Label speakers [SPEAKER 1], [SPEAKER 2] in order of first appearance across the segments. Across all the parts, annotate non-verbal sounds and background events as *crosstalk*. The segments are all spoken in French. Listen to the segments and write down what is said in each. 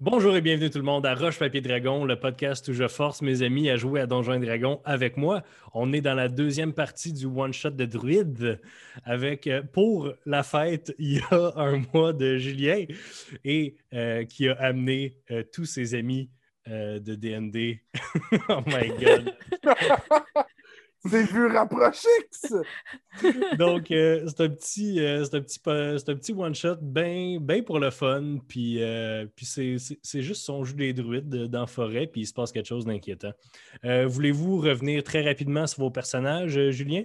[SPEAKER 1] Bonjour et bienvenue tout le monde à Roche Papier Dragon, le podcast où je force mes amis à jouer à Donjons et Dragons avec moi. On est dans la deuxième partie du one shot de druide avec euh, pour la fête *laughs* il y a un mois de Julien et euh, qui a amené euh, tous ses amis euh, de D&D. *laughs* oh my god.
[SPEAKER 2] C'est vu rapproché que ça.
[SPEAKER 1] Donc, euh, c'est un petit, euh, c'est un petit, pa- c'est un petit one-shot bien ben pour le fun. Puis, euh, puis c'est- c'est c'est juste son jeu des druides euh, dans la forêt, puis il se passe quelque chose d'inquiétant. Euh, Voulez-vous revenir très rapidement sur vos personnages, euh, Julien?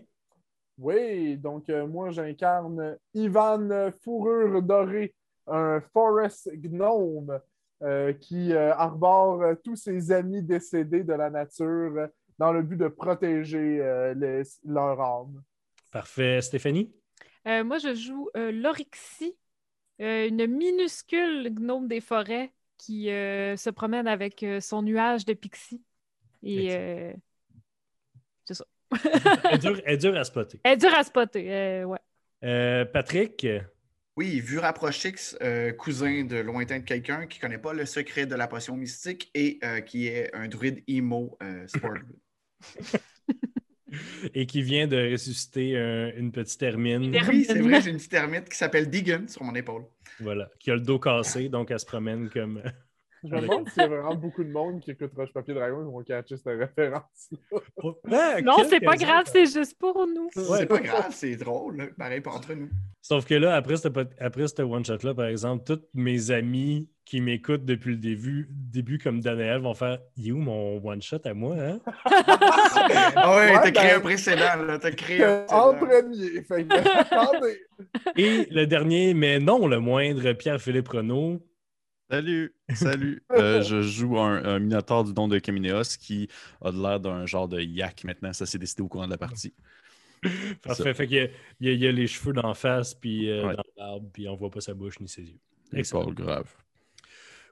[SPEAKER 2] Oui, donc euh, moi j'incarne Ivan Fourrure Dorée, un forest gnome euh, qui euh, arbore euh, tous ses amis décédés de la nature euh, dans le but de protéger euh, les- leur âme.
[SPEAKER 1] Parfait. Stéphanie?
[SPEAKER 3] Euh, moi, je joue euh, l'Oryxie, euh, une minuscule gnome des forêts qui euh, se promène avec euh, son nuage de pixies. Et euh,
[SPEAKER 1] Elle est dure, elle est dure à spotter.
[SPEAKER 3] elle est dure à spotter. euh, ouais.
[SPEAKER 1] Euh, Patrick?
[SPEAKER 4] Oui, vu rapproché, euh, cousin de lointain de quelqu'un qui ne connaît pas le secret de la potion mystique et euh, qui est un druide emo euh, sport druide.
[SPEAKER 1] Et qui vient de ressusciter un- une petite hermine.
[SPEAKER 3] Une
[SPEAKER 4] Oui, c'est
[SPEAKER 3] Hermine.
[SPEAKER 4] vrai, j'ai une petite ermite qui s'appelle Deegan sur mon épaule.
[SPEAKER 1] Voilà. Qui a le dos cassé, donc elle se promène comme. euh,
[SPEAKER 2] Je me demande s'il y a vraiment beaucoup de monde qui écoute Roche Papier Dragon qui vont catcher cette référence.
[SPEAKER 1] Oh, ah,
[SPEAKER 3] Non, c'est
[SPEAKER 1] quelques
[SPEAKER 3] pas grave,
[SPEAKER 1] autres.
[SPEAKER 3] c'est juste pour nous.
[SPEAKER 1] Ouais.
[SPEAKER 4] C'est pas grave, c'est drôle, là, pareil pour entre nous.
[SPEAKER 1] Sauf que là, après ce, pod- après ce one-shot-là, par exemple, tous mes amis qui m'écoutent depuis le début, début comme Daniel, vont faire « You, mon one-shot à moi, hein?
[SPEAKER 4] Ah ouais, t'as
[SPEAKER 2] Ouais,
[SPEAKER 4] créé
[SPEAKER 2] ben-
[SPEAKER 4] un précédent, là, t'as créé
[SPEAKER 2] *laughs*
[SPEAKER 4] un
[SPEAKER 2] Euh, en
[SPEAKER 4] précédent.
[SPEAKER 2] premier. Fait que, *laughs* attendez. »
[SPEAKER 1] Et le dernier, mais non le moindre, Pierre-Philippe Renaud.
[SPEAKER 5] Salut,
[SPEAKER 2] *laughs*
[SPEAKER 5] salut. Euh, je joue un, un minotaure du don de Camineos qui a de l'air d'un genre de yak maintenant. Ça s'est décidé au courant de la partie.
[SPEAKER 1] Parfait. Fait qu'il y a- il y, a- il y a les cheveux d'en face, puis euh,
[SPEAKER 5] Ouais.
[SPEAKER 1] dans l'arbre, puis on voit pas sa bouche ni ses yeux.
[SPEAKER 5] C'est
[SPEAKER 1] Excellent.
[SPEAKER 5] pas grave.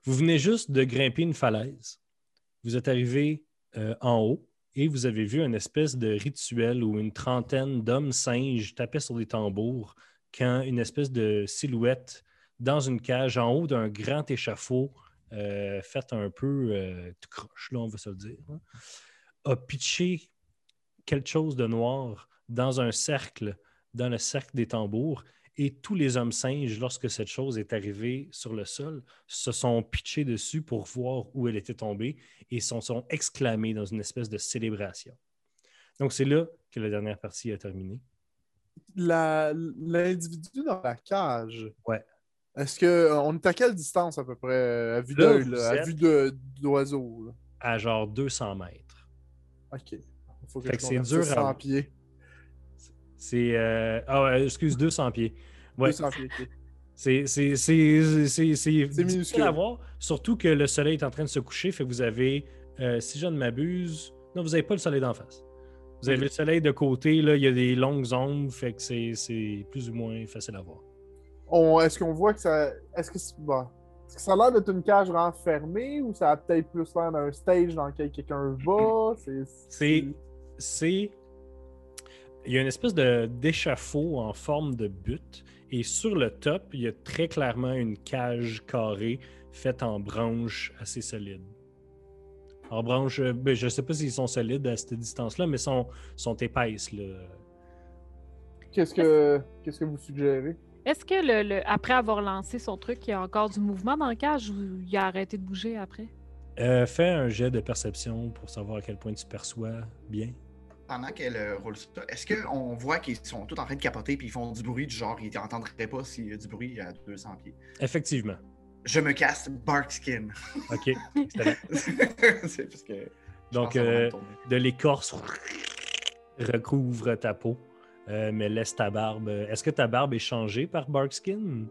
[SPEAKER 1] Vous venez juste de grimper une falaise. Vous êtes arrivé euh, en haut et vous avez vu une espèce de rituel où une trentaine d'hommes singes tapaient sur des tambours quand une espèce de silhouette dans une cage en haut d'un grand échafaud, euh, fait un peu euh, tout croche, là, on va se le dire, hein, a pitché quelque chose de noir dans un cercle, dans le cercle des tambours. Et tous les hommes singes, lorsque cette chose est arrivée sur le sol, se sont pitchés dessus pour voir où elle était tombée et s'en sont exclamés dans une espèce de célébration. Donc, c'est là que la dernière partie a terminé.
[SPEAKER 2] la- l'individu dans la cage.
[SPEAKER 1] Ouais.
[SPEAKER 2] Est-ce que euh, on est à quelle distance à peu près euh, à vue
[SPEAKER 1] Là,
[SPEAKER 2] d'œil,
[SPEAKER 1] vous
[SPEAKER 2] là, à
[SPEAKER 1] êtes-
[SPEAKER 2] vue de- d'oiseau? là?
[SPEAKER 1] À genre 200 mètres.
[SPEAKER 2] Ok. Faut
[SPEAKER 1] Fait
[SPEAKER 2] je
[SPEAKER 1] que c'est
[SPEAKER 2] convertisse
[SPEAKER 1] dur
[SPEAKER 2] 100
[SPEAKER 1] à-
[SPEAKER 2] pieds.
[SPEAKER 1] C'est. euh, Ah, ouais, excuse, 200 pieds. Ouais,
[SPEAKER 2] 200 pieds. ok.
[SPEAKER 1] c'est. C'est c'est- c'est- c'est difficile
[SPEAKER 2] minuscule.
[SPEAKER 1] à voir, surtout que le soleil est en train de se coucher. Fait que vous avez, euh, si je ne m'abuse, non, vous n'avez pas le soleil d'en face. Vous avez le soleil de côté, là, il y a des longues ombres, fait que c'est- c'est plus ou moins facile à voir.
[SPEAKER 2] On- Est-ce qu'on voit que ça. Est-ce que, c'est- bon. Est-ce que ça a l'air d'être une cage vraiment fermée ou ça a peut-être plus l'air d'un stage dans lequel quelqu'un va? C'est.
[SPEAKER 1] C'est-
[SPEAKER 2] Mm.
[SPEAKER 1] c'est. Il y a une espèce de- d'échafaud en forme de butte. Et sur le top, il y a très clairement une cage carrée faite en branches assez solides. En branches, euh, ben, je ne sais pas s'ils sont solides à cette distance-là, mais sont, sont épaisses. là.
[SPEAKER 2] Qu'est-ce que qu'est-ce que vous suggérez?
[SPEAKER 3] Est-ce que le, le- après avoir lancé son truc, il y a encore du mouvement dans le cage ou il a arrêté de bouger après?
[SPEAKER 1] Euh, fais un jet de perception pour savoir à quel point tu perçois bien.
[SPEAKER 4] Pendant qu'elle euh, roule ça, est-ce qu'on voit qu'ils sont tous en train de capoter puis ils font du bruit du genre, ils n'entendraient pas s'il y a du bruit à 200 pieds?
[SPEAKER 1] Effectivement.
[SPEAKER 4] Je me casse Bark Skin.
[SPEAKER 1] OK.
[SPEAKER 4] *laughs*
[SPEAKER 1] Excellent.
[SPEAKER 4] c'est parce que. je
[SPEAKER 1] Donc,
[SPEAKER 4] pense que ça va
[SPEAKER 1] euh,
[SPEAKER 4] mal tourner.
[SPEAKER 1] de l'écorce recouvre ta peau, euh, mais laisse ta barbe. Est-ce que ta barbe est changée par Barkskin?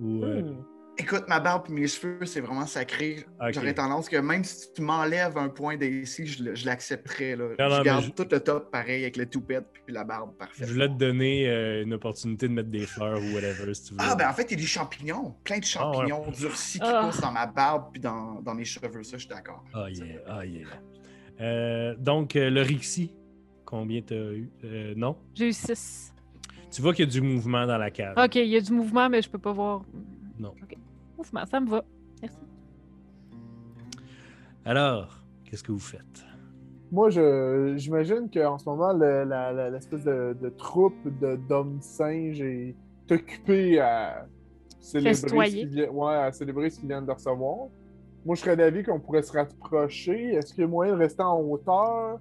[SPEAKER 1] Ou, euh,
[SPEAKER 2] Hmm.
[SPEAKER 4] Écoute, ma barbe et mes cheveux, c'est vraiment sacré.
[SPEAKER 1] ah, Ok.
[SPEAKER 4] J'aurais tendance que même si tu m'enlèves un point d'ici, je, le- je l'accepterais. là.
[SPEAKER 1] Non, non,
[SPEAKER 4] je
[SPEAKER 1] mais
[SPEAKER 4] garde
[SPEAKER 1] je-
[SPEAKER 4] tout le top pareil avec le toupette puis la barbe parfaite.
[SPEAKER 1] Je voulais te donner euh, une opportunité de mettre des fleurs ou whatever, si tu veux.
[SPEAKER 4] Ah, ben en fait, il y a des champignons. Plein de
[SPEAKER 1] Ah,
[SPEAKER 4] champignons durcis qui
[SPEAKER 3] Ah.
[SPEAKER 4] poussent dans ma barbe puis dans, dans mes cheveux. Ça, je suis d'accord.
[SPEAKER 1] Ah, yeah, ah, yeah. Euh, donc, euh, le Rixi, combien t'as eu? Euh, non?
[SPEAKER 3] J'ai eu 6.
[SPEAKER 1] Tu vois qu'il y a du mouvement dans la cave.
[SPEAKER 3] Ok, il y a du mouvement, mais je peux pas voir.
[SPEAKER 1] Euh. Non.
[SPEAKER 3] Ok. Mouvement, ça me va. Merci.
[SPEAKER 1] Alors, qu'est-ce que vous faites?
[SPEAKER 2] Moi, je- j'imagine qu'en ce moment, le- la- la- l'espèce de, de troupe de- d'hommes singes est occupée à célébrer, ce
[SPEAKER 3] Festoyer.
[SPEAKER 2] qu'ils vi- ouais, à célébrer ce qu'ils viennent de recevoir. Moi, je serais d'avis qu'on pourrait se rapprocher. Est-ce qu'il y a moyen de rester en hauteur?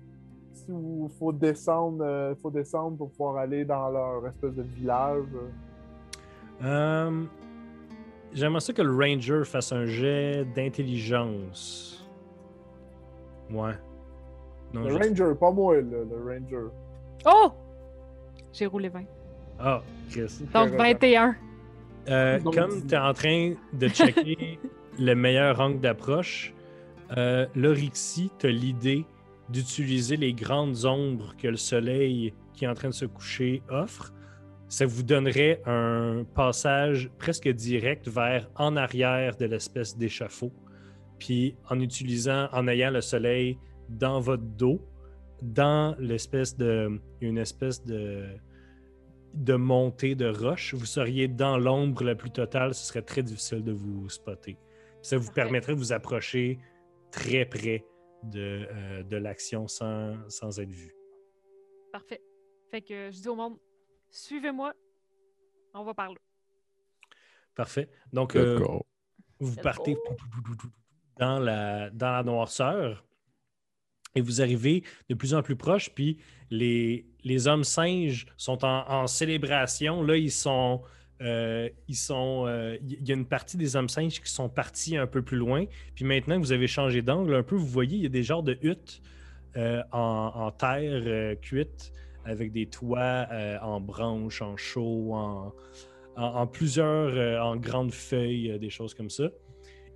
[SPEAKER 2] Si vous- faut descendre, euh, faut descendre pour pouvoir aller dans leur espèce de village.
[SPEAKER 1] Euh, J'aimerais ça que le ranger fasse un jet d'intelligence. Ouais. Non,
[SPEAKER 2] Le
[SPEAKER 1] je-
[SPEAKER 2] ranger, pas moi, là, le ranger.
[SPEAKER 3] Oh! J'ai roulé 20.
[SPEAKER 1] Ah, Chris.
[SPEAKER 3] Donc 21.
[SPEAKER 1] Euh,
[SPEAKER 2] Donc,
[SPEAKER 1] comme tu es en train
[SPEAKER 2] *laughs*
[SPEAKER 1] de checker le meilleur angle d'approche, euh, l'Orixie t'a l'idée d'utiliser les grandes ombres que le soleil qui est en train de se coucher offre. Ça vous donnerait un passage presque direct vers en arrière de l'espèce d'échafaud. Puis en utilisant, en ayant le soleil dans votre dos, dans l'espèce de. une espèce de de montée de roche, vous seriez dans l'ombre la plus totale, ce serait très difficile de vous spotter. Ça vous
[SPEAKER 3] Parfait.
[SPEAKER 1] permettrait de vous approcher très près de, euh, de l'action sans, sans être vu.
[SPEAKER 3] Parfait. Fait que je dis au monde, suivez-moi. On va par là.
[SPEAKER 1] Parfait. Donc,
[SPEAKER 5] Let's
[SPEAKER 1] euh,
[SPEAKER 5] go.
[SPEAKER 1] vous
[SPEAKER 3] Let's
[SPEAKER 1] partez
[SPEAKER 3] go.
[SPEAKER 1] dans la, dans la noirceur et vous arrivez de plus en plus proche, puis les, les hommes singes sont en, en célébration. Là, ils sont. euh, ils sont, euh, il y a une partie des hommes singes qui sont partis un peu plus loin. Puis maintenant que vous avez changé d'angle un peu, vous voyez, il y a des genres de huttes euh, en, en terre euh, cuite avec des toits euh, en branches, en chaux, en, en, en plusieurs, euh, en grandes feuilles, euh, des choses comme ça.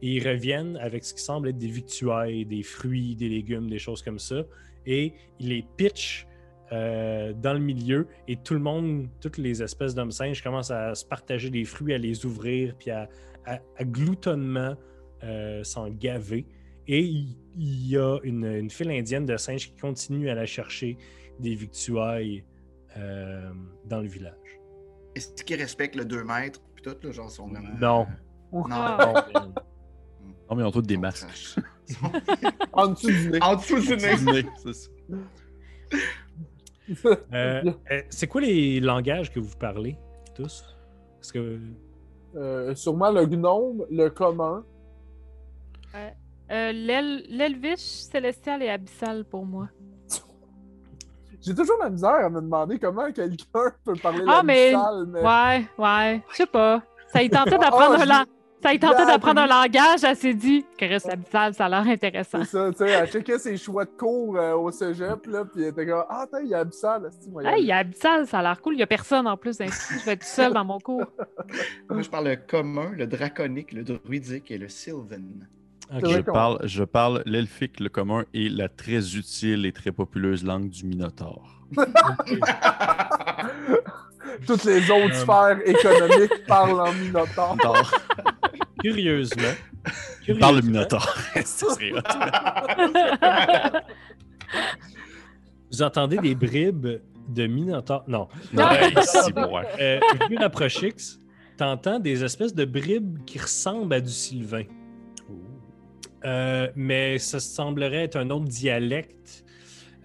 [SPEAKER 1] Et ils reviennent avec ce qui semble être des victuailles, des fruits, des légumes, des choses comme ça. Et ils les pitchent euh, dans le milieu. Et tout le monde, toutes les espèces d'hommes singes commencent à se partager des fruits, à les ouvrir, puis à, à- à gloutonnement euh, s'en gaver. Et il il y a une, une file indienne de singes qui continue à aller chercher des victuailles euh, dans le village.
[SPEAKER 4] Est-ce qu'ils respectent le 2 mètres? Puis tout, là, genre, ils sont vraiment.
[SPEAKER 1] Non.
[SPEAKER 4] Non.
[SPEAKER 3] Ah.
[SPEAKER 5] *laughs* Non, mais on trouve des masques. *laughs*
[SPEAKER 2] En dessous du nez.
[SPEAKER 4] en dessous du
[SPEAKER 3] *laughs*
[SPEAKER 4] nez.
[SPEAKER 5] C'est ça.
[SPEAKER 1] Euh, euh, c'est quoi les langages que vous parlez tous? Est-ce que
[SPEAKER 2] Euh, sûrement le gnome, le commun.
[SPEAKER 3] Euh, l'el- L'elviche, célestial et abyssal pour moi.
[SPEAKER 2] J'ai toujours la misère à me demander comment quelqu'un *laughs* peut parler
[SPEAKER 3] Ah,
[SPEAKER 2] la
[SPEAKER 3] mais-
[SPEAKER 2] missale, mais...
[SPEAKER 3] Ouais, ouais. Je sais pas. Ça
[SPEAKER 2] *laughs*
[SPEAKER 3] y tentait
[SPEAKER 2] Ah,
[SPEAKER 3] d'apprendre un,
[SPEAKER 2] Euh. je-
[SPEAKER 3] lang- ça y tentait
[SPEAKER 2] Ah,
[SPEAKER 3] d'apprendre un
[SPEAKER 2] oui.
[SPEAKER 3] langage. Elle s'est dit, Chris, l'abyssal, ça a l'air intéressant.
[SPEAKER 2] C'est ça, tu sais, elle checkait ses choix de cours euh, au cégep, là, puis elle était comme « Ah, attends, il y a Abyssal, c'est moi. il y a-
[SPEAKER 3] Hey, il y a abyssal, ça a l'air cool. Il y a personne en plus d'inscrit. Je vais être seule dans
[SPEAKER 2] *laughs*
[SPEAKER 3] mon cours.
[SPEAKER 4] Moi, je parle le commun, le draconique, le druidique et le sylvan.
[SPEAKER 2] C'est
[SPEAKER 1] Ok.
[SPEAKER 5] Je
[SPEAKER 2] vrai qu'on-
[SPEAKER 5] parle, je parle l'elfique, le commun et la très utile et très populeuse langue du Minotaure.
[SPEAKER 2] Toutes les autres
[SPEAKER 1] Euh.
[SPEAKER 2] sphères économiques *laughs* parlent en minotaure.
[SPEAKER 5] Minotaure.
[SPEAKER 1] curieusement,
[SPEAKER 5] Il parle le
[SPEAKER 1] curieusement,
[SPEAKER 5] Minotaure. Ce serait hot.
[SPEAKER 1] vous entendez des bribes de minotaure. Non.
[SPEAKER 2] *laughs*
[SPEAKER 5] Non,
[SPEAKER 3] Non.
[SPEAKER 5] hey, *laughs* c'est bon, ouais.
[SPEAKER 1] Euh, vu l'approchix, t'entends des espèces de bribes qui ressemblent à du sylvain. Euh, mais ça semblerait être un autre dialecte.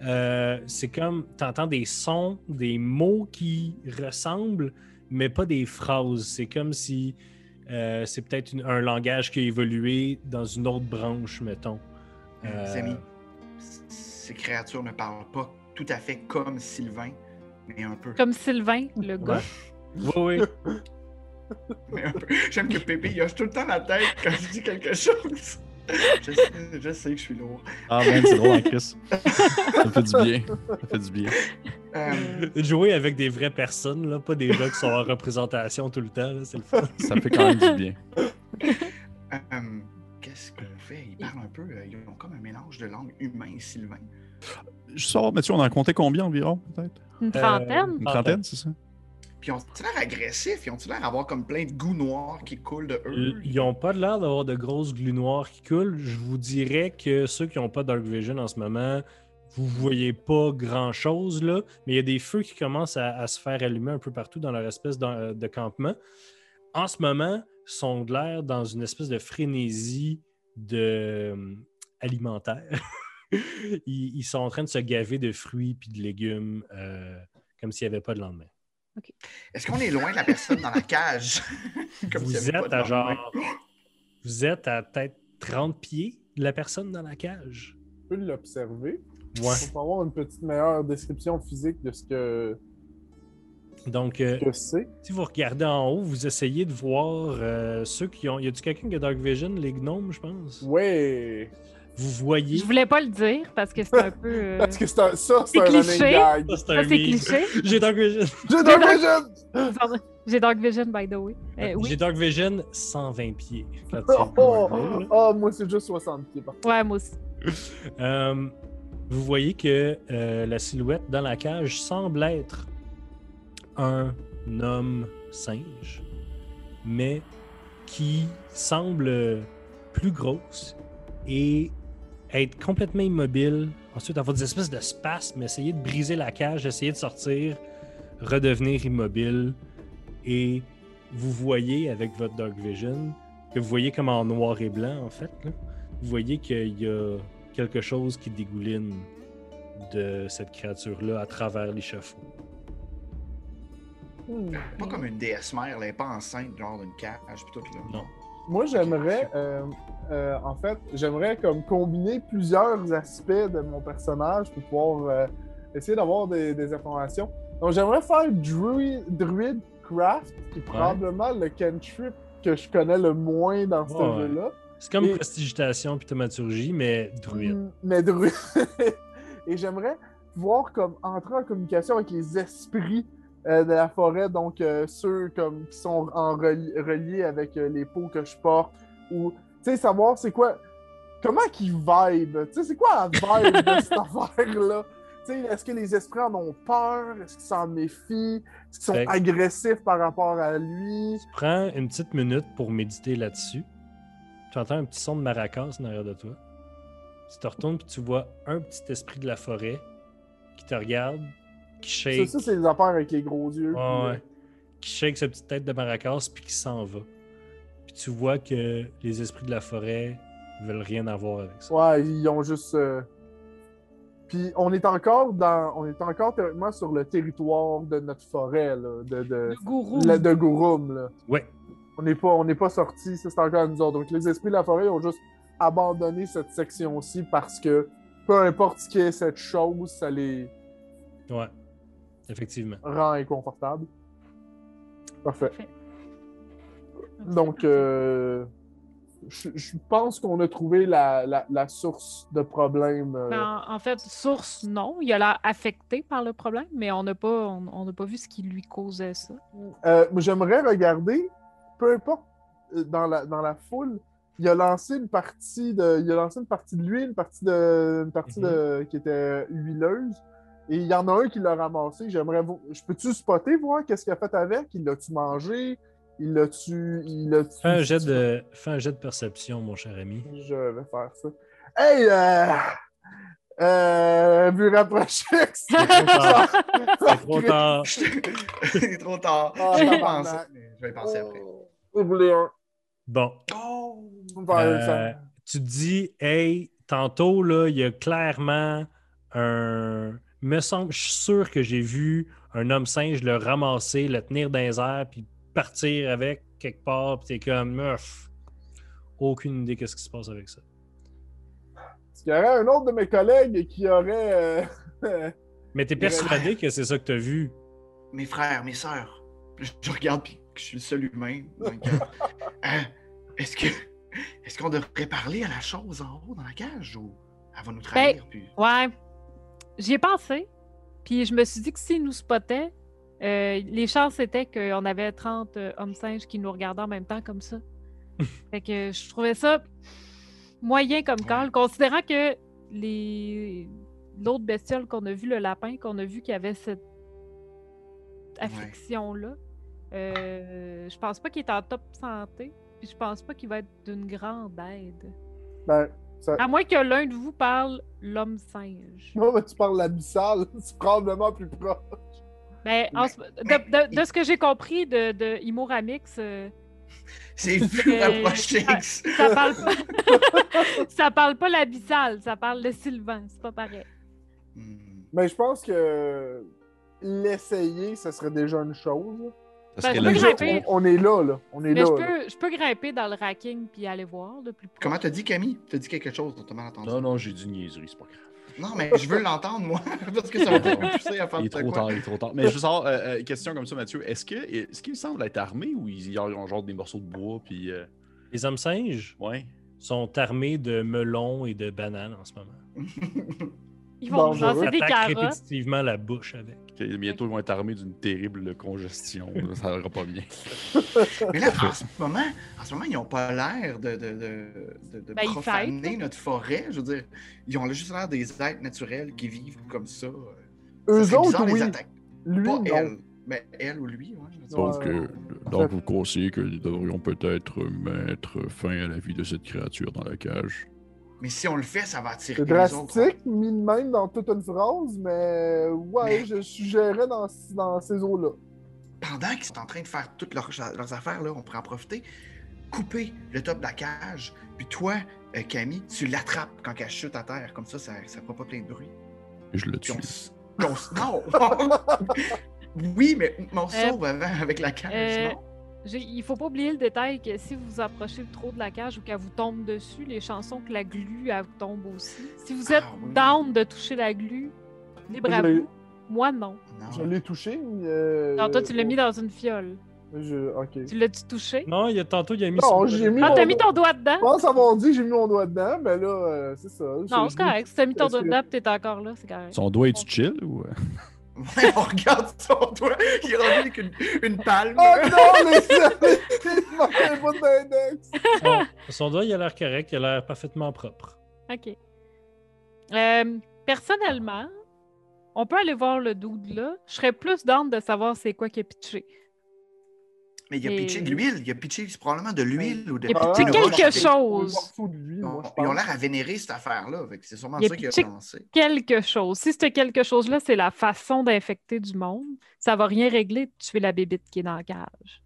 [SPEAKER 1] Euh, c'est comme, t'entends des sons, des mots qui ressemblent, mais pas des phrases. C'est comme si euh, c'est peut-être une- un langage qui a évolué dans une autre branche, mettons.
[SPEAKER 4] Mes
[SPEAKER 1] Euh,
[SPEAKER 4] amis, ces créatures ne parlent pas tout à fait comme Sylvain, mais un peu.
[SPEAKER 3] Comme Sylvain, le gars.
[SPEAKER 1] Oui, oui.
[SPEAKER 4] Mais un peu. J'aime que Pépé, il hoche tout le temps la tête quand je dis quelque chose. Je sais, je sais que je suis lourd.
[SPEAKER 5] Ah, man, c'est drôle, hein, Chris. Ça fait du bien. Ça fait du bien.
[SPEAKER 4] Euh,
[SPEAKER 1] Jouer avec des vraies personnes, là, pas des gens qui sont en représentation tout le temps. là, c'est le fun.
[SPEAKER 5] Ça fait quand même du bien.
[SPEAKER 4] euh, Qu'est-ce qu'on fait? Ils parlent un peu, euh, ils ont comme un mélange de langue humain et Sylvain.
[SPEAKER 5] Je sors, Mathieu, on en comptait combien environ, peut-être
[SPEAKER 3] Une trentaine.
[SPEAKER 2] Euh,
[SPEAKER 5] Une
[SPEAKER 1] Ah,
[SPEAKER 2] ben,
[SPEAKER 5] trentaine, c'est ça
[SPEAKER 4] Puis ils ont-tu l'air agressifs? Ils ont-tu l'air d'avoir comme plein de goûts noirs qui coulent de eux?
[SPEAKER 1] Ils n'ont pas de l'air d'avoir de grosses glues noires qui coulent. Je vous dirais que ceux qui n'ont pas Dark Vision en ce moment, vous voyez pas grand-chose, là. Mais il y a des feux qui commencent à, à se faire allumer un peu partout dans leur espèce euh, de, de campement. En ce moment, ils sont de l'air dans une espèce de frénésie de, alimentaire. *laughs* ils, ils sont en train de se gaver de fruits puis de légumes euh, comme s'il n'y avait pas de lendemain.
[SPEAKER 4] Est-ce qu'on est loin de la personne dans la cage? *laughs* Comme
[SPEAKER 1] vous
[SPEAKER 4] s'il y avait
[SPEAKER 1] êtes
[SPEAKER 4] pas
[SPEAKER 1] à
[SPEAKER 4] de lendemain.
[SPEAKER 1] genre. Vous êtes à peut-être 30 pieds de la personne dans la cage.
[SPEAKER 2] Tu peux l'observer.
[SPEAKER 1] Ouais.
[SPEAKER 2] Pour avoir une petite meilleure description physique de ce que,
[SPEAKER 1] Donc, euh,
[SPEAKER 2] que c'est.
[SPEAKER 1] si vous regardez en haut, vous essayez de voir euh, ceux qui ont. Y a-tu quelqu'un qui a Dark Vision, les gnomes, je pense?
[SPEAKER 2] Ouais.
[SPEAKER 1] Vous voyez.
[SPEAKER 3] Je voulais pas le dire parce que c'est un peu. euh,
[SPEAKER 2] Parce que c'est un- ça, c'est
[SPEAKER 3] C'est
[SPEAKER 2] un running
[SPEAKER 3] cliché.
[SPEAKER 2] gag.
[SPEAKER 1] Ça, c'est
[SPEAKER 3] ça,
[SPEAKER 1] un
[SPEAKER 3] Ah, c'est
[SPEAKER 1] meme.
[SPEAKER 3] cliché.
[SPEAKER 1] J'ai Dark Vision.
[SPEAKER 3] *laughs*
[SPEAKER 2] J'ai dans le jeune!
[SPEAKER 3] Pardon. J'ai Dark Vision, by the way. Euh, oui.
[SPEAKER 1] Ah, J'ai Dark Vision 120 pieds. Quand tu-
[SPEAKER 2] Oh, oh, oh, moi, c'est juste 60 pieds. par contre.
[SPEAKER 3] Ouais, moi aussi.
[SPEAKER 1] Euh, vous voyez que euh, la silhouette dans la cage semble être un homme singe, mais qui semble plus grosse et être complètement immobile. Ensuite, avoir des espèces de spasmes, essayer de briser la cage, essayer de sortir, redevenir immobile. Et vous voyez avec votre Dark Vision, que vous voyez comme en noir et blanc, en fait, là, vous voyez qu'il y a quelque chose qui dégouline de cette créature-là à travers l'échafaud.
[SPEAKER 2] Hmm.
[SPEAKER 4] Pas comme une déesse mère, elle est pas enceinte, genre d'une cage pis tout là.
[SPEAKER 1] Non.
[SPEAKER 2] Moi, j'aimerais, euh, euh, en fait, j'aimerais comme combiner plusieurs aspects de mon personnage pour pouvoir euh, essayer d'avoir des, des informations. Donc, j'aimerais faire Druid, Druid Craft, qui est probablement le cantrip que je connais le moins dans ce
[SPEAKER 1] Ouais.
[SPEAKER 2] jeu-là.
[SPEAKER 1] C'est comme
[SPEAKER 2] Et-
[SPEAKER 1] prestigitation puis thaumaturgie, mais druide.
[SPEAKER 2] Mm, Mais Druid. *laughs* Et j'aimerais pouvoir comme entrer en communication avec les esprits euh, de la forêt, donc euh, ceux comme qui sont en reli- reliés avec euh, les peaux que je porte, ou tu sais savoir c'est quoi, comment qu'ils vibe, tu sais c'est quoi la vibe de
[SPEAKER 1] *laughs*
[SPEAKER 2] cette affaire là. Tu sais, Est-ce que les esprits en ont peur? Est-ce qu'ils s'en méfient? Est-ce qu'ils sont
[SPEAKER 1] Fait que-
[SPEAKER 2] agressifs par rapport à lui?
[SPEAKER 1] Prends une petite minute pour méditer là-dessus. Tu entends un petit son de maracas en arrière de toi. Tu te retournes puis tu vois un petit esprit de la forêt qui te regarde, qui
[SPEAKER 2] Ça,
[SPEAKER 1] shake,
[SPEAKER 2] ça, c'est les affaires avec les gros yeux.
[SPEAKER 1] Ouais,
[SPEAKER 2] puis, euh,
[SPEAKER 1] ouais. qui shake sa petite tête de maracas puis qui s'en va. Puis tu vois que les esprits de la forêt veulent rien avoir avec ça.
[SPEAKER 2] Ouais, ils ont juste. euh, Puis on est encore dans, on est encore théoriquement sur le territoire de notre forêt là, de de,
[SPEAKER 3] Le gourou.
[SPEAKER 2] la- de Gouroum là.
[SPEAKER 1] Ouais.
[SPEAKER 2] On n'est pas, on n'est pas sorti, c'est encore à nous autres. Donc les esprits de la forêt ont juste abandonné cette section-ci parce que peu importe ce qui est cette chose, ça les
[SPEAKER 1] Ouais. Effectivement.
[SPEAKER 2] rend inconfortables. Parfait.
[SPEAKER 3] Parfait.
[SPEAKER 2] Donc euh, je, je pense qu'on a trouvé la, la, la source de problème. euh,
[SPEAKER 3] Ben, en- en fait, source, non. Il a l'air affecté par le problème, mais on n'a pas, on, on n'a pas vu ce qui lui causait ça.
[SPEAKER 2] Euh, J'aimerais regarder, peu importe euh, dans la, dans la foule, il a lancé une partie de. Il a lancé une partie de lui, une partie de. une partie
[SPEAKER 1] Mhm.
[SPEAKER 2] de. qui était huileuse. Et il y en a un qui l'a ramassé. J'aimerais vo- Je peux-tu spotter, voir qu'est-ce qu'il a fait avec? Il l'a-tu mangé? Il l'a-tu. Il l'a-tu.
[SPEAKER 1] Fais un, jet de, fais un jet de perception, mon cher
[SPEAKER 3] *laughs*
[SPEAKER 1] ami.
[SPEAKER 2] Je vais faire ça. Hey! Euh... Euh, vu rapproché.
[SPEAKER 1] C'est trop tard. C'est trop
[SPEAKER 2] Vous
[SPEAKER 1] tard.
[SPEAKER 4] C'est *laughs* trop tard.
[SPEAKER 2] Ah,
[SPEAKER 4] J'y ai
[SPEAKER 2] tabarnak.
[SPEAKER 4] pensé, mais je vais y
[SPEAKER 2] *laughs*
[SPEAKER 4] penser après.
[SPEAKER 2] voulez un?
[SPEAKER 1] Bon,
[SPEAKER 4] Oh!
[SPEAKER 2] Vous me parlez de ça.
[SPEAKER 1] Euh, tu te dis, hey, tantôt, là, il y a clairement un. Me semble, je suis sûr que j'ai vu un homme singe le ramasser, le tenir dans les airs, puis partir avec quelque part, puis t'es comme, meuf. Aucune idée qu'est-ce qui se passe avec ça.
[SPEAKER 2] Parce qu'il y aurait un autre de mes collègues qui aurait. euh, *laughs*
[SPEAKER 1] Mais t'es persuadé que c'est ça que t'as vu.
[SPEAKER 4] Mes frères, mes sœurs. Je, je regarde puis que je suis le seul humain. donc, euh, hein, est-ce que est-ce qu'on devrait parler à la chose en haut dans la cage ou elle va nous trahir puis
[SPEAKER 3] Ouais. J'y ai pensé. Puis je me suis dit que s'il nous spottait, euh, les chances étaient qu'on avait 30 euh, hommes singes qui nous regardaient en même temps comme ça. fait que je trouvais ça moyen comme
[SPEAKER 4] Ouais.
[SPEAKER 3] call, considérant que les l'autre bestiole qu'on a vu, le lapin, qu'on a vu qui avait cette affliction-là, euh, je pense pas qu'il est en top santé. Puis je pense pas qu'il va être d'une grande aide.
[SPEAKER 2] ben, ça...
[SPEAKER 3] À moins que l'un de vous parle l'homme singe.
[SPEAKER 2] Non, mais tu parles l'abyssal, *laughs* c'est probablement plus proche.
[SPEAKER 3] Ben, en ce- de, de- de ce que j'ai compris de, de Imo Ramix, euh,
[SPEAKER 4] C'est plus
[SPEAKER 3] Euh,
[SPEAKER 4] rapproché que ça.
[SPEAKER 2] *laughs*
[SPEAKER 3] Ça parle pas. *laughs* ça parle pas l'abyssal, ça parle le sylvain, c'est pas pareil.
[SPEAKER 4] Hmm.
[SPEAKER 2] Mais je pense que l'essayer, ce serait déjà une chose.
[SPEAKER 3] Ben,
[SPEAKER 5] Parce que
[SPEAKER 3] je
[SPEAKER 5] là,
[SPEAKER 3] peux
[SPEAKER 5] nous autres,
[SPEAKER 3] grimper.
[SPEAKER 5] on-
[SPEAKER 2] On est là, là. On est
[SPEAKER 3] Mais je
[SPEAKER 2] là. là.
[SPEAKER 3] peux, je peux grimper dans le racking puis aller voir de plus près.
[SPEAKER 4] Comment t'as dit, Camille? T'as dit quelque chose dont t'as mal entendu?
[SPEAKER 5] Non, non, j'ai dit une niaiserie, c'est pas grave.
[SPEAKER 4] Non, mais je veux l'entendre, moi, *laughs* parce que ça
[SPEAKER 5] *laughs*
[SPEAKER 4] va peut-être me pousser à faire
[SPEAKER 5] Il est
[SPEAKER 4] de
[SPEAKER 5] trop
[SPEAKER 4] quoi.
[SPEAKER 5] tard, il est trop tard. Mais je veux savoir, euh, euh, question comme ça, Mathieu, est-ce que est-ce qu'il semble être armé ou ils ils ont genre des morceaux de bois, puis... euh,
[SPEAKER 1] Les hommes singes
[SPEAKER 5] ouais.
[SPEAKER 1] sont armés de melons et de bananes en ce moment.
[SPEAKER 3] Ils vont nous
[SPEAKER 2] Dangereux.
[SPEAKER 3] lancer des
[SPEAKER 1] Attaque
[SPEAKER 3] carottes.
[SPEAKER 1] répétitivement la bouche avec.
[SPEAKER 5] Ok, bientôt, ils vont être armés d'une terrible congestion. là, ça ira pas bien.
[SPEAKER 4] Mais là, en ce moment, en ce moment ils n'ont pas l'air de, de, de, de- de
[SPEAKER 3] Ben, ils
[SPEAKER 4] profaner
[SPEAKER 3] fêtent.
[SPEAKER 4] notre forêt. Je veux dire, ils ont juste l'air des êtres naturels qui vivent comme ça. Euh, Ça
[SPEAKER 2] Eux
[SPEAKER 4] serait
[SPEAKER 2] autres,
[SPEAKER 4] bizarre, les
[SPEAKER 2] oui.
[SPEAKER 4] attaques.
[SPEAKER 2] Lui,
[SPEAKER 4] pas
[SPEAKER 2] non.
[SPEAKER 4] elle. Mais elle ou lui, ouais. je veux dire.
[SPEAKER 2] Ouais.
[SPEAKER 5] Donc, euh, donc, vous conseillez que nous devrions peut-être mettre fin à la vie de cette créature dans la cage.
[SPEAKER 4] Mais si on le fait, ça va attirer
[SPEAKER 2] C'est
[SPEAKER 4] les autres. hein.
[SPEAKER 2] drastique, mis de même dans toute une phrase, mais ouais,
[SPEAKER 4] Mais-
[SPEAKER 2] je suggérais dans, dans ces eaux-là.
[SPEAKER 4] Pendant qu'ils sont en train de faire toutes leurs, leurs affaires, là, on pourrait en profiter. Couper le top de la cage, puis toi, euh, Camille, tu l'attrapes quand elle chute à terre. Comme ça, ça ne fera pas plein de bruit.
[SPEAKER 5] Et je le
[SPEAKER 4] Puis
[SPEAKER 5] tue.
[SPEAKER 4] on s- on s- Non! *laughs* oui, mais on
[SPEAKER 3] Euh,
[SPEAKER 4] sauve avant avec la cage,
[SPEAKER 3] euh,
[SPEAKER 4] non?
[SPEAKER 3] J'ai- Il faut pas oublier le détail que si vous vous approchez trop de la cage ou qu'elle vous tombe dessus, les chansons que la glu elle vous tombe aussi. Si vous êtes
[SPEAKER 4] Ah oui.
[SPEAKER 3] down de toucher la glu, libre à
[SPEAKER 2] Je l'ai-
[SPEAKER 3] vous. Moi non.
[SPEAKER 4] Non.
[SPEAKER 2] Je l'ai touché. euh,
[SPEAKER 3] Alors toi tu l'as mis dans une fiole.
[SPEAKER 2] Je... Ok.
[SPEAKER 3] Tu l'as-tu touché?
[SPEAKER 1] Non, il y a tantôt, il a mis.
[SPEAKER 2] Non,
[SPEAKER 1] son-
[SPEAKER 2] j'ai mis
[SPEAKER 3] Ah,
[SPEAKER 2] mon-
[SPEAKER 3] t'as mis ton doigt dedans?
[SPEAKER 2] Je pense avoir dit que j'ai mis mon doigt dedans, mais là, euh, c'est ça.
[SPEAKER 3] Non, c'est correct. Si t'as mis ton doigt
[SPEAKER 2] c'est-
[SPEAKER 3] dedans pis t'es encore là, c'est correct.
[SPEAKER 5] Son doigt est chill
[SPEAKER 4] *laughs*
[SPEAKER 5] ou. euh?
[SPEAKER 4] Ouais, on regarde son doigt, il est rendu avec une, une palme.
[SPEAKER 2] Oh non, les Il manquait pas d'index!
[SPEAKER 1] son, *laughs* son doigt, il a l'air correct, il a l'air parfaitement propre.
[SPEAKER 3] OK. Euh, personnellement, on peut aller voir le dude là. Je serais plus d'âme de savoir c'est quoi qui est pitché.
[SPEAKER 4] Mais il a
[SPEAKER 3] Et-
[SPEAKER 4] pitché de l'huile, il a pitché c'est probablement de l'huile ou de
[SPEAKER 3] Il a
[SPEAKER 2] Ah,
[SPEAKER 3] pitché
[SPEAKER 2] ouais,
[SPEAKER 4] une roche.
[SPEAKER 3] quelque
[SPEAKER 2] ouais.
[SPEAKER 3] chose.
[SPEAKER 2] On s'en fout de lui,
[SPEAKER 4] Ils
[SPEAKER 2] moi,
[SPEAKER 4] ont
[SPEAKER 2] je
[SPEAKER 4] ils ont
[SPEAKER 2] pense.
[SPEAKER 4] l'air à vénérer cette affaire-là. fait que C'est sûrement
[SPEAKER 3] Il a
[SPEAKER 4] ça qu'il a
[SPEAKER 3] pitché-
[SPEAKER 4] lancé.
[SPEAKER 3] Quelque chose. Si ce quelque chose-là, c'est la façon d'infecter du monde, ça va rien régler de tuer la bébite qui est dans la cage.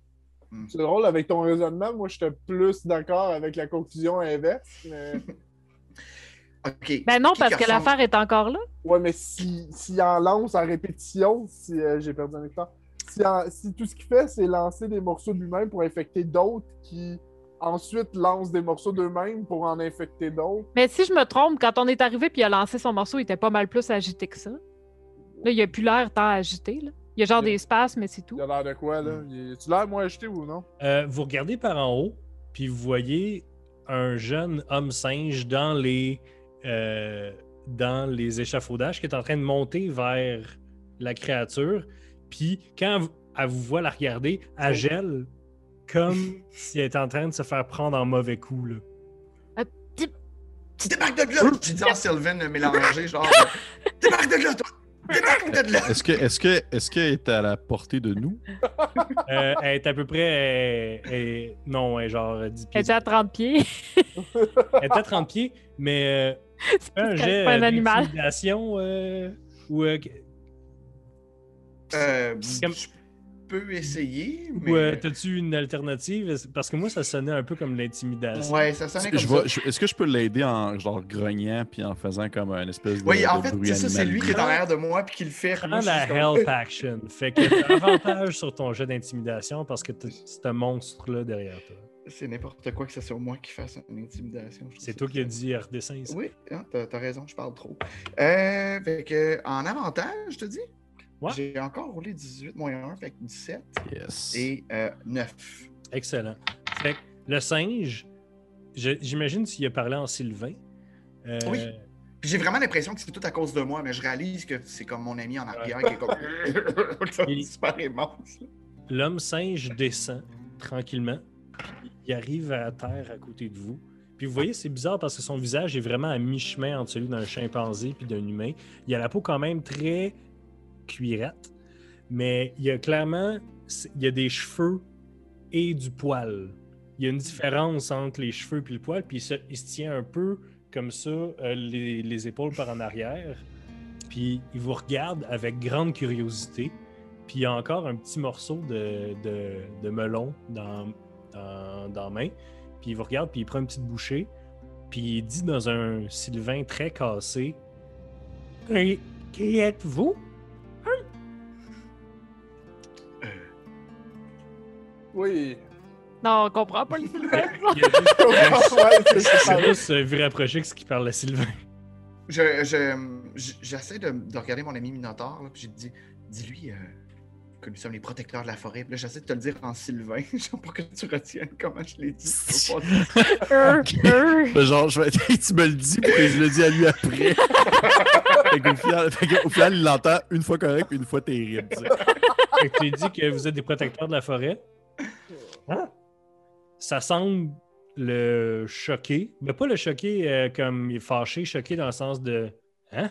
[SPEAKER 2] C'est drôle, avec ton raisonnement, moi, j'étais plus d'accord avec la conclusion inverse. Mais...
[SPEAKER 4] OK.
[SPEAKER 3] Ben non,
[SPEAKER 4] Qui
[SPEAKER 3] parce que
[SPEAKER 4] qui ressemble-
[SPEAKER 3] l'affaire est encore là.
[SPEAKER 2] Ouais, mais si, si en lance en répétition, si euh, j'ai perdu un temps, si, en- si tout ce qu'il fait, c'est lancer des morceaux de lui-même pour infecter d'autres qui ensuite lancent des morceaux d'eux-mêmes pour en infecter d'autres.
[SPEAKER 3] Mais si je me trompe, quand on est arrivé puis il a lancé son morceau, il était pas mal plus agité que ça. Là, il a plus l'air tant agité. Là. Il y a genre
[SPEAKER 2] Il a-
[SPEAKER 3] des espaces, mais c'est tout.
[SPEAKER 2] Il a l'air de quoi, là? Il- Tu l'air moins acheté ou non?
[SPEAKER 1] Euh, vous regardez par en haut, puis vous voyez un jeune homme singe dans les, euh, dans les échafaudages qui est en train de monter vers la créature. Puis quand v- elle vous voit la regarder, elle gèle *laughs* comme si elle était en train de se faire prendre en mauvais coup. Là.
[SPEAKER 4] Tu débarques de là! Tu dis en Sylvain mélangé, genre. euh,
[SPEAKER 3] *laughs*
[SPEAKER 4] Débarque de là, toi! Débarque de là!
[SPEAKER 5] Est-ce que est-ce que est-ce qu'elle est à la portée de nous?
[SPEAKER 1] Euh, elle est à peu près. elle- elle- non, elle est genre 10
[SPEAKER 3] Il
[SPEAKER 1] pieds.
[SPEAKER 3] était à 30 pieds. *laughs*
[SPEAKER 1] Elle était à 30 pieds, mais. euh,
[SPEAKER 3] c'est
[SPEAKER 1] fais un jet
[SPEAKER 3] pas
[SPEAKER 1] euh,
[SPEAKER 3] un animal.
[SPEAKER 1] d'intimidation, euh, ou, euh,
[SPEAKER 4] Euh,
[SPEAKER 1] C'est comme-
[SPEAKER 4] Je peux essayer, mais.
[SPEAKER 1] ou, euh, t'as-tu une alternative? Parce que moi, ça sonnait un peu comme l'intimidation.
[SPEAKER 4] Ouais, ça sonnait comme
[SPEAKER 5] Je
[SPEAKER 4] ça.
[SPEAKER 5] vais- je- Est-ce que je peux l'aider en genre grognant puis en faisant comme un espèce de.
[SPEAKER 4] Oui,
[SPEAKER 5] de
[SPEAKER 4] en fait,
[SPEAKER 5] bruit
[SPEAKER 4] c'est ça, c'est lui
[SPEAKER 5] animalier?
[SPEAKER 4] qui est en l'air de moi puis qui le fait. Moi,
[SPEAKER 1] Prends
[SPEAKER 4] je
[SPEAKER 1] la
[SPEAKER 4] suis comme- *laughs*
[SPEAKER 1] help action. Fait que t'as avantage sur ton jet d'intimidation parce que t'as ce monstre-là derrière toi.
[SPEAKER 4] C'est n'importe quoi que ce soit moi qui fasse une intimidation. je trouve
[SPEAKER 1] C'est
[SPEAKER 4] ça
[SPEAKER 1] toi qui as
[SPEAKER 4] très-
[SPEAKER 1] dit redessin ici.
[SPEAKER 4] Oui, non, t'as t'as raison, je parle trop. Euh, fait que, en avantage, je te dis.
[SPEAKER 1] Ouais.
[SPEAKER 4] J'ai encore roulé 18 moins 1, fait que 17
[SPEAKER 5] Yes.
[SPEAKER 4] et euh, 9.
[SPEAKER 1] Excellent. Fait que le singe, je- j'imagine s'il a parlé en Sylvain. euh,
[SPEAKER 4] Oui. Puis j'ai vraiment l'impression que c'est tout à cause de moi, mais je réalise que c'est comme mon ami en arrière qui
[SPEAKER 1] *laughs*
[SPEAKER 4] est comme. *laughs* Ça
[SPEAKER 1] Il-
[SPEAKER 4] super immense.
[SPEAKER 1] L'homme singe descend tranquillement. puis Il arrive à terre à côté de vous. Puis vous voyez, c'est bizarre parce que son visage est vraiment à mi-chemin entre celui d'un chimpanzé puis d'un humain. Il a la peau quand même très cuirette, mais il y a clairement c'est- il y a des cheveux et du poil. Il y a une différence entre les cheveux puis le poil, puis il se, il se tient un peu comme ça, euh, les, les épaules par en arrière. Puis il vous regarde avec grande curiosité. Puis il y a encore un petit morceau de, de- de melon dans dans, dans la main. Puis il vous regarde, puis il prend une petite bouchée. Puis il dit dans un sylvain très cassé Qui, qui êtes-vous
[SPEAKER 2] Oui.
[SPEAKER 3] Non, on comprend pas le Sylvain.
[SPEAKER 1] Il y a juste-
[SPEAKER 2] *laughs* Ouais, c'est- c'est *laughs*
[SPEAKER 1] C'est
[SPEAKER 2] pareil.
[SPEAKER 1] juste euh, vu rapproché que ce qui parle à *laughs* Sylvain.
[SPEAKER 4] Je, je- je- j'essaie de, de regarder mon ami Minotaur, là, puis j'ai dit, dis-lui euh, que nous sommes les protecteurs de la forêt. Puis là, j'essaie de te le dire en sylvain, *laughs* genre pour que tu retiennes comment je l'ai dit. Faut pas-
[SPEAKER 3] Eux, eux.
[SPEAKER 5] Ben, Genre, je vais... *laughs* tu me le dis, puis je le dis à
[SPEAKER 4] *laughs*
[SPEAKER 5] lui après. fait qu'au final, fait qu'au final, il l'entend une fois correct, puis une fois terrible. tu sais.
[SPEAKER 1] Fait que tu dis que vous êtes des protecteurs de la forêt. Hein? Ça semble le choquer, mais pas le choquer euh, comme il est fâché, choqué dans le sens de Hein?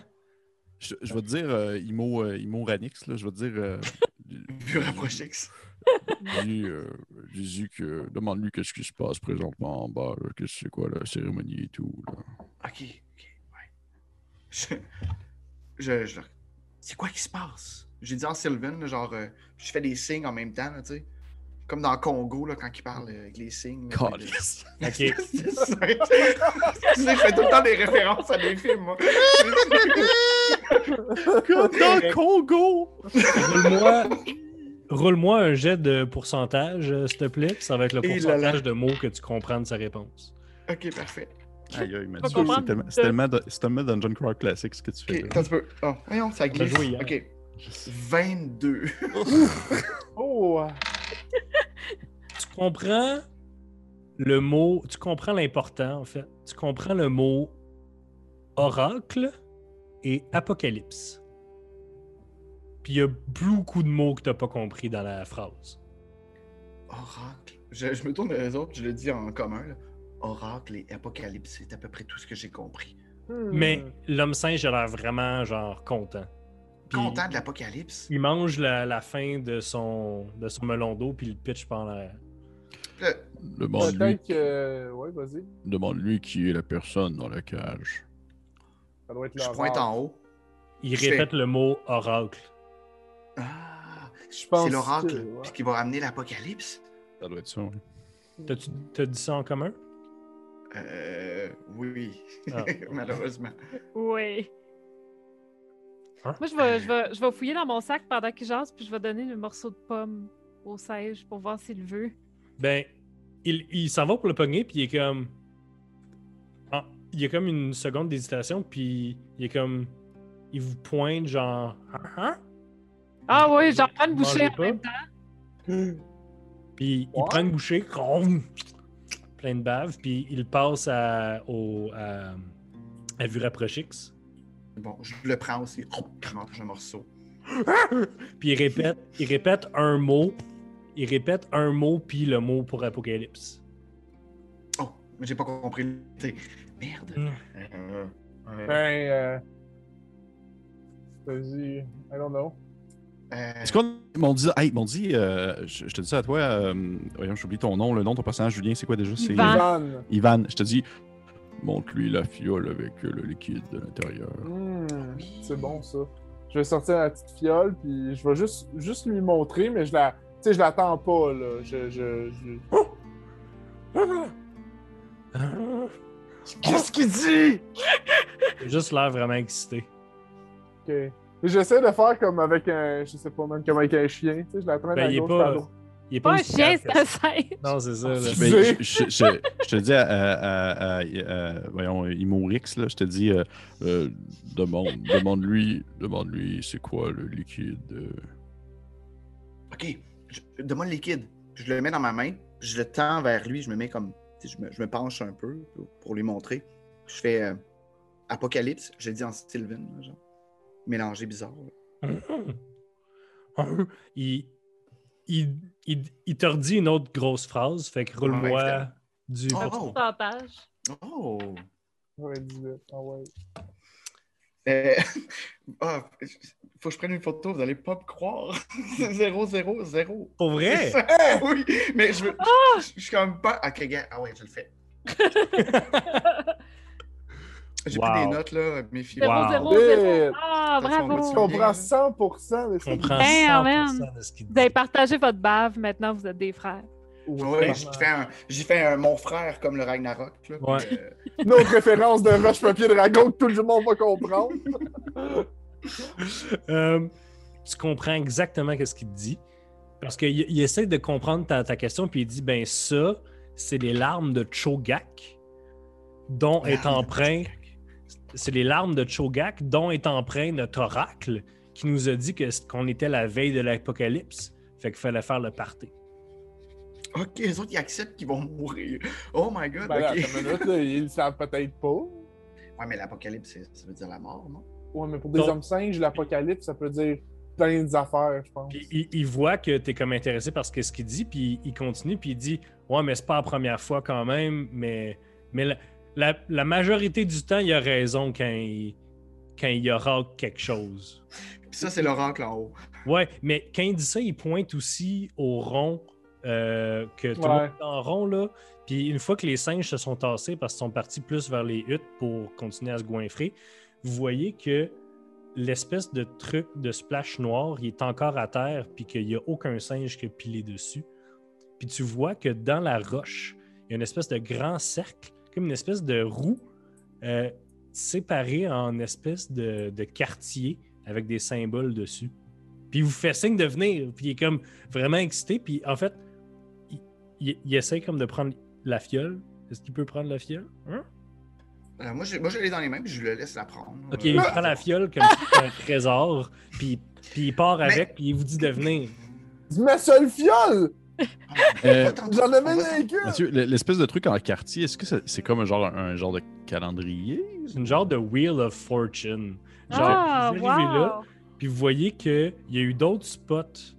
[SPEAKER 5] Je, je vais te dire, euh, Imo, euh, Imo Ranix, là, je vais te dire.
[SPEAKER 4] *laughs*
[SPEAKER 5] euh,
[SPEAKER 4] Vu rapproché que ça.
[SPEAKER 5] dis, euh, dis-lui que. Demande-lui qu'est-ce qui se passe présentement en bas, là, qu'est-ce que c'est quoi la cérémonie et tout. là.
[SPEAKER 4] Ok, ok, ouais. Je, je, je leur- c'est quoi qui se passe? J'ai dit en Sylvain, là, genre, euh, je fais des signes en même temps, là, tu sais. Comme dans Congo, là, quand ils parlent euh, avec les signes. là, puis *laughs* de-
[SPEAKER 5] Calisse.
[SPEAKER 1] Ok.
[SPEAKER 4] C'est ça. Tu sais, je fais tout le temps des références à des films, moi.
[SPEAKER 5] Comme dans Congo!
[SPEAKER 1] Roule-moi roule-moi un jet de pourcentage, euh, s'il te plaît. puis Ça va être le
[SPEAKER 4] Et là là.
[SPEAKER 1] pourcentage de mots que tu comprends de sa réponse.
[SPEAKER 4] ok, parfait.
[SPEAKER 5] Aïe, aïe,
[SPEAKER 3] Pas
[SPEAKER 5] Mathieu,
[SPEAKER 3] comprendre.
[SPEAKER 5] c'est tellement- c'est tellement, de- c'est tellement Dungeon Crawl classique ce que tu
[SPEAKER 4] Ok,
[SPEAKER 5] fais. là.
[SPEAKER 4] attends un petit peu. Oh, voyons,
[SPEAKER 1] On
[SPEAKER 4] ça
[SPEAKER 1] hein. a
[SPEAKER 4] glisse.
[SPEAKER 1] joué hier.
[SPEAKER 4] Ok. 22.
[SPEAKER 2] Oh,
[SPEAKER 1] Tu comprends le mot, tu comprends l'important en fait. Tu comprends le mot oracle et apocalypse. Puis il y a beaucoup de mots que tu n'as pas compris dans la phrase.
[SPEAKER 4] Oracle. Je, je me tourne vers les autres, je le dis en commun. là. Oracle et Apocalypse, c'est à peu près tout ce que j'ai compris.
[SPEAKER 2] hmm.
[SPEAKER 1] Mais l'homme singe a l'air vraiment genre content. Puis
[SPEAKER 4] Content de l'Apocalypse.
[SPEAKER 1] Il mange la, la fin de son, de son melon d'eau puis il le pitch par l'arrière.
[SPEAKER 4] Là,
[SPEAKER 5] Demande-lui
[SPEAKER 2] Peut-être que. Ouais, vas-y.
[SPEAKER 5] demande-lui qui est la personne dans la cage.
[SPEAKER 2] Ça doit être
[SPEAKER 4] je
[SPEAKER 2] l'horreur.
[SPEAKER 4] pointe en haut.
[SPEAKER 1] Il
[SPEAKER 4] Je
[SPEAKER 1] répète le mot oracle.
[SPEAKER 4] Ah,
[SPEAKER 2] Je pense.
[SPEAKER 4] c'est l'oracle
[SPEAKER 2] que- ouais.
[SPEAKER 4] puis qui va amener l'Apocalypse.
[SPEAKER 5] Ça doit être ça, oui.
[SPEAKER 1] T'as-tu t'as dit ça en commun?
[SPEAKER 4] Euh, oui,
[SPEAKER 1] Ah.
[SPEAKER 4] *laughs* malheureusement.
[SPEAKER 3] Oui.
[SPEAKER 1] Hein?
[SPEAKER 3] Moi, je vais, je, vais, je vais fouiller dans mon sac pendant qu'il jase, puis je vais donner le morceau de pomme au singe pour voir s'il veut.
[SPEAKER 1] Ben, il, il s'en va pour le pogner, puis il est comme. Ah, il y a comme une seconde d'hésitation, puis il est comme. Il vous pointe, genre. Ah, ah.
[SPEAKER 3] Ah oui, j'en prends une
[SPEAKER 1] Mangez
[SPEAKER 3] bouchée en
[SPEAKER 1] pas.
[SPEAKER 3] même temps.
[SPEAKER 1] Puis il
[SPEAKER 2] Ouais.
[SPEAKER 1] prend une bouchée, crom, plein de bave, puis il passe à, au, à, à vue rapprochix.
[SPEAKER 4] Bon, je le prends aussi. Je mange un morceau.
[SPEAKER 1] Puis il répète, il répète un mot, il répète un mot, puis le mot pour apocalypse.
[SPEAKER 4] Oh, mais j'ai pas compris. le- t'sais, Merde.
[SPEAKER 1] Mm.
[SPEAKER 4] Euh, euh,
[SPEAKER 2] Ben. euh, Vas-y. I don't know.
[SPEAKER 4] euh,
[SPEAKER 5] Est-ce qu'on m'ont dit, hey, m'ont dit, euh, je, je te dis ça à toi, euh, voyons, j'oublie ton nom, le nom de ton personnage, Julien, c'est quoi déjà? C'est
[SPEAKER 3] Ivan.
[SPEAKER 2] Ivan.
[SPEAKER 5] Ivan. Je te dis, montre-lui la fiole avec euh, le liquide de l'intérieur.
[SPEAKER 2] Hmm,
[SPEAKER 4] Ah Oui.
[SPEAKER 2] C'est bon ça. Je vais sortir la petite fiole, puis je vais juste, juste lui montrer, mais je la, tu sais, je l'attends pas là. Je, je, je-
[SPEAKER 4] Qu'est-ce qu'il dit?
[SPEAKER 1] Il a juste l'air vraiment excité.
[SPEAKER 2] ok. Mais J'essaie de faire comme avec un, je sais pas même comme avec un chien, tu sais, je la traîne
[SPEAKER 1] Ben,
[SPEAKER 2] à
[SPEAKER 1] il est
[SPEAKER 2] gauche,
[SPEAKER 1] pas-
[SPEAKER 2] à droite.
[SPEAKER 1] Il est pas,
[SPEAKER 3] Pas un
[SPEAKER 1] aussi
[SPEAKER 3] chien,
[SPEAKER 1] calme
[SPEAKER 3] c'est
[SPEAKER 1] que
[SPEAKER 3] un *laughs*
[SPEAKER 1] ça.
[SPEAKER 3] singe.
[SPEAKER 1] Non, c'est
[SPEAKER 3] Euh,
[SPEAKER 1] ça. Là.
[SPEAKER 2] Ben,
[SPEAKER 5] Mais
[SPEAKER 2] sais.
[SPEAKER 5] je, je- je- je te dis à, à- à- à- euh, voyons, Imorix, là, je te dis, euh, euh, demande, demande-lui, demande-lui, c'est quoi le liquide? euh.
[SPEAKER 4] Ok, je, demande le liquide. Je le mets dans ma main, je le tends vers lui, je me mets comme. t'sais, Je me, je me penche un peu pour- pour lui montrer. Je fais euh, Apocalypse, je le dis en Sylvain, là, genre. Mélangé bizarre. là.
[SPEAKER 1] Ben, il, il, il, il te redit une autre grosse phrase, fait que roule-moi
[SPEAKER 4] Ouais,
[SPEAKER 1] du.
[SPEAKER 4] Oh,
[SPEAKER 1] pour-
[SPEAKER 3] Pourcentage.
[SPEAKER 4] Oh!
[SPEAKER 2] Ouais, 18. Ah ouais.
[SPEAKER 4] Euh, *laughs* ah, faut que je prenne une photo, vous allez pas me croire. *laughs* 0, 0, 0.
[SPEAKER 1] Pour vrai?
[SPEAKER 4] *laughs*
[SPEAKER 1] Eh!
[SPEAKER 4] oui, mais je veux. Je je suis quand même pas. Ok, gars, ah ouais, je le fais. J'ai pris
[SPEAKER 1] Wow.
[SPEAKER 4] des notes, là, méfiez-vous.
[SPEAKER 1] Wow.
[SPEAKER 3] 0, 0, 0.
[SPEAKER 2] Shit.
[SPEAKER 3] Ah,
[SPEAKER 4] Attention,
[SPEAKER 2] Tu
[SPEAKER 3] bravo.
[SPEAKER 4] monsieur.
[SPEAKER 2] comprends 100% de
[SPEAKER 1] Je
[SPEAKER 2] ce
[SPEAKER 1] comprends
[SPEAKER 3] Damn,
[SPEAKER 1] 100% de ce qu'il
[SPEAKER 3] Vous
[SPEAKER 1] dit.
[SPEAKER 3] avez partagé votre bave, maintenant vous êtes des frères.
[SPEAKER 4] Ouais, j'ai fait, Ben, un, j'ai fait un mon frère comme le Ragnarok. Là,
[SPEAKER 1] Ouais.
[SPEAKER 4] puis, euh,
[SPEAKER 2] Notre référence de roche papier dragon que tout le monde va comprendre.
[SPEAKER 1] Euh, tu comprends exactement ce qu'il te dit. Parce qu'il il essaie de comprendre ta, ta question, puis il dit ben ça, c'est les larmes de Chogak, dont est
[SPEAKER 4] Larmes de
[SPEAKER 1] empreint. C'est les larmes de Chogak, dont est empreint notre oracle, qui nous a dit que qu'on était la veille de l'apocalypse. Fait qu'il fallait faire le party.
[SPEAKER 4] ok, les autres, ils acceptent qu'ils vont mourir. Oh my god,
[SPEAKER 2] Ben là,
[SPEAKER 4] ok.
[SPEAKER 2] attends une minute, là, ils le savent peut-être pas.
[SPEAKER 4] Ouais, mais l'apocalypse, c'est- ça veut dire la mort, non?
[SPEAKER 2] Ouais, mais pour des
[SPEAKER 1] Donc-
[SPEAKER 2] hommes singes, l'apocalypse, ça peut dire plein d'affaires, je pense.
[SPEAKER 1] Puis il, il voit que tu es comme intéressé par ce que- ce qu'il dit, puis il continue, puis il dit Ouais, mais c'est pas la première fois quand même, mais, mais la, la- la majorité du temps, il a raison quand il, quand il aura quelque chose.
[SPEAKER 4] Puis ça, c'est l'oracle en haut.
[SPEAKER 1] Ouais, mais quand il dit ça, il pointe aussi au rond euh, que tout le
[SPEAKER 2] Ouais.
[SPEAKER 1] monde est en rond, là. Puis une fois que les singes se sont tassés parce qu'ils sont partis plus vers les huttes pour continuer à se goinfrer, vous voyez que l'espèce de truc de splash noir, il est encore à terre, puis qu'il n'y a aucun singe qui a pilé dessus. Puis tu vois que dans la roche, il y a une espèce de grand cercle, comme une espèce de roue euh, séparée en espèce de, de quartier avec des symboles dessus. Puis il vous fait signe de venir, puis il est comme vraiment excité, puis en fait, il, il- il essaie comme de prendre la fiole. Est-ce qu'il peut prendre la fiole? Hein?
[SPEAKER 4] Euh, moi, je, moi, je l'ai dans les mains, puis je le laisse la prendre.
[SPEAKER 1] Ok,
[SPEAKER 4] Euh,
[SPEAKER 1] il prend la fiole comme *laughs* si c'était un trésor, puis, puis il part
[SPEAKER 4] Mais-
[SPEAKER 1] avec, puis il vous dit de venir.
[SPEAKER 2] Ma seule fiole!
[SPEAKER 5] Euh,
[SPEAKER 4] Va-t'en-
[SPEAKER 2] J'en avais
[SPEAKER 4] va-t'en-
[SPEAKER 2] vaincu!
[SPEAKER 5] Mathieu, le- l'espèce de truc en quartier, est-ce que ça- c'est comme un genre, un genre de calendrier?
[SPEAKER 1] C'est une genre de Wheel of Fortune. Genre,
[SPEAKER 3] Ah,
[SPEAKER 1] vous arrivez là,
[SPEAKER 3] wow!
[SPEAKER 1] puis vous voyez qu'il y a eu d'autres spots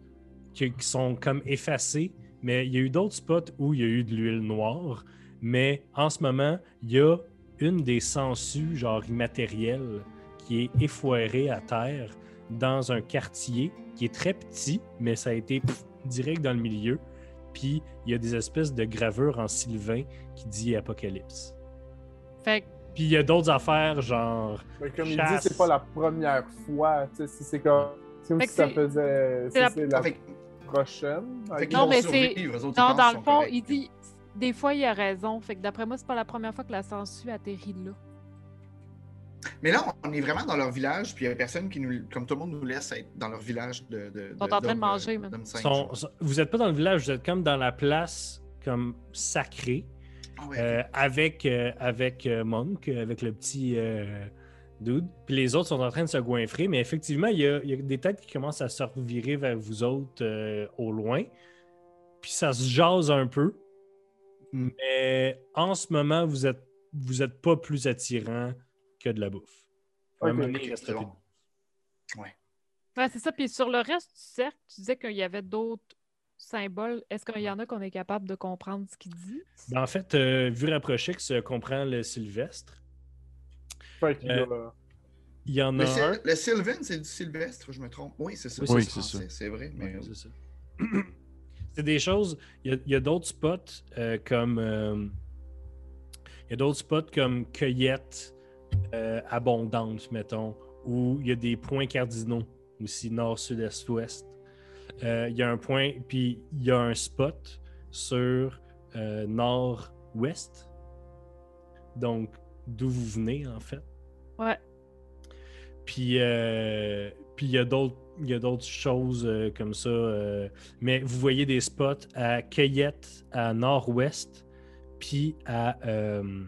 [SPEAKER 1] qui, qui sont comme effacés, mais il y a eu d'autres spots où il y a eu de l'huile noire. Mais en ce moment, il y a une des sangsues, genre immatérielle, qui est effoirée à terre dans un quartier qui est très petit, mais ça a été pff, direct dans le milieu. Puis il y a des espèces de gravures en sylvain qui dit apocalypse.
[SPEAKER 3] Fait que
[SPEAKER 1] Puis il y a d'autres affaires, genre
[SPEAKER 2] Ben, comme il dit,
[SPEAKER 1] Chasse.
[SPEAKER 2] c'est pas la première fois. tu sais, C'est c'est comme, c'est comme
[SPEAKER 3] Fait
[SPEAKER 2] si
[SPEAKER 3] que
[SPEAKER 2] ça
[SPEAKER 3] c'est-
[SPEAKER 2] faisait.
[SPEAKER 3] c'est la-
[SPEAKER 2] C'est c'est la,
[SPEAKER 4] Ah, Fait-
[SPEAKER 2] prochaine.
[SPEAKER 4] fait
[SPEAKER 2] Ok.
[SPEAKER 4] qu'ils
[SPEAKER 3] Non,
[SPEAKER 4] vont
[SPEAKER 3] mais
[SPEAKER 4] survivre,
[SPEAKER 3] c'est-
[SPEAKER 4] eux autres, ils
[SPEAKER 3] Non,
[SPEAKER 4] pensent
[SPEAKER 3] dans
[SPEAKER 4] qu'ils
[SPEAKER 3] le
[SPEAKER 4] sont
[SPEAKER 3] fond,
[SPEAKER 4] corrects.
[SPEAKER 3] il dit des fois, il a raison. Fait que d'après moi, c'est pas la première fois que la sangsue atterrit là.
[SPEAKER 4] Mais là, on est vraiment dans leur village, puis il n'y a personne qui nous. Comme tout le monde nous laisse être dans leur village de. de
[SPEAKER 3] sont en train de
[SPEAKER 4] d'hommes,
[SPEAKER 3] manger,
[SPEAKER 4] euh,
[SPEAKER 3] man.
[SPEAKER 4] d'hommes singes.
[SPEAKER 1] sont- sont- vous n'êtes pas dans le village, vous êtes comme dans la place comme sacrée
[SPEAKER 4] Ah ouais,
[SPEAKER 1] euh, avec, euh, avec euh, Monk, euh, avec le petit euh, dude. Puis les autres sont en train de se goinfrer, mais effectivement, il y a, il y a des têtes qui commencent à se revirer vers vous autres euh, au loin. Puis ça se jase un peu.
[SPEAKER 4] Mm.
[SPEAKER 1] Mais en ce moment, vous êtes, vous êtes pas plus attirant que de la bouffe. À un
[SPEAKER 2] Ok,
[SPEAKER 1] moment
[SPEAKER 4] ok,
[SPEAKER 1] donné, il reste
[SPEAKER 4] c'est
[SPEAKER 1] plus
[SPEAKER 4] bon.
[SPEAKER 1] de-
[SPEAKER 3] Ouais, c'est ça. Puis sur le reste du cercle, tu disais qu'il y avait d'autres symboles. Est-ce qu'il y en a qu'on est capable de comprendre ce qu'il dit?
[SPEAKER 1] Ben, en fait, euh, vu rapproché que se comprend le Sylvestre,
[SPEAKER 2] Fait qu'il y a-
[SPEAKER 1] il y en
[SPEAKER 4] Le,
[SPEAKER 1] a
[SPEAKER 4] Syl-
[SPEAKER 1] un.
[SPEAKER 4] le Sylvain, c'est du Sylvestre, je me trompe. Oui, c'est ça.
[SPEAKER 1] Oui,
[SPEAKER 5] c'est
[SPEAKER 4] français,
[SPEAKER 5] ça.
[SPEAKER 4] C'est vrai, mais.
[SPEAKER 1] Ouais, c'est ça. *clears throat* C'est des choses. Il y a- il y a, d'autres spots euh, comme. euh, Il y a d'autres spots comme cueillette euh, abondante, mettons, où il y a des points cardinaux aussi, nord, sud, est, ouest. Euh, il y a un point, puis il y a un spot sur euh, nord-ouest. Donc, d'où vous venez, en fait.
[SPEAKER 3] Ouais.
[SPEAKER 1] Puis euh, puis il y a d'autres il y a d'autres choses euh, comme ça. euh, mais vous voyez des spots à Cueillette, à Nord-Ouest, puis à, euh,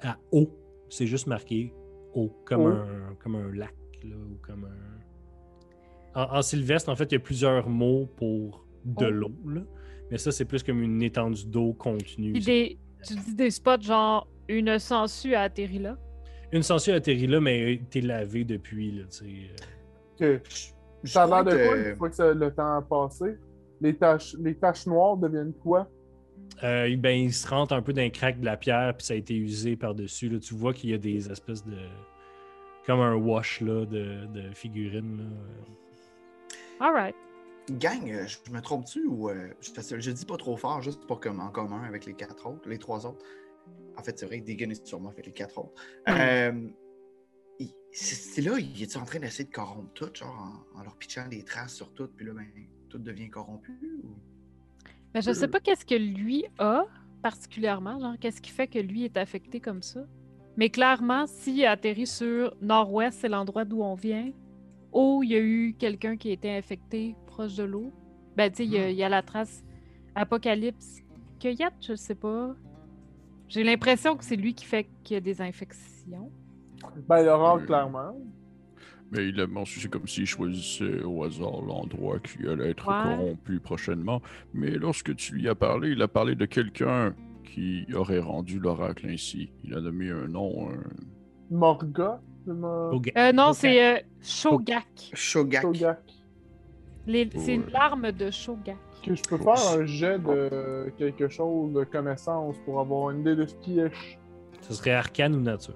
[SPEAKER 1] à Eau. C'est juste marqué Eau, comme,
[SPEAKER 2] Eau.
[SPEAKER 1] Un, comme un lac, là, ou comme un. En, en sylvestre, en fait, il y a plusieurs mots pour de
[SPEAKER 3] Eau.
[SPEAKER 1] l'eau, là. mais ça, c'est plus comme une étendue d'eau contenue.
[SPEAKER 3] Puis des, tu dis des spots genre une sangsue a atterri là.
[SPEAKER 1] Une censure atterrit là, mais t'es lavé depuis. Là, tu sais, euh.
[SPEAKER 2] que-
[SPEAKER 4] euh, Je
[SPEAKER 2] Ça a l'air
[SPEAKER 4] crois
[SPEAKER 2] de quoi
[SPEAKER 4] que-
[SPEAKER 2] une fois que ça- le temps a passé? Les taches, les taches noires deviennent quoi?
[SPEAKER 1] Euh, ben, il se rentre un peu d'un crack de la pierre, puis ça a été usé par-dessus. Là, tu vois qu'il y a des espèces de. Comme un wash là, de, de figurines. Là.
[SPEAKER 3] All right.
[SPEAKER 4] Gang, euh, je je me trompe-tu ou euh, je, parce que je dis pas trop fort juste pour comme en commun avec les quatre autres, les trois autres. En fait, c'est vrai, Degan est sûrement avec les quatre autres.
[SPEAKER 2] Hmm.
[SPEAKER 4] Euh, il- c'est c'est là, il est en train d'essayer de corrompre tout, genre en, en leur pitchant des traces sur tout, puis là, ben, tout devient corrompu. ou-
[SPEAKER 3] Mais je sais pas qu'est-ce que lui a particulièrement, genre qu'est-ce qui fait que lui est affecté comme ça. Mais clairement, s'il a atterri sur nord-ouest, c'est l'endroit d'où on vient, où il y a eu quelqu'un qui a été infecté proche de l'eau, ben tu sais, il y a- il y, a la trace Apocalypse Cueillette, je sais pas. J'ai l'impression que c'est lui qui fait qu'il y a des infections.
[SPEAKER 2] Ben, l'horreur,
[SPEAKER 5] Euh,
[SPEAKER 2] clairement.
[SPEAKER 5] Mais il a mentionné c'est comme s'il choisissait au hasard l'endroit qui allait être
[SPEAKER 3] Ouais.
[SPEAKER 5] corrompu prochainement. Mais lorsque tu lui as parlé, il a parlé de quelqu'un qui aurait rendu l'oracle ainsi. Il a nommé un nom. un-
[SPEAKER 2] Morga, c'est mon-
[SPEAKER 1] Shoga-
[SPEAKER 3] Euh, non,
[SPEAKER 1] Shogak.
[SPEAKER 3] c'est euh, Shogak.
[SPEAKER 4] Shogak.
[SPEAKER 2] Shoga.
[SPEAKER 3] Les- C'est
[SPEAKER 5] Ouais.
[SPEAKER 3] une larme de Shogak.
[SPEAKER 2] Que je peux faire un jet de quelque chose de connaissance pour avoir une idée de ce qui est. ch-
[SPEAKER 1] Ce serait arcane ou nature.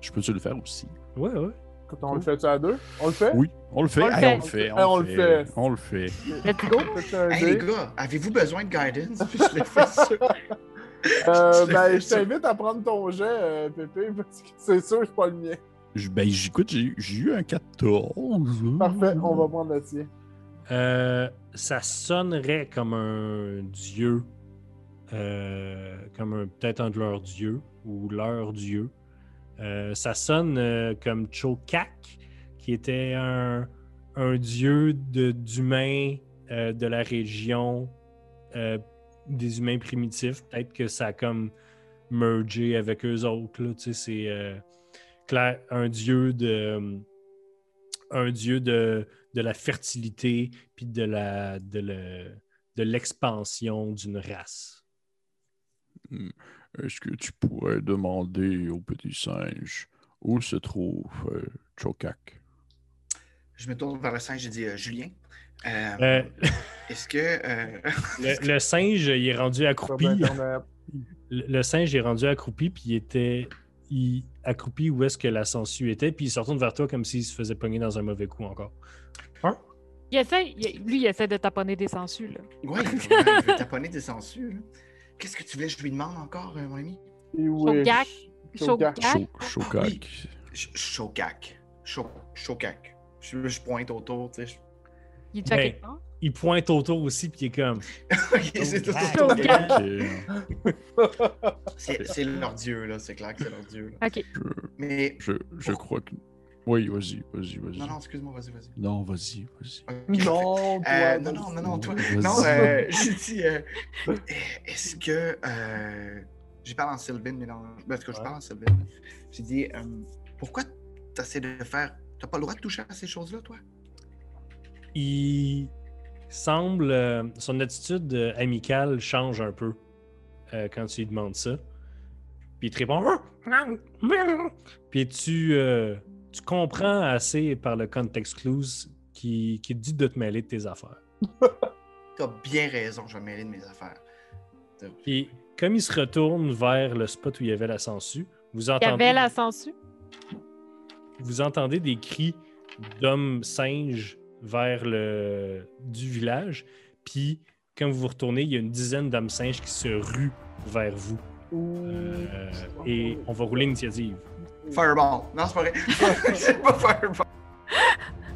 [SPEAKER 5] Je peux-tu le faire aussi?
[SPEAKER 1] Ouais, ouais.
[SPEAKER 2] Quand on le fait à deux, on le fait?
[SPEAKER 5] Oui, on le fait.
[SPEAKER 3] On le
[SPEAKER 5] Hey,
[SPEAKER 3] fait.
[SPEAKER 5] On le fait.
[SPEAKER 2] Hey, Ah, on le fait.
[SPEAKER 5] On le fait.
[SPEAKER 3] Let's go.
[SPEAKER 2] Faites un
[SPEAKER 4] Hey
[SPEAKER 2] dé.
[SPEAKER 4] les gars, avez-vous besoin de guidance? Je
[SPEAKER 2] *laughs*
[SPEAKER 4] l'ai fait ça.
[SPEAKER 2] Euh,
[SPEAKER 4] Je
[SPEAKER 2] ben,
[SPEAKER 4] l'ai
[SPEAKER 2] je
[SPEAKER 4] fait
[SPEAKER 2] t'invite à prendre ton jet, euh, Pépé, *laughs* parce que c'est sûr que c'est pas le mien.
[SPEAKER 5] Je- Ben, j'écoute, j'ai j'ai eu un hein. 14.
[SPEAKER 2] Parfait, on va prendre le tien.
[SPEAKER 1] Euh, ça sonnerait comme un dieu, euh, comme un- peut-être un de leurs dieux ou leur dieu. Euh, ça sonne euh, comme Chokak, qui était un, un dieu de- d'humains euh, de la région, euh, des humains primitifs. Peut-être que ça a comme mergé avec eux autres. là. Tu sais, c'est euh, clair, un dieu de. Un dieu de de la fertilité puis de la de le- de l'expansion d'une race.
[SPEAKER 5] Est-ce que tu pourrais demander au petit singe où se trouve euh, Chokak?
[SPEAKER 4] Je me tourne vers le singe et dis euh, Julien, euh,
[SPEAKER 1] Euh,
[SPEAKER 4] est-ce que. euh, *laughs*
[SPEAKER 1] le, le singe, il est rendu
[SPEAKER 2] Sur
[SPEAKER 1] accroupi.
[SPEAKER 2] Internet.
[SPEAKER 1] Le, le singe est rendu accroupi puis il était il- accroupi où est-ce que la sangsue était puis il se retourne vers toi comme s'il se faisait pogner dans un mauvais coup encore.
[SPEAKER 3] Il essaie, il- lui, il essaie de taponner des sangsues, là.
[SPEAKER 4] ouais, il veut- il veut taponner des sangsues. là. Qu'est-ce que tu voulais que je lui demande encore, euh, mon ami?
[SPEAKER 2] Et oui.
[SPEAKER 3] Shogak.
[SPEAKER 2] Shogak.
[SPEAKER 3] Shogak.
[SPEAKER 5] Cho- Chokak.
[SPEAKER 4] Ch- Chokak. Cho- Chokak. Je, je pointe autour, tu sais. je- *laughs*
[SPEAKER 3] Il
[SPEAKER 1] Ben,
[SPEAKER 3] check pas.
[SPEAKER 1] Il pointe autour aussi puis il est comme
[SPEAKER 4] Ok, c'est tout
[SPEAKER 1] Chokak.
[SPEAKER 4] autour.
[SPEAKER 1] Shogak.
[SPEAKER 5] Ok,
[SPEAKER 4] C'est c'est leur dieu, là. C'est clair que c'est leur dieu. là.
[SPEAKER 3] OK.
[SPEAKER 5] je-
[SPEAKER 4] Mais.
[SPEAKER 5] Je, je crois que. Oui, vas-y, vas-y,
[SPEAKER 4] Non, non,
[SPEAKER 5] vas-y. Oh. Non,
[SPEAKER 4] excuse-moi, vas-y, vas-y.
[SPEAKER 5] vas-y, vas-y.
[SPEAKER 4] Ok,
[SPEAKER 2] Non, toi,
[SPEAKER 4] Euh, non, non, non, non, toi.
[SPEAKER 5] Vas-y.
[SPEAKER 4] Non, euh, *laughs* j'ai dit. euh, euh, Est-ce que. euh, j'ai parlé en Sylvain, mais non. Parce que je
[SPEAKER 1] Ouais.
[SPEAKER 4] parle en Sylvain. J'ai dit. euh, pourquoi t'essaies de faire. T'as pas le droit de toucher à ces choses-là, toi?
[SPEAKER 1] il semble. euh, son attitude euh, amicale change un peu euh, quand tu lui demandes ça. Puis il te répond. *laughs* Puis tu, euh, tu comprends assez par le contexte clues qui, qui te dit de te mêler de tes affaires.
[SPEAKER 4] T'as bien raison, je vais me mêler de mes affaires.
[SPEAKER 1] Puis comme il se retourne vers le spot où il y avait la sangsue, vous
[SPEAKER 3] Il y
[SPEAKER 1] entendez,
[SPEAKER 3] avait la sangsue.
[SPEAKER 1] vous entendez des cris d'hommes singes vers le du village. Puis quand vous vous retournez, il y a une dizaine d'hommes singes qui se ruent vers vous. Euh, et on va rouler l'initiative.
[SPEAKER 4] Fireball. Non, c'est pas vrai. *laughs* c'est pas Fireball.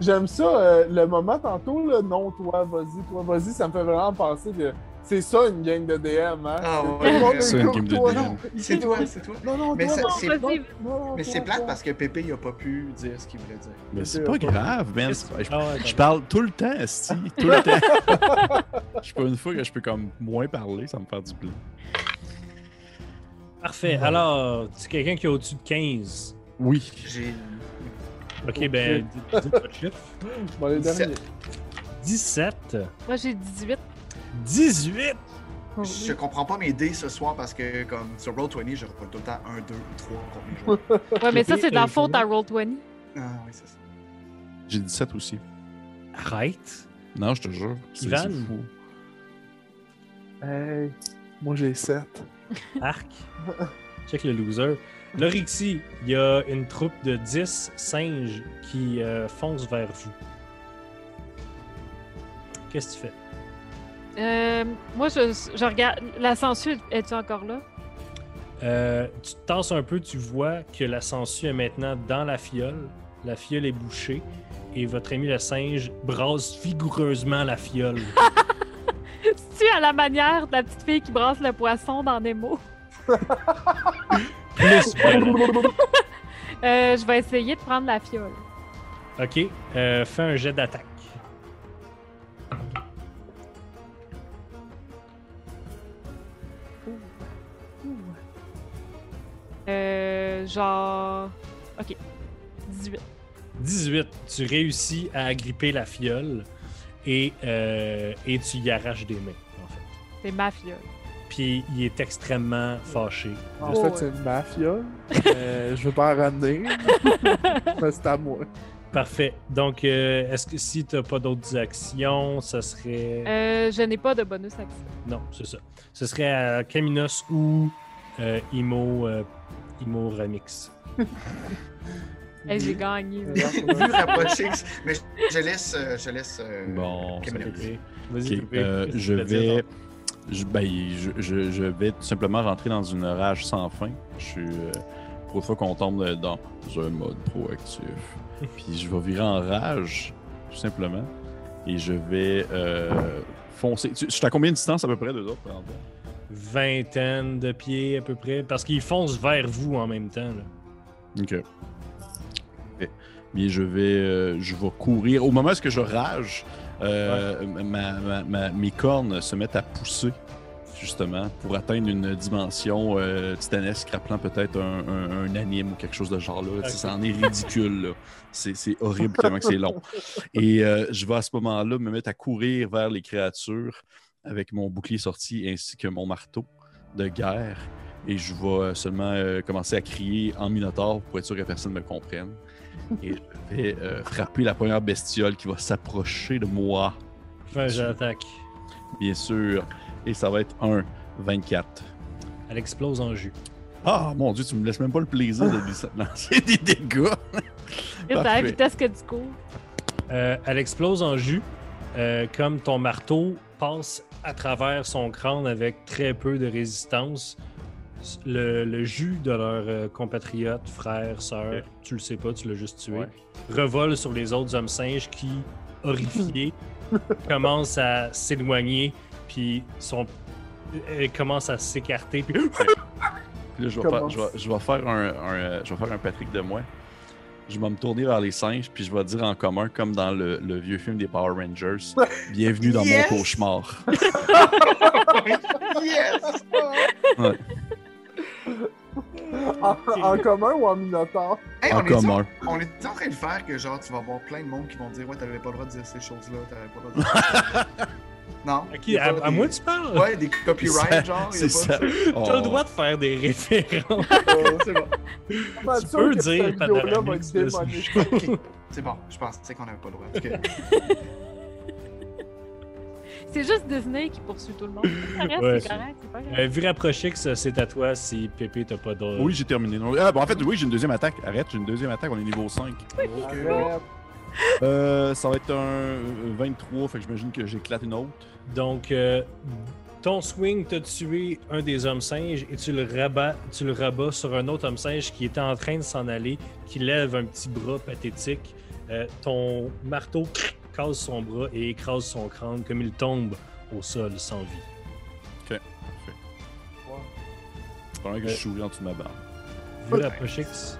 [SPEAKER 2] J'aime ça, euh, le moment tantôt, là, non, toi, vas-y, toi, vas-y, ça me fait vraiment penser que c'est ça une gang de DM, hein? C'est
[SPEAKER 4] Ah ouais,
[SPEAKER 2] tout le monde
[SPEAKER 4] c'est ça,
[SPEAKER 5] une
[SPEAKER 2] autour,
[SPEAKER 5] game de
[SPEAKER 2] toi,
[SPEAKER 5] DM.
[SPEAKER 2] non.
[SPEAKER 4] C'est toi, c'est toi.
[SPEAKER 2] Non, non,
[SPEAKER 4] Mais
[SPEAKER 2] toi,
[SPEAKER 4] ça,
[SPEAKER 2] non,
[SPEAKER 4] c'est-
[SPEAKER 2] non,
[SPEAKER 3] vas-y.
[SPEAKER 2] non, non,
[SPEAKER 4] Mais
[SPEAKER 2] toi,
[SPEAKER 4] c'est plate
[SPEAKER 2] toi.
[SPEAKER 4] parce que Pépé, il a pas pu dire ce qu'il voulait dire.
[SPEAKER 5] Mais c'est pas grave, man.
[SPEAKER 1] Qu'est-ce que-
[SPEAKER 5] Je,
[SPEAKER 1] Ah ouais,
[SPEAKER 5] je
[SPEAKER 1] attends.
[SPEAKER 5] parle tout le temps, Esti. Tout le temps. *laughs* je peux une fois que je peux comme moins parler, ça me fait du bien.
[SPEAKER 1] Parfait.
[SPEAKER 5] Ouais.
[SPEAKER 1] Alors, c'est quelqu'un qui est au-dessus de 15.
[SPEAKER 5] Oui.
[SPEAKER 4] J'ai.
[SPEAKER 1] OK, ben, dites- dites votre chiffre.
[SPEAKER 2] Bon, les
[SPEAKER 4] Dix-sept.
[SPEAKER 2] derniers.
[SPEAKER 1] 17,
[SPEAKER 3] Moi, j'ai 18.
[SPEAKER 1] 18.
[SPEAKER 3] Oh, oui.
[SPEAKER 4] Je comprends pas mes dés ce soir parce que, comme sur Roll20, je reprends tout le temps 1, 2 ou 3 combien je roule.
[SPEAKER 3] Ouais, mais ça,
[SPEAKER 1] Pépé,
[SPEAKER 3] c'est de la
[SPEAKER 1] euh,
[SPEAKER 3] faute à Roll20.
[SPEAKER 4] Ah oui, c'est ça. *laughs*
[SPEAKER 5] J'ai 17 aussi.
[SPEAKER 1] Arrête.
[SPEAKER 5] Non, je te jure. C'est
[SPEAKER 1] Ivan?
[SPEAKER 5] c'est fou.
[SPEAKER 2] Hey, moi, j'ai 7.
[SPEAKER 1] Arc. Check le loser. Lorixi, il y a une troupe de 10 singes qui euh, foncent vers vous. Qu'est-ce que tu fais?
[SPEAKER 3] Euh, moi, je, je regarde. La sangsue, es-tu encore là? *laughs*
[SPEAKER 1] Euh, tu te tasses un peu, tu vois que la sangsue est maintenant dans la fiole. La fiole est bouchée et votre ami le singe brasse vigoureusement la fiole.
[SPEAKER 3] tu à la manière de la petite fille qui brasse le poisson dans Nemo. *laughs*
[SPEAKER 1] Plus violent.
[SPEAKER 3] Euh, je vais essayer de prendre la fiole.
[SPEAKER 1] OK. euh, fais un jet d'attaque.
[SPEAKER 3] Euh, genre. Ok. 18.
[SPEAKER 1] 18. Tu réussis à agripper la fiole et, euh, et tu y arraches des mains, en fait.
[SPEAKER 3] C'est ma fiole.
[SPEAKER 1] Puis il est extrêmement fâché.
[SPEAKER 2] En
[SPEAKER 3] Oh,
[SPEAKER 2] fait,
[SPEAKER 3] ouais.
[SPEAKER 2] c'est une mafia. Euh, je veux pas en ramener. mais c'est à moi.
[SPEAKER 1] Parfait. Donc, euh, est-ce que si tu n'as pas d'autres actions, ça serait.
[SPEAKER 3] Euh, je n'ai pas de bonus action.
[SPEAKER 1] Non, c'est ça. Ce serait à Kaminos ou euh, Imo, euh, Imo Remix.
[SPEAKER 3] Hey, Eh,
[SPEAKER 2] *laughs*
[SPEAKER 3] j'ai gagné. là.
[SPEAKER 4] Vu rapproché, que- mais je- je laisse. euh, Je laisse euh,
[SPEAKER 5] Bon,
[SPEAKER 4] Camille.
[SPEAKER 5] ça
[SPEAKER 1] Ok.
[SPEAKER 5] Ok,
[SPEAKER 1] Vas-y, Pépé.
[SPEAKER 5] euh,
[SPEAKER 1] Qu'est-ce que
[SPEAKER 5] je
[SPEAKER 1] tu veux dire,
[SPEAKER 5] vais. Je, ben, je, je- je vais tout simplement rentrer dans une rage sans fin. Je suis. euh, pour une fois qu'on tombe dans un mode
[SPEAKER 1] *laughs*
[SPEAKER 5] proactif. Puis je vais virer en rage, tout simplement. Et je vais euh, foncer. Tu- Je suis à combien de distance à peu près d'eux autres, par exemple?
[SPEAKER 1] Vingtaine de pieds à peu près. Parce qu'ils foncent vers vous en même temps. là.
[SPEAKER 5] Ok. Ok. Bien, je vais, euh, je vais courir. Au moment où est-ce que je rage, euh, ma- ma- ma- mes cornes se mettent à pousser, justement, pour atteindre une dimension euh, titanesque, rappelant peut-être un, un- un anime ou quelque chose de ce genre là. Tu sais,
[SPEAKER 1] Ok.
[SPEAKER 5] Ça en est ridicule. là. C'est c'est horrible tellement que c'est long. Et euh, je vais à ce moment-là me mettre à courir vers les créatures avec mon bouclier sorti ainsi que mon marteau de guerre. Et je vais seulement euh, commencer à crier en minotaure pour être sûr que personne ne
[SPEAKER 1] *laughs*
[SPEAKER 5] me comprenne. Et je vais euh, frapper la première bestiole qui va s'approcher de moi,
[SPEAKER 1] Fais un jet d'attaque.
[SPEAKER 5] bien sûr. Et ça va être un 24.
[SPEAKER 1] Elle explose en jus.
[SPEAKER 5] Ah mon dieu, tu me laisses même pas le plaisir
[SPEAKER 1] *laughs*
[SPEAKER 5] de lui lancer des dégâts.
[SPEAKER 3] Et à la
[SPEAKER 5] Parfait.
[SPEAKER 3] vitesse que tu cours.
[SPEAKER 1] Euh, elle explose en jus, euh, comme ton marteau passe à travers son crâne avec très peu de résistance. Le, le jus de leurs euh, compatriotes, frères, sœurs,
[SPEAKER 5] Ok.
[SPEAKER 1] tu le sais pas, tu l'as juste tué,
[SPEAKER 5] Ouais.
[SPEAKER 1] revole sur les autres hommes singes qui,
[SPEAKER 5] *laughs*
[SPEAKER 1] horrifiés, commencent à s'éloigner, puis sont, euh, commencent à s'écarter, puis
[SPEAKER 5] Puis là, je vais, faire,
[SPEAKER 2] Commence.
[SPEAKER 5] je, vais, je vais faire un, un, euh, je vais faire un Patrick de moi. Je vais me tourner vers les singes, puis je vais dire en commun, comme dans le, le vieux film des Power Rangers,
[SPEAKER 1] *laughs*
[SPEAKER 5] Bienvenue dans
[SPEAKER 4] Yes!
[SPEAKER 5] mon cauchemar.
[SPEAKER 4] Yes!
[SPEAKER 2] En, en commun ou en minotaure?
[SPEAKER 1] *laughs*
[SPEAKER 4] Hey,
[SPEAKER 5] en
[SPEAKER 4] on, est
[SPEAKER 5] commun.
[SPEAKER 4] on est en train de faire que genre tu vas avoir plein de monde qui vont dire ouais t'avais pas le droit de dire ces choses-là, t'avais pas le droit de dire ces choses-là.
[SPEAKER 5] *laughs*
[SPEAKER 4] Non.
[SPEAKER 1] À,
[SPEAKER 4] Y
[SPEAKER 1] qui,
[SPEAKER 4] a
[SPEAKER 1] à,
[SPEAKER 4] pas
[SPEAKER 1] à
[SPEAKER 4] des-
[SPEAKER 1] moi tu parles?
[SPEAKER 4] Ouais, des copyrights, genre. y a
[SPEAKER 5] *laughs* C'est ça. Oh,
[SPEAKER 1] *laughs*
[SPEAKER 4] pas-
[SPEAKER 1] T'as le droit de faire des références. *laughs*
[SPEAKER 2] Euh,
[SPEAKER 4] C'est bon.
[SPEAKER 2] pas
[SPEAKER 1] tu
[SPEAKER 2] sûr
[SPEAKER 1] peux
[SPEAKER 2] que cette
[SPEAKER 1] dire
[SPEAKER 2] vidéo-là va
[SPEAKER 1] Panaramix
[SPEAKER 2] être
[SPEAKER 1] de
[SPEAKER 2] démonétisée.
[SPEAKER 1] ce
[SPEAKER 4] *laughs* Ok, C'est bon, je pense c'est qu'on avait pas le droit. Ok.
[SPEAKER 3] C'est juste Disney qui poursuit tout le monde. Ça reste,
[SPEAKER 1] Ouais,
[SPEAKER 3] c'est
[SPEAKER 1] c'est-
[SPEAKER 3] correct, c'est pas grave.
[SPEAKER 1] Euh, vu rapproché que ça, c'est à toi si Pépé t'as pas de.
[SPEAKER 5] Oui, j'ai terminé. Non. Ah, bon, en fait, oui, j'ai une deuxième attaque. Arrête, j'ai une deuxième attaque. On est niveau 5.
[SPEAKER 2] Arrête.
[SPEAKER 5] Euh, ça va être un 23, fait que j'imagine que j'éclate une autre.
[SPEAKER 1] Donc, euh, ton swing t'a tué un des hommes singes et tu le, rabats, tu le rabats sur un autre homme singe qui était en train de s'en aller, qui lève un petit bras pathétique. Euh, ton marteau casse son bras et écrase son crâne comme il tombe au sol sans vie.
[SPEAKER 5] Pendant que je suis en dessous de ma barre.
[SPEAKER 1] Vu rapproché que-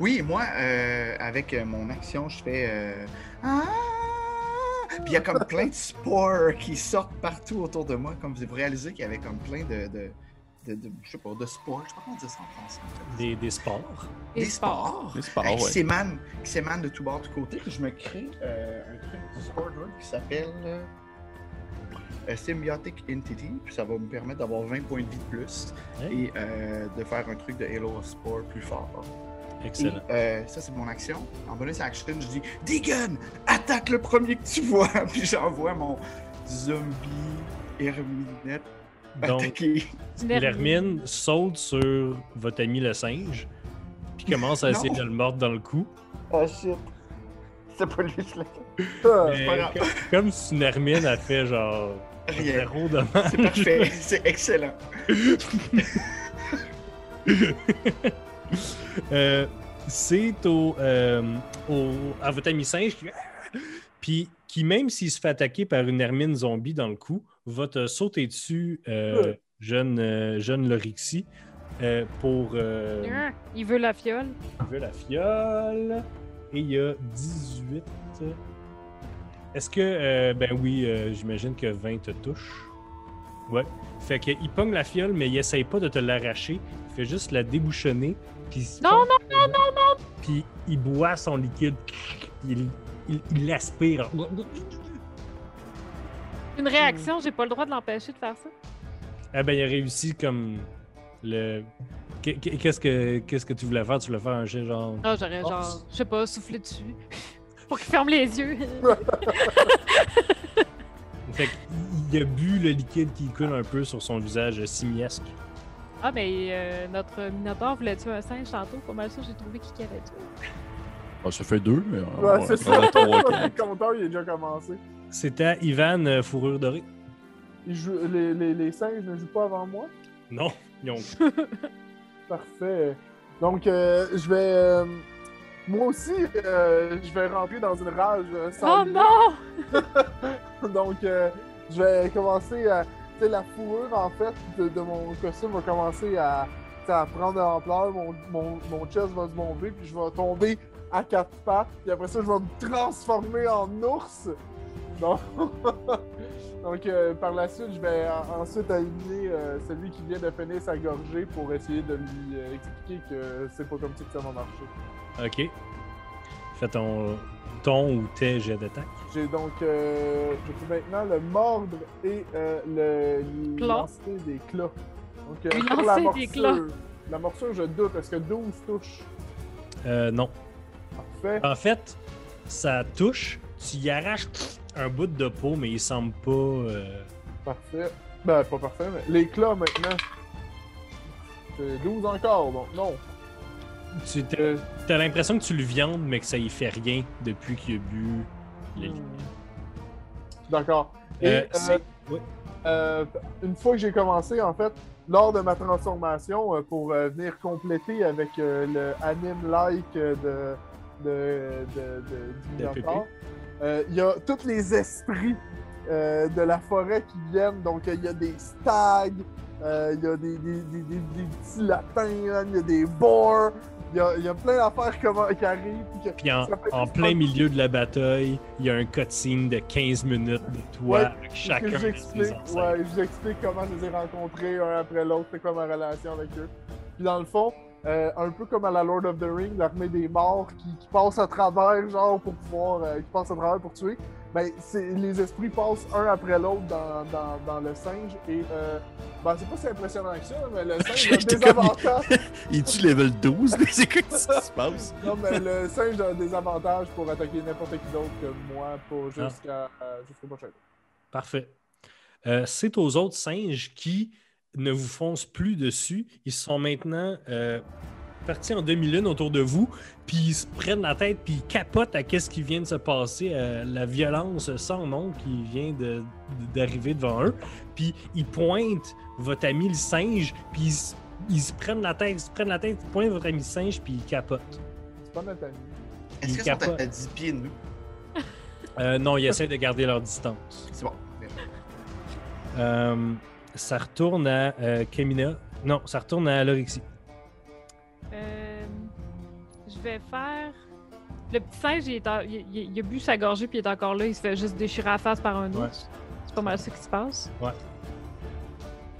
[SPEAKER 4] Oui, moi, euh, avec euh, mon action, je fais. euh, Ah! Puis il y a comme plein de spores qui sortent partout autour de moi. Comme vous réalisez qu'il y avait comme plein de. de, de, de- je sais pas, de spores. Je sais pas comment dire ça en français. en fait.
[SPEAKER 1] des, des sports.
[SPEAKER 3] Et
[SPEAKER 4] Des spores!
[SPEAKER 5] Mais c'est pas
[SPEAKER 4] euh,
[SPEAKER 5] grave,
[SPEAKER 4] qui
[SPEAKER 5] ouais.
[SPEAKER 4] s'émanent qui s'émanent de tous bords, de tous côtés. Puis je me crée euh, un truc du Swordwood qui s'appelle euh, euh, Symbiotic Entity. Puis ça va me permettre d'avoir 20 points de vie de plus
[SPEAKER 1] Hein?
[SPEAKER 4] et euh, de faire un truc de Halo of Spore plus fort. Et,
[SPEAKER 1] Excellent.
[SPEAKER 4] euh, ça, c'est mon action. En bonus action, je dis Deegan, attaque le premier que tu vois. *laughs* Puis j'envoie mon zombie Herminette
[SPEAKER 1] Donc,
[SPEAKER 4] attaquer.
[SPEAKER 3] Une hermine.
[SPEAKER 1] l'hermine saute sur votre ami le singe, puis commence à
[SPEAKER 4] Non.
[SPEAKER 1] essayer de le mordre dans le cou.
[SPEAKER 4] Ah shit. C'est pas lui, je l'ai.
[SPEAKER 2] Euh,
[SPEAKER 1] Mais
[SPEAKER 4] pas
[SPEAKER 1] *laughs*
[SPEAKER 4] grave.
[SPEAKER 1] comme, comme si une hermine a fait genre
[SPEAKER 4] Rien.
[SPEAKER 1] zéro dommage.
[SPEAKER 4] C'est parfait. c'est excellent.
[SPEAKER 1] Euh, c'est au, euh, au- à votre ami singe qui- *laughs* Puis qui, même s'il se fait attaquer par une hermine zombie dans le cou, va te sauter dessus, euh,
[SPEAKER 2] Ouais.
[SPEAKER 1] jeune, euh, jeune Lorixie, euh, pour. euh,
[SPEAKER 3] Ah, Il veut la fiole.
[SPEAKER 1] il veut la fiole. Et il y a 18. Est-ce que. euh, ben oui, euh, j'imagine que 20 te touche. Ouais. Fait qu'il pogne la fiole, mais il essaye pas de te l'arracher. Il fait juste la débouchonner. Puis
[SPEAKER 3] Non,
[SPEAKER 1] non, non, non! Puis il boit son liquide. Il il- il l'aspire.
[SPEAKER 3] Une réaction, j'ai pas le droit de l'empêcher de faire ça.
[SPEAKER 1] Ah ben, il a réussi comme le. Qu'est- qu'est- Qu'est-ce que, qu'est-ce que tu voulais faire? Tu voulais faire un jet genre.
[SPEAKER 3] Non, Ah, j'aurais genre,
[SPEAKER 1] Force.
[SPEAKER 3] je sais pas, soufflé dessus. *laughs* Pour qu'il ferme les *laughs* yeux.
[SPEAKER 1] Fait qu'il a bu le liquide qui coule un peu sur son visage euh, simiesque.
[SPEAKER 3] ah, mais euh, notre Minotaur voulait tuer un singe tantôt. Pas mal ça, j'ai trouvé qui qu'il avait tué.
[SPEAKER 5] Ah, ça fait deux, mais. euh, on va-
[SPEAKER 2] Ouais, c'est
[SPEAKER 5] on
[SPEAKER 2] ça.
[SPEAKER 5] va- on
[SPEAKER 2] *laughs*
[SPEAKER 5] va-
[SPEAKER 2] Le compteur, il est déjà commencé.
[SPEAKER 1] C'était Ivan euh, Fourrure Dorée.
[SPEAKER 2] Il joue- les, les, les singes ne jouent pas avant moi.
[SPEAKER 1] Non, ils ont-
[SPEAKER 2] Parfait. Donc, euh, je vais. euh, moi aussi, euh, je vais rentrer dans une rage euh, sans
[SPEAKER 3] Oh non!
[SPEAKER 2] *laughs* Donc, euh, je vais commencer à. Tu sais, la fourrure, en fait, de, de mon costume va commencer à, tu sais, à prendre de l'ampleur. Mon, mon, mon chest va se bomber, puis je vais tomber à quatre pattes. Puis après ça, je vais me transformer en ours. *laughs* Donc, Donc euh, par la suite, je vais en- ensuite aligner euh, celui qui vient de finir sa gorgée pour essayer de lui euh, expliquer que c'est pas comme ça que ça va marcher.
[SPEAKER 1] Ok. Fais ton euh, ton ou tes jets d'attaque.
[SPEAKER 2] J'ai donc, euh, je peux maintenant le mordre et euh, le
[SPEAKER 3] Claw.
[SPEAKER 2] lancer des clats. Donc, euh,
[SPEAKER 3] Lui
[SPEAKER 2] pour
[SPEAKER 3] lancer des claws.
[SPEAKER 2] La morsure, je doute. parce que 12 touches?
[SPEAKER 1] Euh, non.
[SPEAKER 2] Parfait.
[SPEAKER 1] En fait, ça touche, tu y arraches un bout de peau, mais il semble pas. euh,
[SPEAKER 2] Parfait. Ben, pas parfait, mais les clats maintenant. C'est 12 encore, donc non.
[SPEAKER 1] Tu t'as-
[SPEAKER 2] Euh,
[SPEAKER 1] t'as l'impression que tu le viandes, mais que ça y fait rien depuis qu'il a bu le liquide.
[SPEAKER 2] Hmm. D'accord. Et,
[SPEAKER 1] Euh,
[SPEAKER 2] euh,
[SPEAKER 1] c'est- oui.
[SPEAKER 2] euh, une fois que j'ai commencé, en fait, lors de ma transformation, euh, pour euh, venir compléter avec euh, le anime-like euh, de, de, de- de- du
[SPEAKER 1] De
[SPEAKER 2] Minotaure, euh, il y a tous les esprits euh, de la forêt qui viennent. Donc, euh, il y a des stags, euh, il y a des, des- des- des- des petits lapins, hein, il y a des boars, il y a, il y a plein d'affaires qui, qui arrivent. puis que-
[SPEAKER 1] Puis en,
[SPEAKER 2] Ça fait
[SPEAKER 1] en
[SPEAKER 2] du
[SPEAKER 1] plein
[SPEAKER 2] fun.
[SPEAKER 1] milieu de la bataille, il y a un cutscene de 15 minutes de toi
[SPEAKER 2] Ouais,
[SPEAKER 1] avec
[SPEAKER 2] Que
[SPEAKER 1] chacun
[SPEAKER 2] je vous
[SPEAKER 1] de
[SPEAKER 2] explique,
[SPEAKER 1] tes ancêtres.
[SPEAKER 2] ouais, je vous explique comment je les ai rencontrés un après l'autre, c'est quoi ma relation avec eux. Puis dans le fond, euh, un peu comme à la Lord of the Rings, l'armée des morts qui, qui passe à travers, genre, pour pouvoir. euh, qui passe à travers pour tuer, ben, c'est- les esprits passent un après l'autre dans, dans- dans le singe et. euh, ben, c'est pas si impressionnant que ça, mais
[SPEAKER 5] *laughs*
[SPEAKER 2] le singe a
[SPEAKER 5] J'étais
[SPEAKER 2] des
[SPEAKER 5] comme-
[SPEAKER 2] avantages.
[SPEAKER 5] Il est-tu level 12? Mais *laughs* C'est quoi qui se passe?
[SPEAKER 2] Non, mais le singe a des avantages pour attaquer n'importe qui d'autre que moi,
[SPEAKER 5] Ah.
[SPEAKER 2] pour jusqu'à euh, jusqu'au prochain.
[SPEAKER 1] Parfait. Euh, c'est aux autres singes qui ne vous foncent plus dessus. Ils sont maintenant euh, partis en demi-lune autour de vous, puis ils se prennent la tête, puis ils capotent à qu'est-ce qui vient de se passer, à la violence sans nom qui vient de- de- d'arriver devant eux. Puis ils pointent votre ami le singe, puis ils, se- ils se prennent la tête, ils se prennent la tête, ils pointent votre ami le singe, puis ils capotent.
[SPEAKER 2] C'est pas notre ami.
[SPEAKER 4] Est-ce
[SPEAKER 1] Il
[SPEAKER 4] que sont à,
[SPEAKER 1] capote.
[SPEAKER 4] à 10 pieds de nous?
[SPEAKER 1] Euh, non, ils essaient de garder leur distance.
[SPEAKER 4] C'est bon.
[SPEAKER 1] Euh, ça retourne à euh, Kamina. Non, ça retourne à Alorixie.
[SPEAKER 3] Euh, je vais faire. Le petit singe, il, est en- il, il- il a bu sa gorgée puis il est encore là. Il se fait juste déchirer la face par un
[SPEAKER 1] Ouais.
[SPEAKER 3] ours. C'est pas mal ça qui se passe.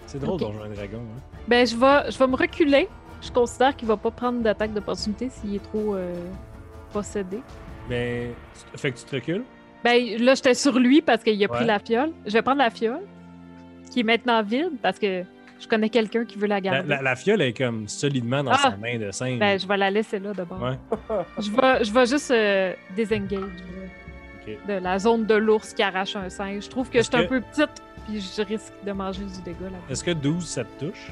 [SPEAKER 1] C'est drôle
[SPEAKER 3] Ok.
[SPEAKER 1] d'en jouer un dragon. hein.
[SPEAKER 3] Ben, je vais, je vais me reculer. Je considère qu'il va pas prendre d'attaque d'opportunité s'il est trop euh, possédé.
[SPEAKER 1] Ben, tu te- fait que tu te recules.
[SPEAKER 3] Ben, là, j'étais sur lui parce qu'il a
[SPEAKER 1] Ouais.
[SPEAKER 3] pris la fiole. Je vais prendre la fiole, qui est maintenant vide parce que je connais quelqu'un qui veut la
[SPEAKER 1] La,
[SPEAKER 3] garder.
[SPEAKER 1] la- la fiole est comme solidement dans
[SPEAKER 3] Ah!
[SPEAKER 1] sa main de singe.
[SPEAKER 3] Ben, je vais la laisser là d'abord.
[SPEAKER 1] Ouais.
[SPEAKER 3] Je, vais, je vais juste euh, désengage là,
[SPEAKER 1] Ok.
[SPEAKER 3] de la zone de l'ours qui arrache un singe. Je trouve que je
[SPEAKER 1] Est-ce
[SPEAKER 3] suis un
[SPEAKER 1] que-
[SPEAKER 3] peu petite puis je risque de manger du dégât là.
[SPEAKER 1] Est-ce que 12, ça te touche?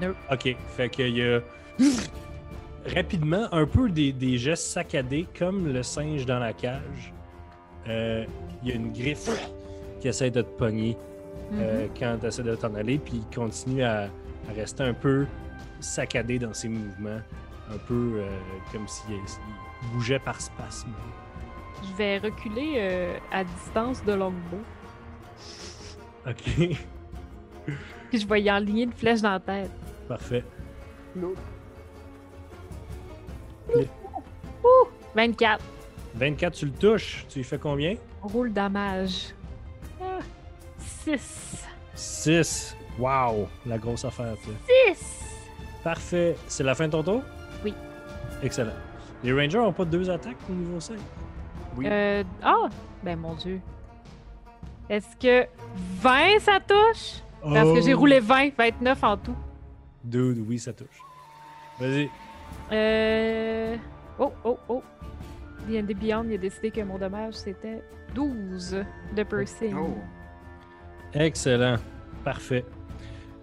[SPEAKER 3] Non.
[SPEAKER 1] OK. Fait qu'il y
[SPEAKER 3] *laughs*
[SPEAKER 1] a rapidement un peu des, des gestes saccadés comme le singe dans la cage. Euh, Il y a une griffe qui essaie de te pogner.
[SPEAKER 3] Mm-hmm.
[SPEAKER 1] euh, quand tu essaies de t'en aller, puis il continue à, à rester un peu saccadé dans ses mouvements, un peu euh, comme s'il il bougeait par spasme.
[SPEAKER 3] Je vais reculer euh, à distance de longbow.
[SPEAKER 1] OK,
[SPEAKER 3] Puis je vais y enligner une flèche dans la tête.
[SPEAKER 1] *laughs* parfait.
[SPEAKER 2] L'autre.
[SPEAKER 3] 24.
[SPEAKER 1] 24, tu le touches. Tu y fais combien?
[SPEAKER 3] Roule Ah, dommage. 6.
[SPEAKER 1] 6. Wow, la grosse affaire, ça.
[SPEAKER 3] 6!
[SPEAKER 1] Parfait. C'est la fin de ton tour?
[SPEAKER 3] Oui.
[SPEAKER 1] Excellent. Les Rangers n'ont pas deux attaques au niveau 5.
[SPEAKER 5] Oui.
[SPEAKER 3] Euh, ah! Ben mon dieu. Est-ce que 20 ça touche? Parce que j'ai
[SPEAKER 1] Oh.
[SPEAKER 3] roulé 20, 29 en tout.
[SPEAKER 1] Dude, oui, ça touche. Vas-y.
[SPEAKER 3] Euh... Oh, oh, oh. D&D Beyond, il a décidé que mon dommage, c'était 12 de piercing.
[SPEAKER 4] Oh.
[SPEAKER 1] Excellent. Parfait.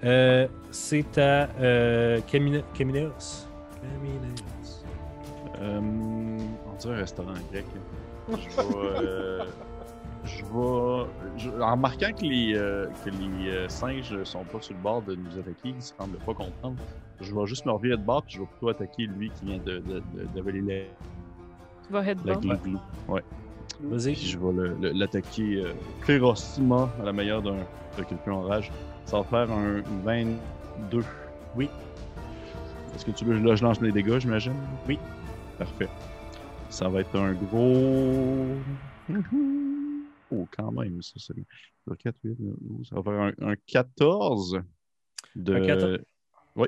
[SPEAKER 1] Euh, c'est à euh, Camina- Camineos. Camineos.
[SPEAKER 5] Euh, on dirait un restaurant grec. hein. Je vais. euh, je vais. je- en remarquant que les, euh, que les euh, singes sont pas sur le bord de nous attaquer, ils semblent pas comprendre, je vais juste me revirer de bord puis je vais plutôt attaquer lui qui vient de, de, de, d'avaler
[SPEAKER 3] Tu vas
[SPEAKER 5] la, la
[SPEAKER 3] headbang.
[SPEAKER 5] glue-glue. Ouais. Puis
[SPEAKER 1] Vas-y.
[SPEAKER 5] je vais le- le- l'attaquer euh, férocement à la meilleure d'un, de quelqu'un en rage. Ça va faire un 22.
[SPEAKER 1] Oui.
[SPEAKER 5] Est-ce que tu veux là, je lance les dégâts, j'imagine?
[SPEAKER 1] Oui.
[SPEAKER 5] Parfait. Ça va être un gros. Oh, quand même, ça, c'est bien. Sur 4, 8, 9, 12. Ça va faire un, un 14 de.
[SPEAKER 1] Un 14?
[SPEAKER 5] Oui.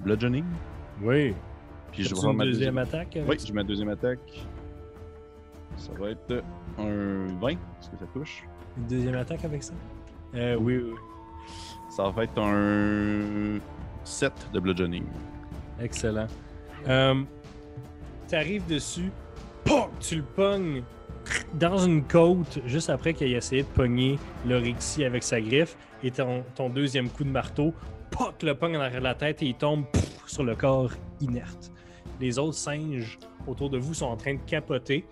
[SPEAKER 5] Bludgeoning.
[SPEAKER 1] Oui.
[SPEAKER 5] Puis
[SPEAKER 1] As-tu
[SPEAKER 5] je vais
[SPEAKER 1] une
[SPEAKER 5] remettre
[SPEAKER 1] deuxième attaque. avec
[SPEAKER 5] oui,
[SPEAKER 1] ça?
[SPEAKER 5] j'ai ma deuxième attaque. Ça va être un 20, est-ce que ça touche?
[SPEAKER 1] Une deuxième attaque avec ça? Euh, oui, oui. oui.
[SPEAKER 5] Ça va être un 7 de bludgeoning.
[SPEAKER 1] Excellent. Euh, T'arrives dessus, pop, tu le pognes dans une côte juste après qu'il ait essayé de pogner l'orixie avec sa griffe et ton, ton deuxième coup de marteau, pop, le pogne en arrière de la tête et il tombe pff, sur le corps inerte. Les autres singes autour de vous sont en train de capoter.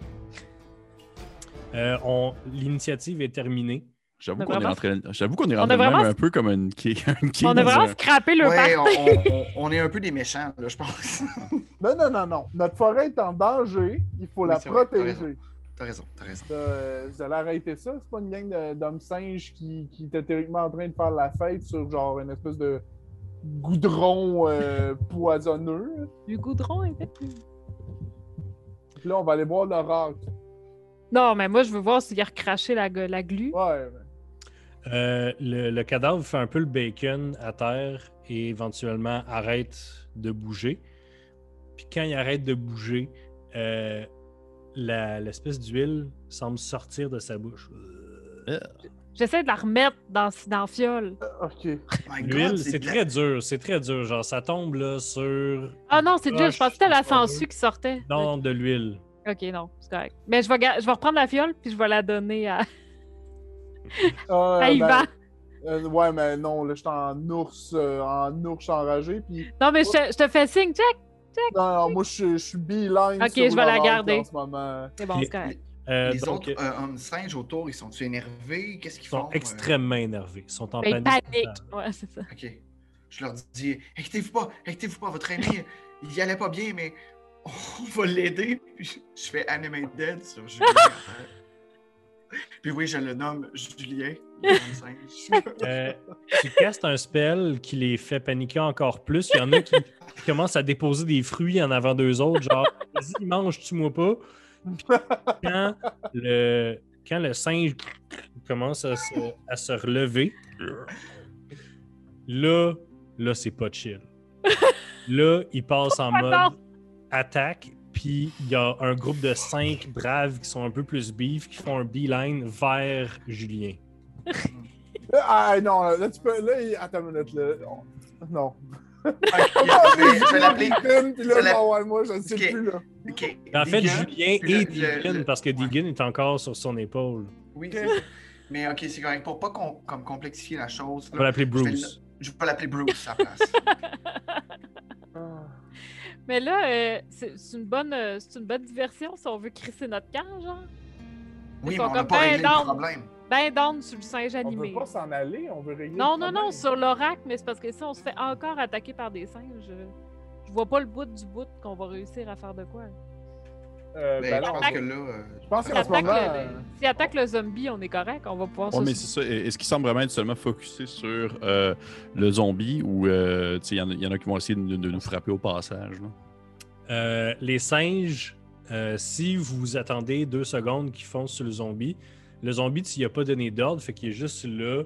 [SPEAKER 1] Euh, on- L'initiative est terminée.
[SPEAKER 5] J'avoue
[SPEAKER 3] On a
[SPEAKER 5] qu'on est
[SPEAKER 3] vraiment-
[SPEAKER 5] rentré, j'avoue qu'on est
[SPEAKER 3] a
[SPEAKER 5] rentré de même
[SPEAKER 3] vraiment-
[SPEAKER 5] un peu comme une quille. *laughs* une quille
[SPEAKER 3] On a
[SPEAKER 5] dans
[SPEAKER 1] euh.
[SPEAKER 3] vraiment
[SPEAKER 5] un-
[SPEAKER 3] scrappé le
[SPEAKER 4] Ouais,
[SPEAKER 3] parc.
[SPEAKER 4] on, on- on est un peu des méchants, là, je pense. *laughs*
[SPEAKER 2] Non, non, non, non. Notre forêt est en danger. Il faut
[SPEAKER 4] Oui,
[SPEAKER 2] la
[SPEAKER 4] c'est vrai, t'as
[SPEAKER 2] protéger.
[SPEAKER 4] t'as raison, t'as raison.
[SPEAKER 2] Euh, vous allez arrêter ça. C'est pas une gang de- d'hommes singes qui, qui était théoriquement en train de faire la fête sur genre une espèce de goudron euh, poisonneux.
[SPEAKER 3] Du goudron est fait.
[SPEAKER 2] Puis là, on va aller voir l'oracle.
[SPEAKER 3] Non, mais moi, je veux voir s'il a recraché la, gue- la glu.
[SPEAKER 2] Ouais, ouais.
[SPEAKER 1] Euh, le, le cadavre fait un peu le bacon à terre et éventuellement arrête de bouger. Puis quand il arrête de bouger, euh, la- l'espèce d'huile semble sortir de sa bouche.
[SPEAKER 3] J'essaie de la remettre dans, dans la fiole.
[SPEAKER 2] Ok.
[SPEAKER 4] My
[SPEAKER 1] L'huile,
[SPEAKER 4] Ah, God,
[SPEAKER 1] c'est
[SPEAKER 4] de la-
[SPEAKER 1] très dur, c'est très dur. Genre, ça tombe là sur.
[SPEAKER 3] Ah non, c'est
[SPEAKER 1] Ah,
[SPEAKER 3] dur. Je pensais que c'était
[SPEAKER 1] je
[SPEAKER 3] la
[SPEAKER 1] suis pas
[SPEAKER 3] sangsue qui sortait.
[SPEAKER 1] Non, de l'huile.
[SPEAKER 3] Ok, non, c'est correct. Mais je vais, ga- je vais reprendre la fiole puis je vais la donner à,
[SPEAKER 2] Ah,
[SPEAKER 3] à
[SPEAKER 2] ben,
[SPEAKER 3] Yvan.
[SPEAKER 2] euh, ouais, mais non, là, j'étais en ours, euh, en ours enragé. Puis,
[SPEAKER 3] Non, mais je te, je te fais signe, check.
[SPEAKER 2] non, non, moi, je suis- je suis bilingue.
[SPEAKER 3] Ok,
[SPEAKER 2] sur
[SPEAKER 3] je vais la
[SPEAKER 2] l'oracle
[SPEAKER 3] garder.
[SPEAKER 2] En ce moment.
[SPEAKER 3] C'est bon,
[SPEAKER 1] Et-
[SPEAKER 3] c'est correct.
[SPEAKER 1] Euh,
[SPEAKER 4] Les
[SPEAKER 1] donc,
[SPEAKER 4] autres
[SPEAKER 1] euh,
[SPEAKER 4] euh, hommes singes autour, ils sont-tu énervés? Qu'est-ce qu'ils
[SPEAKER 1] ils
[SPEAKER 4] font?
[SPEAKER 1] sont
[SPEAKER 4] euh?
[SPEAKER 1] extrêmement énervés. Ils sont en
[SPEAKER 3] Ben,
[SPEAKER 1] panique.
[SPEAKER 3] panique. Ouais, c'est ça.
[SPEAKER 4] Ok. Je leur dis, inquiétez-vous pas, inquiétez-vous pas, votre ami, il y allait pas bien, mais on va l'aider. Puis je- je fais Animate Dead sur Julien. Puis oui, je le nomme Julien. le homme singe.
[SPEAKER 1] Euh, tu castes un spell qui les fait paniquer encore plus. Il y en a qui, qui commencent à déposer des fruits en avant d'eux autres, genre vas-y, mange-tu-moi pas. Puis quand le, quand le singe commence à se, à se relever, là, là, c'est pas chill. Là, il passe en mode
[SPEAKER 3] non.
[SPEAKER 1] attaque, puis il y a un groupe de cinq braves qui sont un peu plus beef, qui font un beeline vers Julien.
[SPEAKER 2] Ah, ah, non, là, tu peux. Là, il- attends une minute. Là. Non. Non.
[SPEAKER 4] Ok, *laughs*
[SPEAKER 2] *laughs*
[SPEAKER 4] je vais l'appeler.
[SPEAKER 2] Deacon, Puis là,
[SPEAKER 4] Je vais
[SPEAKER 2] non, ouais, moi, je ne sais
[SPEAKER 4] Ok.
[SPEAKER 2] plus, là.
[SPEAKER 4] Ok,
[SPEAKER 1] En fait,
[SPEAKER 4] Deegan.
[SPEAKER 1] Julien
[SPEAKER 4] puis
[SPEAKER 1] et
[SPEAKER 4] le- le-
[SPEAKER 1] Deegan,
[SPEAKER 4] le-
[SPEAKER 1] parce que
[SPEAKER 4] ouais.
[SPEAKER 1] Deegan est encore sur son épaule.
[SPEAKER 4] Oui, c'est ça. Mais ok, c'est correct. Pour pas qu'on comme complexifier la chose,
[SPEAKER 1] On va
[SPEAKER 4] là,
[SPEAKER 1] l'appeler
[SPEAKER 4] vais
[SPEAKER 1] Bruce.
[SPEAKER 4] Ah, je vais pas l'appeler Bruce à la place.
[SPEAKER 2] Ah.
[SPEAKER 3] Mais là, euh, c'est c'est une, bonne, euh, c'est une bonne diversion si on veut crisser notre camp, genre. Ils
[SPEAKER 4] Oui, mais
[SPEAKER 3] sont
[SPEAKER 4] on n'a
[SPEAKER 3] comme,
[SPEAKER 4] pas
[SPEAKER 3] ben,
[SPEAKER 4] réglé
[SPEAKER 3] non.
[SPEAKER 4] le problème.
[SPEAKER 3] Ben down sur le singe
[SPEAKER 2] On ne
[SPEAKER 3] animé.
[SPEAKER 2] veut pas s'en aller, on veut régler.
[SPEAKER 3] Non,
[SPEAKER 2] le
[SPEAKER 3] non,
[SPEAKER 2] problème.
[SPEAKER 3] non, sur l'oracle, mais c'est parce que si on se fait encore euh, attaquer par des singes, je, je vois pas le bout du bout qu'on va réussir à faire de quoi.
[SPEAKER 2] Euh,
[SPEAKER 4] Mais
[SPEAKER 2] ben
[SPEAKER 4] je
[SPEAKER 2] là, on
[SPEAKER 4] pense
[SPEAKER 2] va-
[SPEAKER 4] que là. euh,
[SPEAKER 2] je pense
[SPEAKER 3] S'il
[SPEAKER 2] qu'en ce
[SPEAKER 3] attaque,
[SPEAKER 2] moment.
[SPEAKER 3] le-
[SPEAKER 2] euh,
[SPEAKER 3] s'il attaque le zombie, on est correct. On va pouvoir
[SPEAKER 5] Ouais,
[SPEAKER 3] se-
[SPEAKER 5] mais c'est ça. Est-ce qu'il semble vraiment être seulement focusé sur euh, le zombie ou euh, tu sais, il y, en a- il y en a qui vont essayer de, de nous frapper au passage? là?
[SPEAKER 1] Euh, les singes, euh, si vous attendez deux secondes qu'ils foncent sur le zombie, le zombie, tu n'y as pas donné d'ordre, fait qu'il est juste
[SPEAKER 4] *laughs*
[SPEAKER 1] là,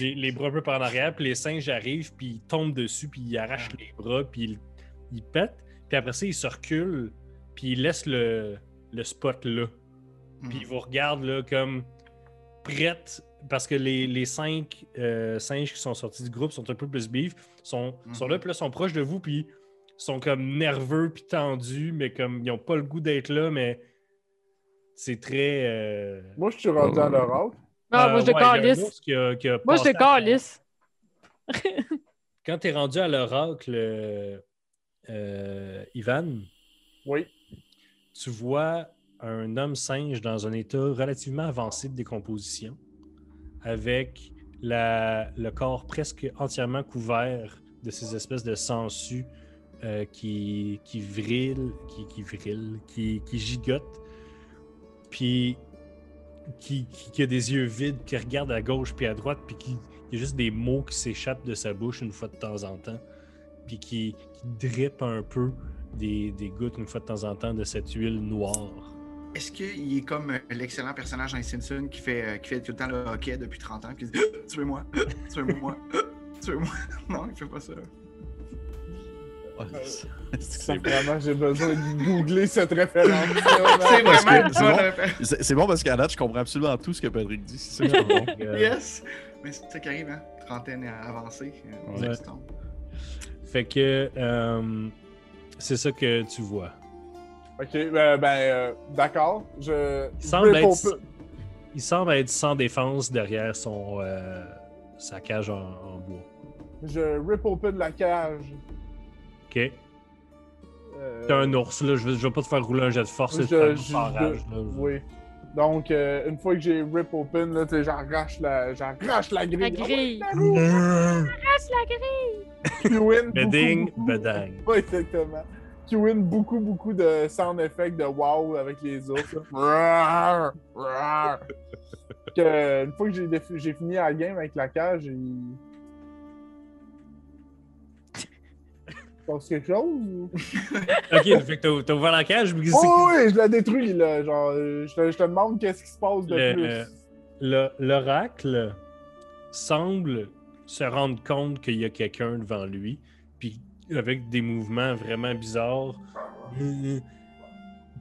[SPEAKER 1] les, les bras un peu par en arrière, puis les singes arrivent, puis ils tombent dessus, puis ils arrachent
[SPEAKER 4] Ah.
[SPEAKER 1] les bras, puis ils, ils pètent, puis après ça, ils se reculent, puis ils laissent le, le spot là.
[SPEAKER 4] hmm.
[SPEAKER 1] Puis ils vous regardent là, comme prêtes, parce que les, les cinq euh, singes qui sont sortis du groupe sont un peu plus beef, sont, sont là,
[SPEAKER 4] Mhm.
[SPEAKER 1] puis là, sont proches de vous, puis sont comme nerveux, puis tendus, mais comme ils n'ont pas le goût d'être là, mais c'est très. euh,
[SPEAKER 2] Moi, je suis rendu à l'oracle.
[SPEAKER 3] Non, moi,
[SPEAKER 1] euh,
[SPEAKER 3] je décore
[SPEAKER 1] ouais, il y a un
[SPEAKER 3] lisse.
[SPEAKER 1] ours qui a- qui a
[SPEAKER 3] Moi, je
[SPEAKER 1] passé à-
[SPEAKER 3] décore lisse.
[SPEAKER 1] Quand tu es rendu à l'oracle, euh, euh, Ivan,
[SPEAKER 4] *laughs*
[SPEAKER 2] Oui.
[SPEAKER 1] tu vois un homme singe dans un état relativement avancé de décomposition, avec la- le corps presque entièrement couvert de ces espèces de sangsues euh, qui, qui vrillent, qui, qui vrillent, qui, qui gigotent, puis qui, qui- qui a des yeux vides, qui regarde à gauche puis à droite, puis qui il y a juste des mots qui s'échappent de sa bouche une fois de temps en temps, puis qui, qui drippent un peu des, des gouttes une fois de temps en temps de cette huile noire.
[SPEAKER 4] Est-ce qu'il est comme euh, l'excellent personnage dans les Simpsons qui fait, euh, qui fait tout le temps le hockey depuis 30 ans, qui dit *gasps* Tuez-moi, *laughs* tuez-moi, tuez-moi. *laughs* non, il fait pas ça.
[SPEAKER 5] C'est
[SPEAKER 2] Vraiment, j'ai besoin de googler cette référence.
[SPEAKER 4] *laughs* C'est
[SPEAKER 5] parce
[SPEAKER 4] vraiment
[SPEAKER 5] que-
[SPEAKER 4] une
[SPEAKER 5] c'est
[SPEAKER 4] bonne
[SPEAKER 5] bon.
[SPEAKER 4] référence.
[SPEAKER 5] c'est- c'est bon parce qu'à date, je comprends absolument tout ce que Patrick dit. *laughs* C'est ça qui est bon.
[SPEAKER 2] *laughs*
[SPEAKER 1] Euh,
[SPEAKER 4] Yes! Mais c'est ça qui arrive, hein? Trentaine euh, avancée. euh,
[SPEAKER 1] Ouais.
[SPEAKER 4] ça tombe.
[SPEAKER 1] Fait que euh, c'est ça que tu vois.
[SPEAKER 2] Ok, ben, ben euh, d'accord. Je.
[SPEAKER 1] Il semble,
[SPEAKER 2] Rip au
[SPEAKER 1] être,
[SPEAKER 2] peu-
[SPEAKER 1] il semble être sans défense derrière son euh, sa cage en, en bois.
[SPEAKER 2] Je rip open la cage.
[SPEAKER 1] Ok.
[SPEAKER 2] Euh,
[SPEAKER 1] T'es un ours, là. Je, veux- je vais pas te faire rouler un jet de force.
[SPEAKER 2] Je-
[SPEAKER 1] c'est un
[SPEAKER 2] je-
[SPEAKER 1] barrage, là.
[SPEAKER 2] Oui. Donc, euh, une fois que j'ai rip open, là, tu sais, j'arrache la, j'arrache la grille.
[SPEAKER 3] La grille.
[SPEAKER 2] Ah ouais, la roue, qui win
[SPEAKER 1] Beding,
[SPEAKER 2] beaucoup, beaucoup.
[SPEAKER 1] bedang.
[SPEAKER 2] *laughs* Ouais, exactement. Qui win beaucoup, beaucoup de sound effects de wow avec les ours. là. Roar, roar. que, euh, une fois que j'ai, défi- j'ai fini la game avec la cage, il. Il passe quelque chose?
[SPEAKER 1] *laughs*
[SPEAKER 2] ou-
[SPEAKER 1] Ok, fait que t'as- t'as ouvert la cage, mais c'est-
[SPEAKER 2] Oh, oui, je la détruis, là. Genre, euh, je te, je te demande qu'est-ce qui se passe de
[SPEAKER 1] Le-
[SPEAKER 2] plus.
[SPEAKER 1] euh, Le- L'oracle semble se rendre compte qu'il y a quelqu'un devant lui, puis avec des mouvements vraiment bizarres, euh,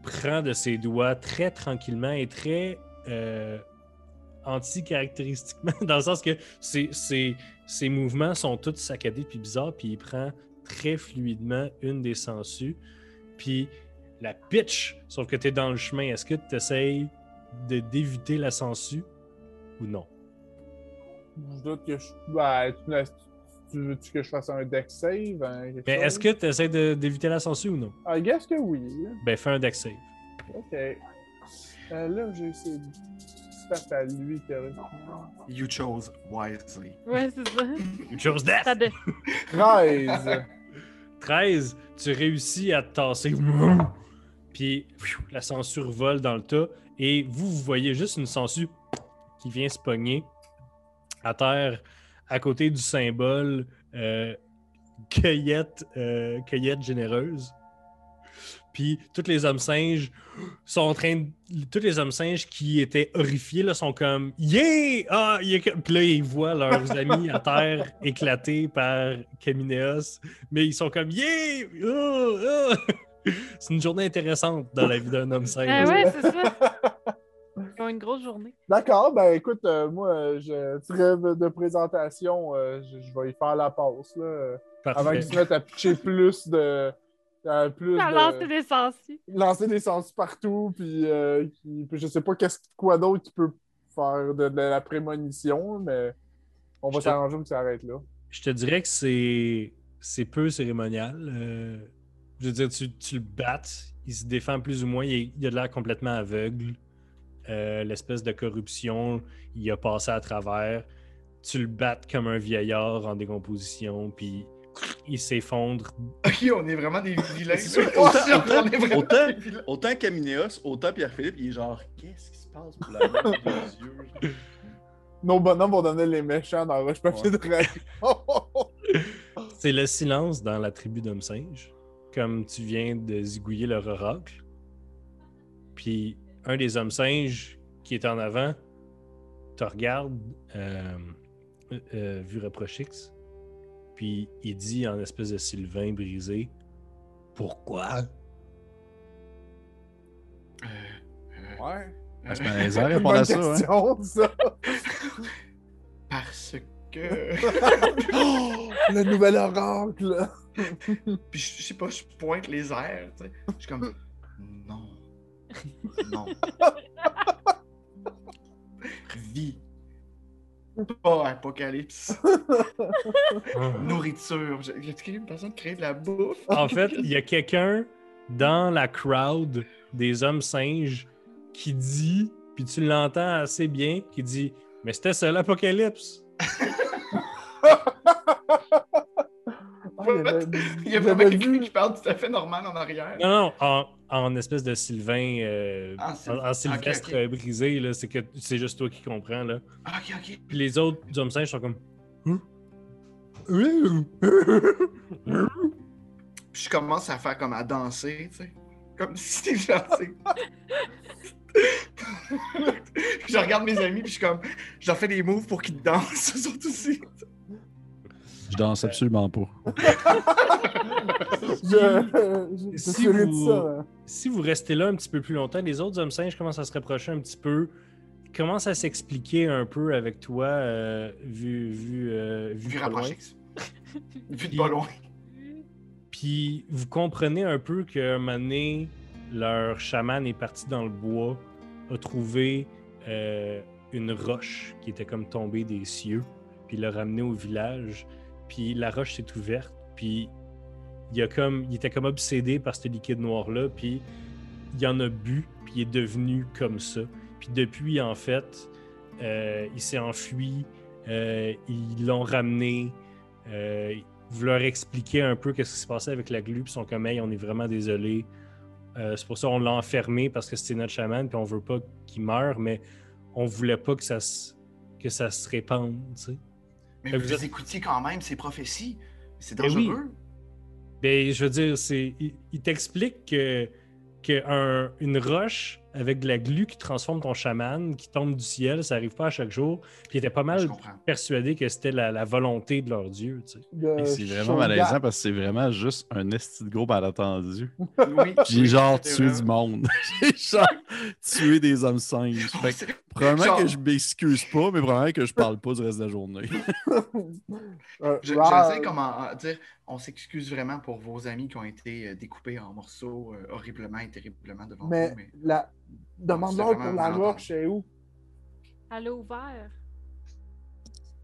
[SPEAKER 1] prend de ses doigts très tranquillement et très euh, anti-caractéristiquement, *laughs* dans le sens que ses, ses- ses mouvements sont tous saccadés puis bizarres, puis il prend très fluidement une des sangsues, puis la pitch, sauf que tu es dans le chemin. Est-ce que tu essayes de- d'éviter la sangsue ou non?
[SPEAKER 2] Je doute que je. Ben, tu, me laisses- tu veux-tu que je fasse un deck save? hein, quelque
[SPEAKER 1] Mais
[SPEAKER 2] chose?
[SPEAKER 1] est-ce que tu essaies d'éviter la sangsue ou non?
[SPEAKER 2] I guess que oui.
[SPEAKER 1] Ben, fais un deck save.
[SPEAKER 2] Ok. Euh, là, j'ai essayé de stat à lui théoriquement.
[SPEAKER 4] You chose wisely.
[SPEAKER 3] Ouais, c'est ça.
[SPEAKER 1] You chose death!
[SPEAKER 3] Ça dé-
[SPEAKER 2] 13!
[SPEAKER 1] 13, tu réussis à te tasser. Puis pfiou, la sangsue vole dans le tas. Et vous, vous voyez juste une sangsue qui vient se pogner à terre à côté du symbole euh, cueillette, euh, cueillette généreuse. Puis tous les hommes singes sont en train de- Tous les hommes singes qui étaient horrifiés là, sont comme Yeah! Ah, il y a que- Puis là, ils voient leurs
[SPEAKER 3] *laughs*
[SPEAKER 1] amis à terre éclatés par Camineos mais ils sont comme yeah! Oh, oh! *laughs* C'est une journée intéressante dans la vie d'un homme singe.
[SPEAKER 3] Ah ouais, c'est ça. Ils ont une grosse journée.
[SPEAKER 2] D'accord, ben écoute, euh, moi, euh, je petit rêve de présentation, euh, je, je vais y faire la passe, là. euh, Avant
[SPEAKER 1] Parfait.
[SPEAKER 2] qu'ils se mettent à pitcher plus de. à plus
[SPEAKER 3] Ça
[SPEAKER 2] de-
[SPEAKER 3] lance les sensus.
[SPEAKER 2] lancer des sens partout, puis, euh, qui- puis je sais pas qu'est-ce quoi d'autre qui peut faire de, de la prémonition, mais on va
[SPEAKER 1] Je te-
[SPEAKER 2] s'arranger pour que ça arrête là.
[SPEAKER 1] Je te dirais que c'est c'est peu cérémonial. euh, je veux dire, tu, tu le battes, il se défend plus ou moins, il, est- il a de l'air complètement aveugle. Euh, L'espèce de corruption, il a passé à travers. Tu le battes comme un vieillard en décomposition, puis il s'effondre.
[SPEAKER 4] *laughs* Ok, on est vraiment des vilains.
[SPEAKER 5] C'est sûr,
[SPEAKER 4] *laughs* On
[SPEAKER 5] autant-
[SPEAKER 4] est
[SPEAKER 5] autant-
[SPEAKER 4] vraiment
[SPEAKER 5] *laughs*
[SPEAKER 4] *laughs*
[SPEAKER 5] autant-
[SPEAKER 4] des vilains.
[SPEAKER 5] Autant Camineos, autant Pierre-Philippe, il est genre, qu'est-ce qui se passe
[SPEAKER 4] *laughs*
[SPEAKER 5] pour la mort des yeux?
[SPEAKER 2] Nos bonhommes vont donner les méchants dans Roche Papier de
[SPEAKER 1] C'est le silence dans la tribu d'hommes singes, comme tu viens de zigouiller leur oracle. Puis un des hommes singes qui est en avant te regarde, euh, euh, euh, vu Reprochix, puis il dit en espèce de Sylvain brisé Pourquoi
[SPEAKER 2] Ouais.
[SPEAKER 5] Ah, C'est
[SPEAKER 4] Euh,
[SPEAKER 2] C'est
[SPEAKER 5] malaisant à
[SPEAKER 2] une
[SPEAKER 5] répondre
[SPEAKER 2] bonne
[SPEAKER 5] à ça, hein.
[SPEAKER 2] question,
[SPEAKER 4] *gasps*
[SPEAKER 2] ça.
[SPEAKER 4] Parce que.
[SPEAKER 2] Oh, le nouvel oracle.
[SPEAKER 4] Puis je je sais pas, je pointe les airs, tu sais. Je suis comme. Non. Non. Vie. Pas apocalypse. Nourriture. Je- Y a-t-il une personne qui crée de la bouffe?
[SPEAKER 1] En fait, il y a quelqu'un dans la crowd des hommes singes qui dit, puis tu l'entends assez bien, qui dit Mais c'était ça l'apocalypse
[SPEAKER 2] Ah, il y avait-
[SPEAKER 4] Il y a
[SPEAKER 2] j'avais
[SPEAKER 4] vraiment quelqu'un
[SPEAKER 2] vu-
[SPEAKER 4] qui parle tout à fait normal en arrière.
[SPEAKER 1] Non, non, en, en espèce de Sylvain, euh,
[SPEAKER 4] Ah,
[SPEAKER 1] en,
[SPEAKER 4] Sylvain.
[SPEAKER 1] en sylvestre
[SPEAKER 4] Ok, ok.
[SPEAKER 1] euh, brisé, là, c'est que c'est juste toi qui comprends. Là.
[SPEAKER 4] Ah, Ok, ok.
[SPEAKER 1] Puis les autres hommes singes sont comme
[SPEAKER 4] Puis je commence à faire comme à danser, tu sais. Comme *laughs* si j'étais je regarde mes amis, puis je suis comme. Je leur fais des moves pour qu'ils dansent, *laughs* eux autres aussi.
[SPEAKER 5] Je danse absolument pas.
[SPEAKER 4] Euh,
[SPEAKER 2] Je- je-
[SPEAKER 1] Si
[SPEAKER 2] je lui ai dit
[SPEAKER 1] vous-
[SPEAKER 2] ça.
[SPEAKER 1] si vous restez là un petit peu plus longtemps, les autres hommes singes commencent à se rapprocher un petit peu. Ils commencent à s'expliquer un peu avec toi, euh, vu, vu, euh, vu
[SPEAKER 4] Vu
[SPEAKER 1] pas loin.
[SPEAKER 4] rapproché. *laughs* Vu de pas loin.
[SPEAKER 1] Puis vous comprenez un peu que un moment donné, leur chaman est parti dans le bois, a trouvé euh, une roche qui était comme tombée des cieux, puis l'a ramenée au village. Puis la roche s'est ouverte, puis il, a comme, il était comme obsédé par ce liquide noir-là, puis il en a bu, puis il est devenu comme ça. Puis depuis, en fait, euh, il s'est enfui, euh, ils l'ont ramené. euh, vous leur expliquez un peu qu'est-ce qui se passait avec la glu, puis ils sont comme, hey, on est vraiment désolé. Euh, c'est pour ça qu'on l'a enfermé parce que c'était notre chaman, puis on veut pas qu'il meure, mais on voulait pas que ça se, que ça se répande, tu sais.
[SPEAKER 4] Mais
[SPEAKER 1] Fait que
[SPEAKER 4] vous,
[SPEAKER 1] vous êtes-
[SPEAKER 4] écoutiez quand même ces prophéties. C'est
[SPEAKER 1] Eh oui.
[SPEAKER 4] dangereux.
[SPEAKER 1] Ben, je veux dire, c'est, il, il t'explique que, que un- une roche avec de la glu qui transforme ton chaman, qui tombe du ciel, ça arrive pas à chaque jour, puis il était pas
[SPEAKER 4] Je
[SPEAKER 1] mal
[SPEAKER 4] comprends.
[SPEAKER 1] persuadé que c'était la, la volonté de leur dieu, tu sais.
[SPEAKER 2] De
[SPEAKER 5] Et c'est vraiment
[SPEAKER 2] Shogun.
[SPEAKER 5] malaisant parce que c'est vraiment juste un esti de gros malentendu.
[SPEAKER 4] Ah, Oui.
[SPEAKER 5] J'ai genre
[SPEAKER 4] C'est
[SPEAKER 5] tué
[SPEAKER 4] vrai. *laughs*
[SPEAKER 5] du monde. *laughs* J'ai genre tué des hommes singes. Fait que probablement
[SPEAKER 4] Genre-
[SPEAKER 5] que je m'excuse pas, mais probablement que je parle pas du reste de la *laughs* journée.
[SPEAKER 2] Euh,
[SPEAKER 4] Je-
[SPEAKER 2] Ra-
[SPEAKER 4] J'essaie comme à, à dire, on s'excuse vraiment pour vos amis qui ont été euh, découpés en morceaux euh, horriblement et terriblement devant
[SPEAKER 2] Mais,
[SPEAKER 4] vous. Mais
[SPEAKER 2] la... demande-leur
[SPEAKER 4] C'est
[SPEAKER 2] pour
[SPEAKER 4] vraiment
[SPEAKER 2] la
[SPEAKER 4] malentendu.
[SPEAKER 2] roche, c'est où?
[SPEAKER 3] Elle a ouvert.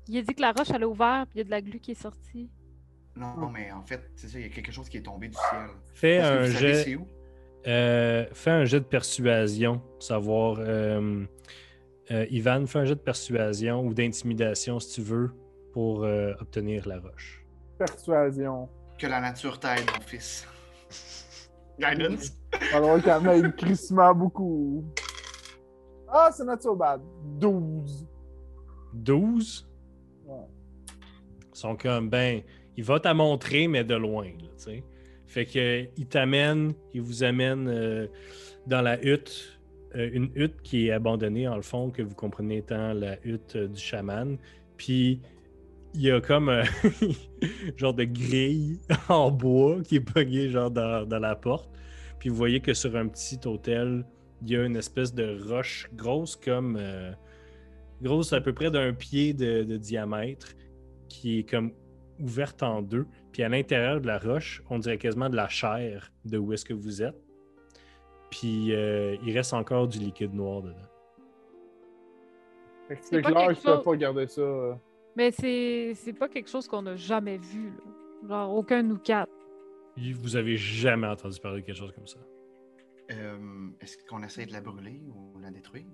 [SPEAKER 3] Il a dit que la roche, elle a ouvert, puis il y a de la glu qui est sortie.
[SPEAKER 4] non, non, mais en fait, c'est ça, il y a quelque chose qui est tombé du ciel.
[SPEAKER 1] Fais
[SPEAKER 4] Est-ce que
[SPEAKER 1] un
[SPEAKER 4] vous savez
[SPEAKER 1] jet.
[SPEAKER 4] c'est où?
[SPEAKER 1] Euh, fais un jet de persuasion, pour savoir. euh, euh, Ivan, fais un jet de persuasion ou d'intimidation si tu veux pour euh, obtenir la roche.
[SPEAKER 2] Persuasion.
[SPEAKER 4] Que la nature t'aide, mon fils. Guidance.
[SPEAKER 2] Alors qu'elle m'aide crissement beaucoup. Ah, c'est nature bad. 12.
[SPEAKER 1] 12
[SPEAKER 2] Ouais.
[SPEAKER 1] Ils sont comme, ben, il va t'en montrer, mais de loin. là, tu sais. fait que euh, il t'amène, il vous amène euh, dans la hutte, euh, une hutte qui est abandonnée, en le fond, que vous comprenez étant la hutte euh, du chaman. Puis il y a comme euh, *laughs* genre de grille *laughs* en bois qui est pognée genre dans, dans la porte. Puis vous voyez que sur un petit hôtel, il y a une espèce de roche grosse comme euh, grosse à peu près d'un pied de, de diamètre qui est comme ouverte en deux. Puis à l'intérieur de la roche, on dirait quasiment de la chair de où est-ce que vous êtes. Puis euh, il reste encore du liquide noir dedans.
[SPEAKER 2] Explique-leur
[SPEAKER 3] quelque
[SPEAKER 2] que tu peux
[SPEAKER 3] chose-
[SPEAKER 2] pas garder ça. euh.
[SPEAKER 3] Mais c'est c'est pas quelque chose qu'on a jamais vu, là. Genre, aucun de nous quatre.
[SPEAKER 1] Il- Vous avez jamais entendu parler de quelque chose comme ça.
[SPEAKER 4] Euh, Est-ce qu'on essaie de la brûler ou la détruire?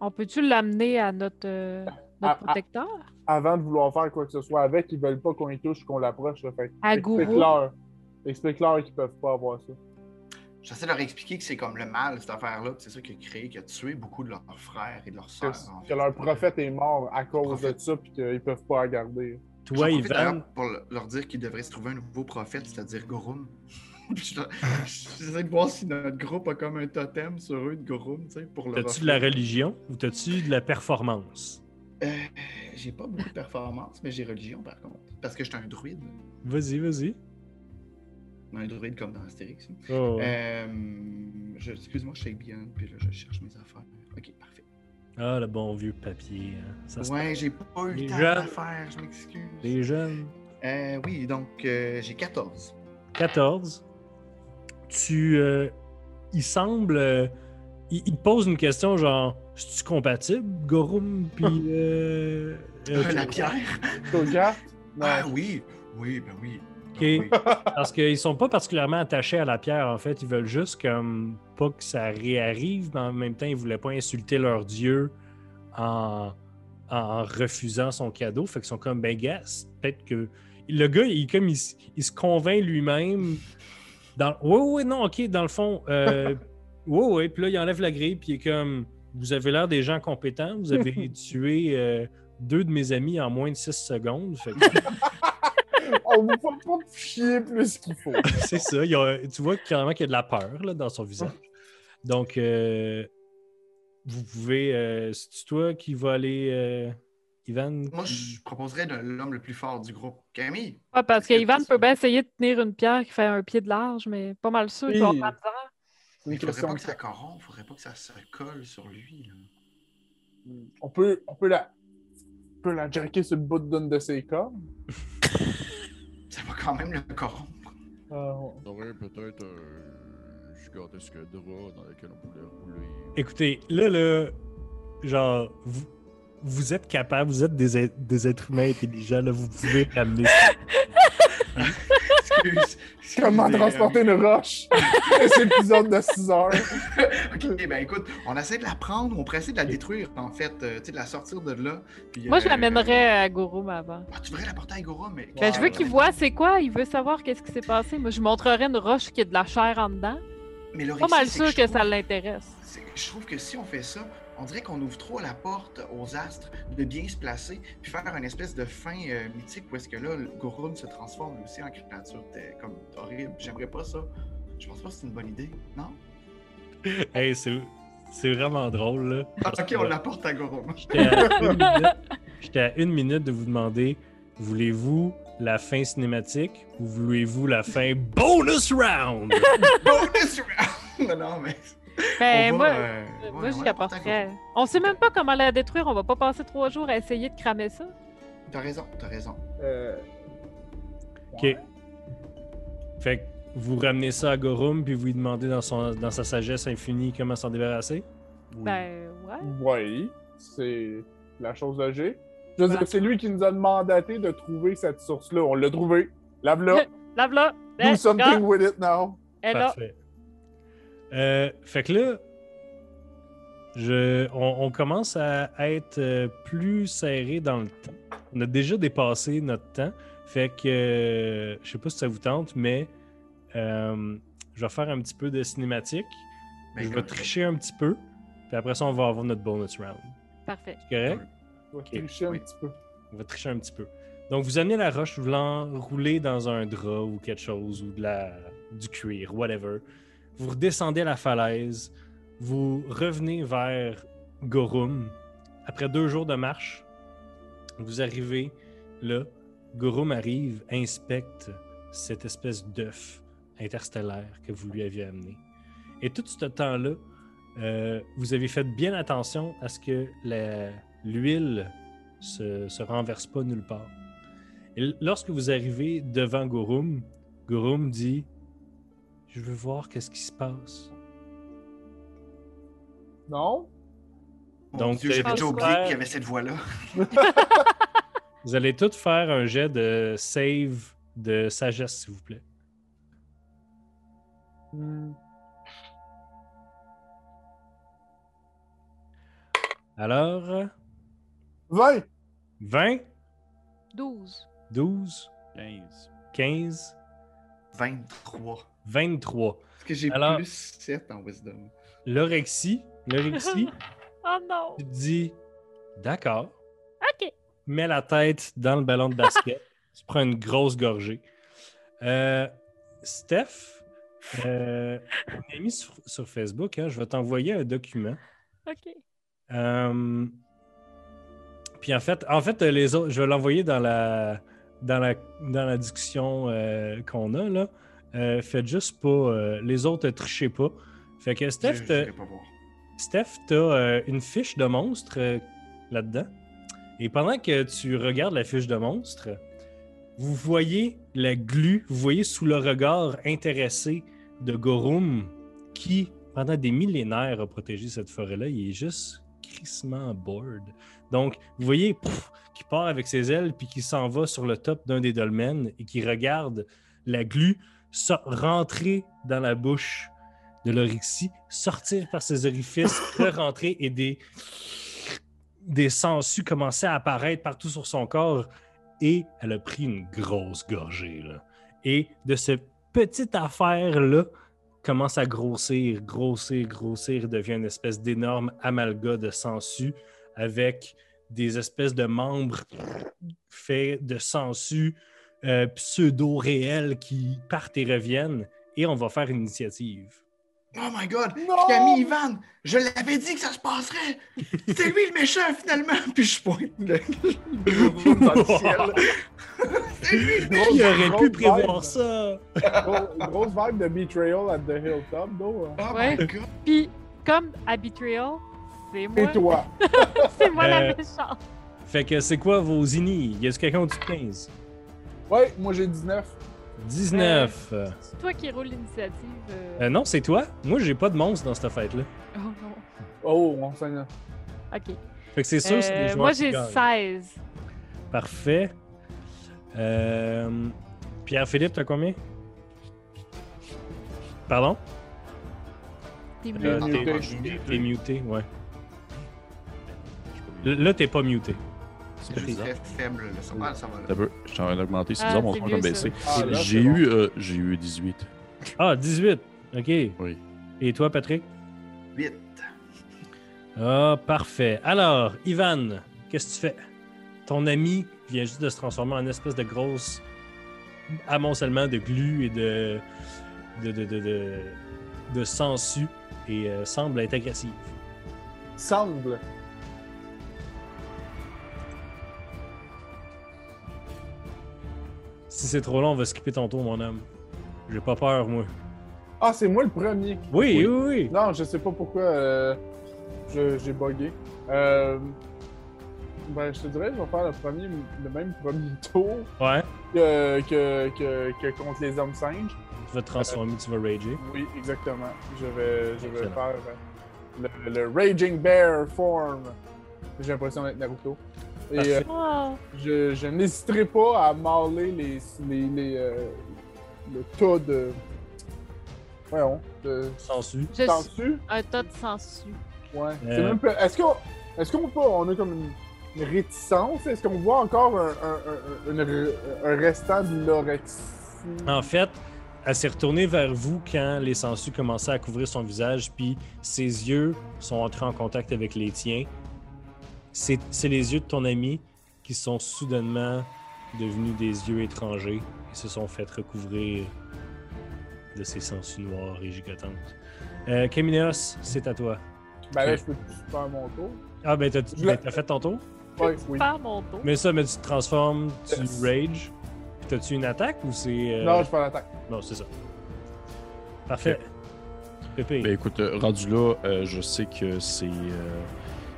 [SPEAKER 3] On peut-tu l'amener à notre, euh, notre
[SPEAKER 2] Ah, ah.
[SPEAKER 3] protecteur.
[SPEAKER 2] Avant de vouloir faire quoi que ce soit avec, ils veulent pas qu'on y touche, qu'on l'approche. là. Fait que
[SPEAKER 3] À Gourou.
[SPEAKER 2] Explique-leur. Explique-leur qu'ils peuvent pas avoir ça.
[SPEAKER 4] J'essaie de leur expliquer que c'est comme le mal, cette affaire-là. puis C'est ça qui a créé, qui a tué beaucoup de leurs frères et de leurs sœurs. en
[SPEAKER 2] Que, que
[SPEAKER 4] fait.
[SPEAKER 2] leur prophète est mort à cause de
[SPEAKER 4] Prophète.
[SPEAKER 2] ça, puis qu'ils peuvent pas la garder.
[SPEAKER 1] Toi,
[SPEAKER 4] J'en profite
[SPEAKER 1] Ivan,
[SPEAKER 4] d'ailleurs Pour le- leur dire qu'ils devraient se trouver un nouveau prophète, c'est-à-dire Gorum. *laughs* Puis je- J'essaie de voir si notre groupe a comme un totem sur eux de Gorum, tu sais, pour le.
[SPEAKER 1] t'as-tu de la religion ou t'as-tu de la performance?
[SPEAKER 4] Euh, j'ai pas beaucoup de performance, mais j'ai religion par contre. Parce que j'étais un druide.
[SPEAKER 1] Vas-y, vas-y.
[SPEAKER 4] Un druide comme dans Astérix. hein.
[SPEAKER 1] Oh,
[SPEAKER 4] Euh, je- Excuse-moi, je suis bien, puis là, je cherche mes affaires. Ok, parfait.
[SPEAKER 1] Ah, le bon vieux papier. hein. Ça se
[SPEAKER 4] Ouais, j'ai pas eu
[SPEAKER 1] Les
[SPEAKER 4] le temps
[SPEAKER 1] jeunes-
[SPEAKER 4] de le faire, je m'excuse.
[SPEAKER 1] Les jeunes.
[SPEAKER 4] Euh, oui, donc euh, j'ai 14.
[SPEAKER 1] 14. Tu. euh, il semble. euh, il, il te pose une question genre Es-tu compatible, Gorum Puis. euh, euh,
[SPEAKER 4] *laughs* la pierre. *laughs*
[SPEAKER 2] Toga? Non.
[SPEAKER 4] Ah oui, oui, ben oui.
[SPEAKER 1] Ok.
[SPEAKER 4] Ben oui.
[SPEAKER 1] parce qu'ils sont pas particulièrement attachés à la pierre, en fait. Ils veulent juste, comme, pas que ça réarrive, mais en même temps, ils voulaient pas insulter leur dieu en, en refusant son cadeau. Fait qu'ils sont comme, ben, gars, c'est peut-être que. Le gars, il, comme, il, s- il se convainc lui-même. Dans... Oui, oui, non, ok, dans le fond. euh, oui, oui. Puis là, il enlève la grille, puis il est comme, vous avez l'air des gens compétents, vous avez tué. euh, deux de mes amis en moins de six secondes. Fait que-
[SPEAKER 2] On ne faut pas chier plus qu'il
[SPEAKER 4] *laughs*
[SPEAKER 2] faut.
[SPEAKER 1] C'est ça. il y a- tu vois clairement qu'il y a de la peur là, dans son visage. Donc, euh, vous pouvez. euh, C'est toi qui va aller, euh, Ivan.
[SPEAKER 4] Moi, je proposerais de l'homme le plus fort du groupe, Camille.
[SPEAKER 3] Ouais, parce
[SPEAKER 4] Est-ce que
[SPEAKER 3] qu'Ivan
[SPEAKER 4] tu-
[SPEAKER 3] peut bien essayer de tenir une pierre qui fait un pied de large, mais pas mal sûr qu'ils vont
[SPEAKER 2] Oui.
[SPEAKER 3] avoir de la misère.
[SPEAKER 2] C'est une
[SPEAKER 4] Il faudrait
[SPEAKER 2] question.
[SPEAKER 4] pas que ça corrompt, faudrait pas que ça se colle sur lui. là.
[SPEAKER 2] On peut, on peut la. On peut la jerker sur le bout d'une de ses cornes.
[SPEAKER 4] Ça va quand même le corrompre. *laughs*
[SPEAKER 2] Euh,
[SPEAKER 5] aurait peut-être un gigantesque drap dans lequel on pouvait rouler.
[SPEAKER 1] Écoutez, là, là, genre, vous, vous êtes capable, vous êtes des, êtres- des êtres humains intelligents, là, vous pouvez ramener ça.
[SPEAKER 4] Excuse. excuse,
[SPEAKER 2] comment
[SPEAKER 4] euh,
[SPEAKER 2] transporter une
[SPEAKER 4] *laughs*
[SPEAKER 2] roche? C'est l'épisode de 6 heures.
[SPEAKER 4] Ok, ben écoute, on essaie de la prendre, on pourrait essayer de la détruire, en fait, euh, tu sais, de la sortir de là. puis,
[SPEAKER 3] Moi, je
[SPEAKER 4] euh,
[SPEAKER 3] l'amènerais à Guru mais avant.
[SPEAKER 4] Ah, tu voudrais la porter à Igora, mais.
[SPEAKER 3] Ben, je veux qu'il voit c'est quoi, il veut savoir qu'est-ce qui s'est passé. Moi, je montrerais une roche qui a de la chair en dedans.
[SPEAKER 4] Mais le
[SPEAKER 3] Pas
[SPEAKER 4] récit,
[SPEAKER 3] mal
[SPEAKER 4] c'est
[SPEAKER 3] sûr
[SPEAKER 4] je
[SPEAKER 3] que ça
[SPEAKER 4] trouve-
[SPEAKER 3] l'intéresse.
[SPEAKER 4] c'est- Je trouve que si on fait ça, on dirait qu'on ouvre trop la porte aux astres de bien se placer, puis faire une espèce de fin euh, mythique où est-ce que là, le Gorum se transforme lui aussi en créature euh, comme horrible. J'aimerais pas ça. Je pense pas que c'est une bonne idée, non?
[SPEAKER 1] Hey, c'est c'est vraiment drôle, là.
[SPEAKER 4] Ah, ok, on la porte à Gorum.
[SPEAKER 1] J'étais à une minute- J'étais à une minute de vous demander voulez-vous la fin cinématique ou voulez-vous la fin bonus round
[SPEAKER 4] *laughs* Bonus round! Non, non, mais.
[SPEAKER 3] Ben,
[SPEAKER 4] on
[SPEAKER 3] moi,
[SPEAKER 4] va, euh, ouais,
[SPEAKER 3] moi
[SPEAKER 4] on
[SPEAKER 3] j'y
[SPEAKER 4] va la porter à
[SPEAKER 3] apporterais.
[SPEAKER 4] Gorum.
[SPEAKER 3] On sait même pas comment la détruire, on va pas passer trois jours à essayer de cramer ça.
[SPEAKER 4] T'as raison, t'as raison.
[SPEAKER 2] Euh,
[SPEAKER 1] Ok. Fait que vous ramenez ça à Gorum puis vous lui demandez dans, son, dans sa sagesse infinie comment s'en débarrasser.
[SPEAKER 3] Ben, ouais.
[SPEAKER 2] Oui, c'est la chose logique. Je veux dire, c'est lui qui nous a mandaté de trouver cette source-là. On l'a trouvée. Lave-la.
[SPEAKER 3] Lave-la.
[SPEAKER 2] Do
[SPEAKER 3] Ben,
[SPEAKER 2] something
[SPEAKER 3] gars,
[SPEAKER 2] with it now.
[SPEAKER 3] elle a-
[SPEAKER 1] Parfait. Euh, fait que là, je, on, on commence à être euh, plus serré dans le temps. On a déjà dépassé notre temps. Fait que euh, je sais pas si ça vous tente, mais euh, je vais faire un petit peu de cinématique.
[SPEAKER 4] Ben,
[SPEAKER 1] je vais
[SPEAKER 4] comme-
[SPEAKER 1] tricher un petit peu. Puis après ça, on va avoir notre bonus round.
[SPEAKER 3] Parfait.
[SPEAKER 1] C'est correct?
[SPEAKER 2] On va tricher un
[SPEAKER 4] Oui.
[SPEAKER 2] petit peu.
[SPEAKER 1] On va tricher un petit peu. Donc, vous amenez la roche, vous l'enroulez dans un drap ou quelque chose, ou de la, du cuir, whatever. Vous redescendez la falaise, vous revenez vers Gorum. Après deux jours de marche, vous arrivez là. Gorum arrive, inspecte cette espèce d'œuf interstellaire que vous lui aviez amené. Et tout ce temps-là, euh, vous avez fait bien attention à ce que la- l'huile se, se renverse pas nulle part. Et l- lorsque vous arrivez devant Gorum, Gorum dit Je veux voir qu'est-ce qui se passe.
[SPEAKER 2] Non?
[SPEAKER 4] Mon
[SPEAKER 1] Donc,
[SPEAKER 4] Dieu, j'avais
[SPEAKER 1] t'as-
[SPEAKER 4] déjà oublié
[SPEAKER 1] Ouais.
[SPEAKER 4] qu'il y avait cette voix-là.
[SPEAKER 1] Vous allez tous faire un jet de save de sagesse, s'il vous plaît.
[SPEAKER 2] Hmm.
[SPEAKER 1] Alors,
[SPEAKER 2] 20!
[SPEAKER 1] 20,
[SPEAKER 3] 12.
[SPEAKER 1] 12,
[SPEAKER 5] 15.
[SPEAKER 1] 15,
[SPEAKER 4] 23.
[SPEAKER 1] 23.
[SPEAKER 4] Est-ce que j'ai
[SPEAKER 1] Alors-
[SPEAKER 4] plus 7 en wisdom?
[SPEAKER 1] L'orexie, l'orexie,
[SPEAKER 3] Oh non!
[SPEAKER 1] tu te dis d'accord,
[SPEAKER 3] OK.
[SPEAKER 1] mets la tête dans le ballon de basket, tu prends une grosse gorgée. Euh, Steph, euh, on a mis sur, sur Facebook, hein, je vais t'envoyer un document.
[SPEAKER 3] OK.
[SPEAKER 1] Euh, puis en fait, en fait, euh, les autres, je vais l'envoyer dans la, dans la, dans la discussion euh, qu'on a là. Euh, faites juste pas, euh, les autres euh, trichez pas. Fait que Steph,
[SPEAKER 4] Je- je
[SPEAKER 1] t'as-
[SPEAKER 4] saurais pas voir.
[SPEAKER 1] Steph, t'as euh, une fiche de monstre euh, là-dedans. Et pendant que tu regardes la fiche de monstre, vous voyez la glu, vous voyez sous le regard intéressé de Gorum qui, pendant des millénaires, a protégé cette forêt-là. Il est juste crissement bored. Donc, vous voyez pouf, qui part avec ses ailes puis qui s'en va sur le top d'un des dolmens et qui regarde la glu so- rentrer dans la bouche de l'orixie, sortir par ses orifices, re-rentrer et des, des sangsues commençaient à apparaître partout sur son corps. Et elle a pris une grosse gorgée. là. Et de cette petite affaire-là, commence à grossir, grossir, grossir, devient une espèce d'énorme amalga de sangsues avec des espèces de membres faits de sangsues euh, pseudo-réels qui partent et reviennent. Et on va faire une initiative.
[SPEAKER 4] Oh my god!
[SPEAKER 2] Non!
[SPEAKER 4] J'ai mis Ivan! Je l'avais dit que ça se passerait! C'est lui le méchant finalement! Puis je pointe le, le gros dans le ciel. C'est lui!
[SPEAKER 1] Qui aurait pu
[SPEAKER 2] Grosse
[SPEAKER 1] prévoir
[SPEAKER 2] vibe.
[SPEAKER 1] ça?
[SPEAKER 2] Gros- Grosse vibe de Betrayal at the Hilltop, though. hein.
[SPEAKER 4] Oh
[SPEAKER 3] Ouais.
[SPEAKER 4] my god!
[SPEAKER 3] Puis, comme à Betrayal, c'est moi.
[SPEAKER 2] Et toi?
[SPEAKER 3] C'est moi
[SPEAKER 1] Euh,
[SPEAKER 3] la méchante.
[SPEAKER 1] Fait que c'est quoi vos inis? Y a-tu quelqu'un au-dessus de 15?
[SPEAKER 2] Ouais, moi j'ai 19.
[SPEAKER 1] 19. Euh,
[SPEAKER 3] C'est toi qui roule l'initiative. euh.
[SPEAKER 1] euh, non, c'est toi? Moi, j'ai pas de monstre dans cette fête-là.
[SPEAKER 3] *laughs* Oh
[SPEAKER 2] Oh,
[SPEAKER 3] non.
[SPEAKER 2] on s'en
[SPEAKER 3] OK.
[SPEAKER 1] Fait que c'est sûr, c'est des
[SPEAKER 3] Euh,
[SPEAKER 1] joueurs
[SPEAKER 3] moi,
[SPEAKER 1] qui
[SPEAKER 3] j'ai
[SPEAKER 1] gagnent.
[SPEAKER 3] 16.
[SPEAKER 1] Parfait. Euh, Pierre-Philippe, t'as combien? Pardon?
[SPEAKER 3] T'es
[SPEAKER 1] Euh,
[SPEAKER 3] mieux.
[SPEAKER 4] non,
[SPEAKER 1] t'es-
[SPEAKER 4] non,
[SPEAKER 1] t'es-
[SPEAKER 4] je suis
[SPEAKER 1] T'es
[SPEAKER 4] muté.
[SPEAKER 1] muté, ouais.
[SPEAKER 5] Je suis pas
[SPEAKER 1] L- Là, t'es pas muté.
[SPEAKER 5] C'est
[SPEAKER 4] Je suis
[SPEAKER 5] bizarre.
[SPEAKER 4] très faible, là. Ça va, ça va.
[SPEAKER 5] T'as
[SPEAKER 4] Là.
[SPEAKER 5] peu, je suis en train d'augmenter. C'est
[SPEAKER 3] Ah,
[SPEAKER 5] bizarre, mon
[SPEAKER 3] c'est
[SPEAKER 5] son a
[SPEAKER 3] mieux, ça.
[SPEAKER 5] baissé.
[SPEAKER 2] Ah, là, c'est
[SPEAKER 5] J'ai
[SPEAKER 2] bon.
[SPEAKER 5] eu, euh, j'ai eu 18.
[SPEAKER 1] Ah, 18. OK.
[SPEAKER 5] Oui.
[SPEAKER 1] Et toi, Patrick?
[SPEAKER 4] 8.
[SPEAKER 1] Ah, parfait. Alors, Ivan, qu'est-ce que tu fais? Ton ami vient juste de se transformer en une espèce de grosse amoncellement de glu et de de, de, de, de, de sangsues et euh, semble être agressive.
[SPEAKER 2] Semble.
[SPEAKER 1] Si c'est trop long, on va skipper ton tour, mon homme. J'ai pas peur, moi.
[SPEAKER 2] Ah, c'est moi le premier.
[SPEAKER 1] Oui, oui, oui.
[SPEAKER 2] Non, je sais pas pourquoi euh, je- j'ai bugué. Euh, ben, je te dirais, je vais faire le, premier, le même premier tour
[SPEAKER 1] Ouais,
[SPEAKER 2] que, que, que, que contre les hommes singes.
[SPEAKER 1] tu vas te transformer, tu vas rager.
[SPEAKER 2] Oui, exactement. Je vais, je vais
[SPEAKER 1] Excellent.
[SPEAKER 2] faire euh, le, le Raging Bear form. J'ai l'impression d'être Naruto. Et
[SPEAKER 1] Parfait.
[SPEAKER 2] euh,
[SPEAKER 3] Oh.
[SPEAKER 2] je, je n'hésiterai pas à marler les, les, les, euh, le tas de. Voyons, de.
[SPEAKER 1] Sangsue.
[SPEAKER 3] Je suis
[SPEAKER 2] Sangsues?
[SPEAKER 3] un tas de sangsues.
[SPEAKER 2] Ouais.
[SPEAKER 1] Euh.
[SPEAKER 2] C'est même pas- Est-ce qu'on est-ce qu'on peut- on a comme une, une réticence? Est-ce qu'on voit encore un, un- un- un- une- un restant de l'orexie?
[SPEAKER 1] En fait, elle s'est retournée vers vous quand les sangsues commençaient à couvrir son visage, puis ses yeux sont entrés en contact avec les tiens. C'est c'est les yeux de ton ami qui sont soudainement devenus des yeux étrangers et se sont fait recouvrir de ces sangsues noires et gigotantes. Euh, Kamineos, c'est à toi.
[SPEAKER 2] Ben là, je peux faire mon tour.
[SPEAKER 1] Ah, ben, t'as
[SPEAKER 2] Je la-
[SPEAKER 1] ben, t'as fait ton tour?
[SPEAKER 2] Ouais, oui.
[SPEAKER 3] Par mon dos.
[SPEAKER 1] Mais ça, mais tu te transformes, tu
[SPEAKER 2] Yes.
[SPEAKER 1] rages. Puis T'as-tu une attaque ou c'est. euh,
[SPEAKER 2] Non, je fais l'attaque.
[SPEAKER 1] Non, c'est ça. Parfait. Pépé.
[SPEAKER 5] Ben écoute, euh, rendu là, euh, je sais que c'est euh,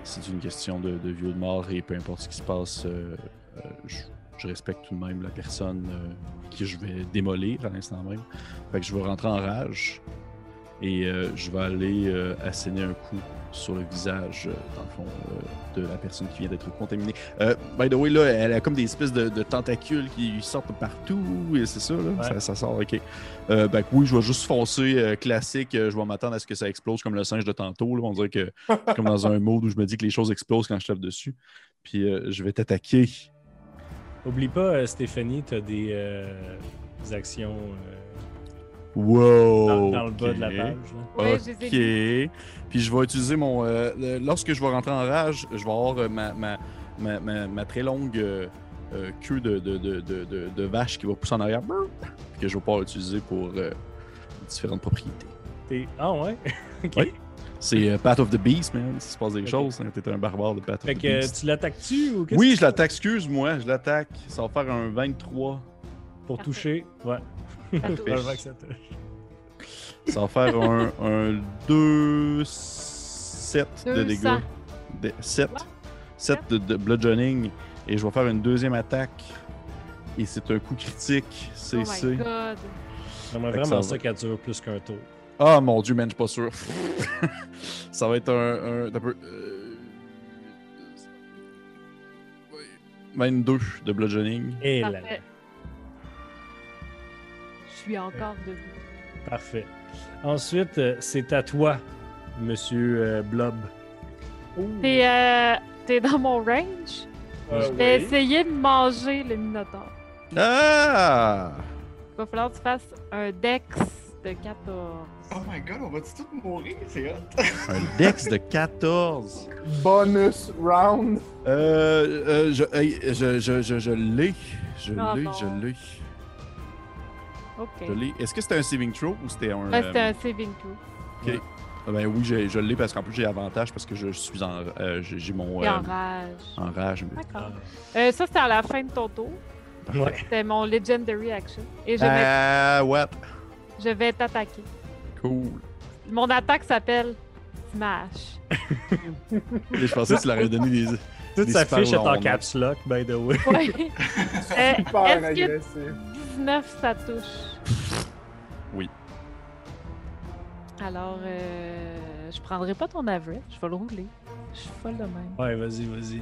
[SPEAKER 5] c'est une question de, de vie ou de mort et peu importe ce qui se passe, euh, euh, je, je respecte tout de même la personne euh, qui je vais démolir à l'instant même. Fait que je vais rentrer en rage et euh, je vais aller euh, asséner un coup sur le visage, euh, dans le fond, euh, de la personne qui vient d'être contaminée. Euh, by the way, là, elle a comme des espèces de, de tentacules qui lui sortent partout, et c'est ça, là? Ça, ça sort, ok. Euh, ben que oui, je vais juste foncer euh, classique. euh, je vais m'attendre à ce que ça explose comme le singe de tantôt. là. On dirait que c'est comme dans un mode où je me dis que les choses explosent quand je tape dessus. Puis euh, je vais t'attaquer.
[SPEAKER 1] Oublie pas, euh, Stéphanie, tu as des, euh, des actions euh, dans,
[SPEAKER 5] Wow!
[SPEAKER 1] dans le bas de la
[SPEAKER 5] ok.
[SPEAKER 1] page. là.
[SPEAKER 3] Ouais, je les ai
[SPEAKER 5] ok. Puis je vais utiliser mon. euh, le- lorsque je vais rentrer en rage, je vais avoir euh, ma, ma, ma, ma- ma très longue euh, euh, queue de, de, de, de, de- de vache qui va pousser en arrière. Brrr! Que je vais pouvoir utiliser pour euh, différentes propriétés.
[SPEAKER 1] T'es- Ah ouais? ok.
[SPEAKER 5] Oui. C'est euh, Path of the Beast, man. Si se passe des
[SPEAKER 1] Ok.
[SPEAKER 5] choses, hein, t'es un barbare de Path
[SPEAKER 1] Fait
[SPEAKER 5] of the
[SPEAKER 1] que euh,
[SPEAKER 5] *laughs* Beast.
[SPEAKER 1] tu l'attaques-tu ou qu'est-ce
[SPEAKER 5] Oui,
[SPEAKER 1] que-
[SPEAKER 5] je l'attaque, excuse-moi, je l'attaque. Ça va faire un 23.
[SPEAKER 1] Pour toucher. Ouais.
[SPEAKER 5] Parfait.
[SPEAKER 1] Probablement que ça touche.
[SPEAKER 5] Ça va faire un,
[SPEAKER 1] *laughs*
[SPEAKER 5] un 2 7 de
[SPEAKER 3] 200.
[SPEAKER 5] dégâts. 7.
[SPEAKER 3] Quoi?
[SPEAKER 5] 7 de, de bludgeoning. Et je vais faire une deuxième attaque. Et c'est un coup critique.
[SPEAKER 3] Oh
[SPEAKER 5] C'est
[SPEAKER 3] my
[SPEAKER 5] c'est.
[SPEAKER 3] god.
[SPEAKER 1] J'aimerais
[SPEAKER 5] Fait que
[SPEAKER 1] vraiment
[SPEAKER 5] ça
[SPEAKER 1] ça
[SPEAKER 5] va.
[SPEAKER 1] qu'elle dure plus qu'un tour.
[SPEAKER 5] Ah mon dieu, man, je suis pas sûr. *laughs* ça va être un. un, t'as peu- euh, 22 de bludgeoning.
[SPEAKER 1] Et là,
[SPEAKER 3] Parfait. Je suis encore debout.
[SPEAKER 1] parfait. Ensuite, euh, c'est à toi, monsieur euh, Blob.
[SPEAKER 2] Ouh,
[SPEAKER 3] T'es euh, t'es dans mon range?
[SPEAKER 2] euh,
[SPEAKER 3] Je vais
[SPEAKER 2] oui.
[SPEAKER 3] essayer de manger le Minotaur.
[SPEAKER 5] Ah!
[SPEAKER 3] Il va falloir que tu fasses un Dex de 14.
[SPEAKER 4] Oh my god, on va-tu tous mourir? C'est hot.
[SPEAKER 5] Un dex de 14.
[SPEAKER 2] Bonus round.
[SPEAKER 5] Euh, euh, je, hey, je, je, je, je l'ai. Je
[SPEAKER 3] Ah
[SPEAKER 5] l'ai,
[SPEAKER 3] non.
[SPEAKER 5] je l'ai.
[SPEAKER 3] Ok.
[SPEAKER 5] Oh. Je l'ai. Est-ce que c'était un saving throw ou c'était un.
[SPEAKER 3] Ouais, c'était
[SPEAKER 5] euh,
[SPEAKER 3] un saving throw.
[SPEAKER 5] ah Ben oui, je, je l'ai parce qu'en plus j'ai avantage parce que je, suis en. euh, j'ai j'ai mon.
[SPEAKER 3] Et en
[SPEAKER 5] euh,
[SPEAKER 3] rage.
[SPEAKER 5] en rage. mais-
[SPEAKER 3] D'accord.
[SPEAKER 5] Ah.
[SPEAKER 3] Euh, ça, c'était à la fin de ton tour.
[SPEAKER 1] Ouais.
[SPEAKER 3] C'était mon Legendary Action. Et je vais,
[SPEAKER 5] Ah, what?
[SPEAKER 3] je vais t'attaquer.
[SPEAKER 5] Cool.
[SPEAKER 3] Mon attaque s'appelle
[SPEAKER 5] *laughs*
[SPEAKER 3] Smash.
[SPEAKER 5] Et je pensais que tu l'aurais donné des.
[SPEAKER 1] Toute
[SPEAKER 5] Des
[SPEAKER 1] sa fiche est
[SPEAKER 5] super
[SPEAKER 1] en
[SPEAKER 5] longs,
[SPEAKER 1] caps lock, by the
[SPEAKER 3] *laughs*
[SPEAKER 1] way.
[SPEAKER 3] Ouais. Euh,
[SPEAKER 2] Super
[SPEAKER 3] Est-ce que
[SPEAKER 2] agressif.
[SPEAKER 3] 19, ça touche?
[SPEAKER 5] Oui.
[SPEAKER 3] Alors, euh, je prendrai pas ton average. Je vais le rouler. Je suis folle de même.
[SPEAKER 1] Ouais, vas-y, vas-y.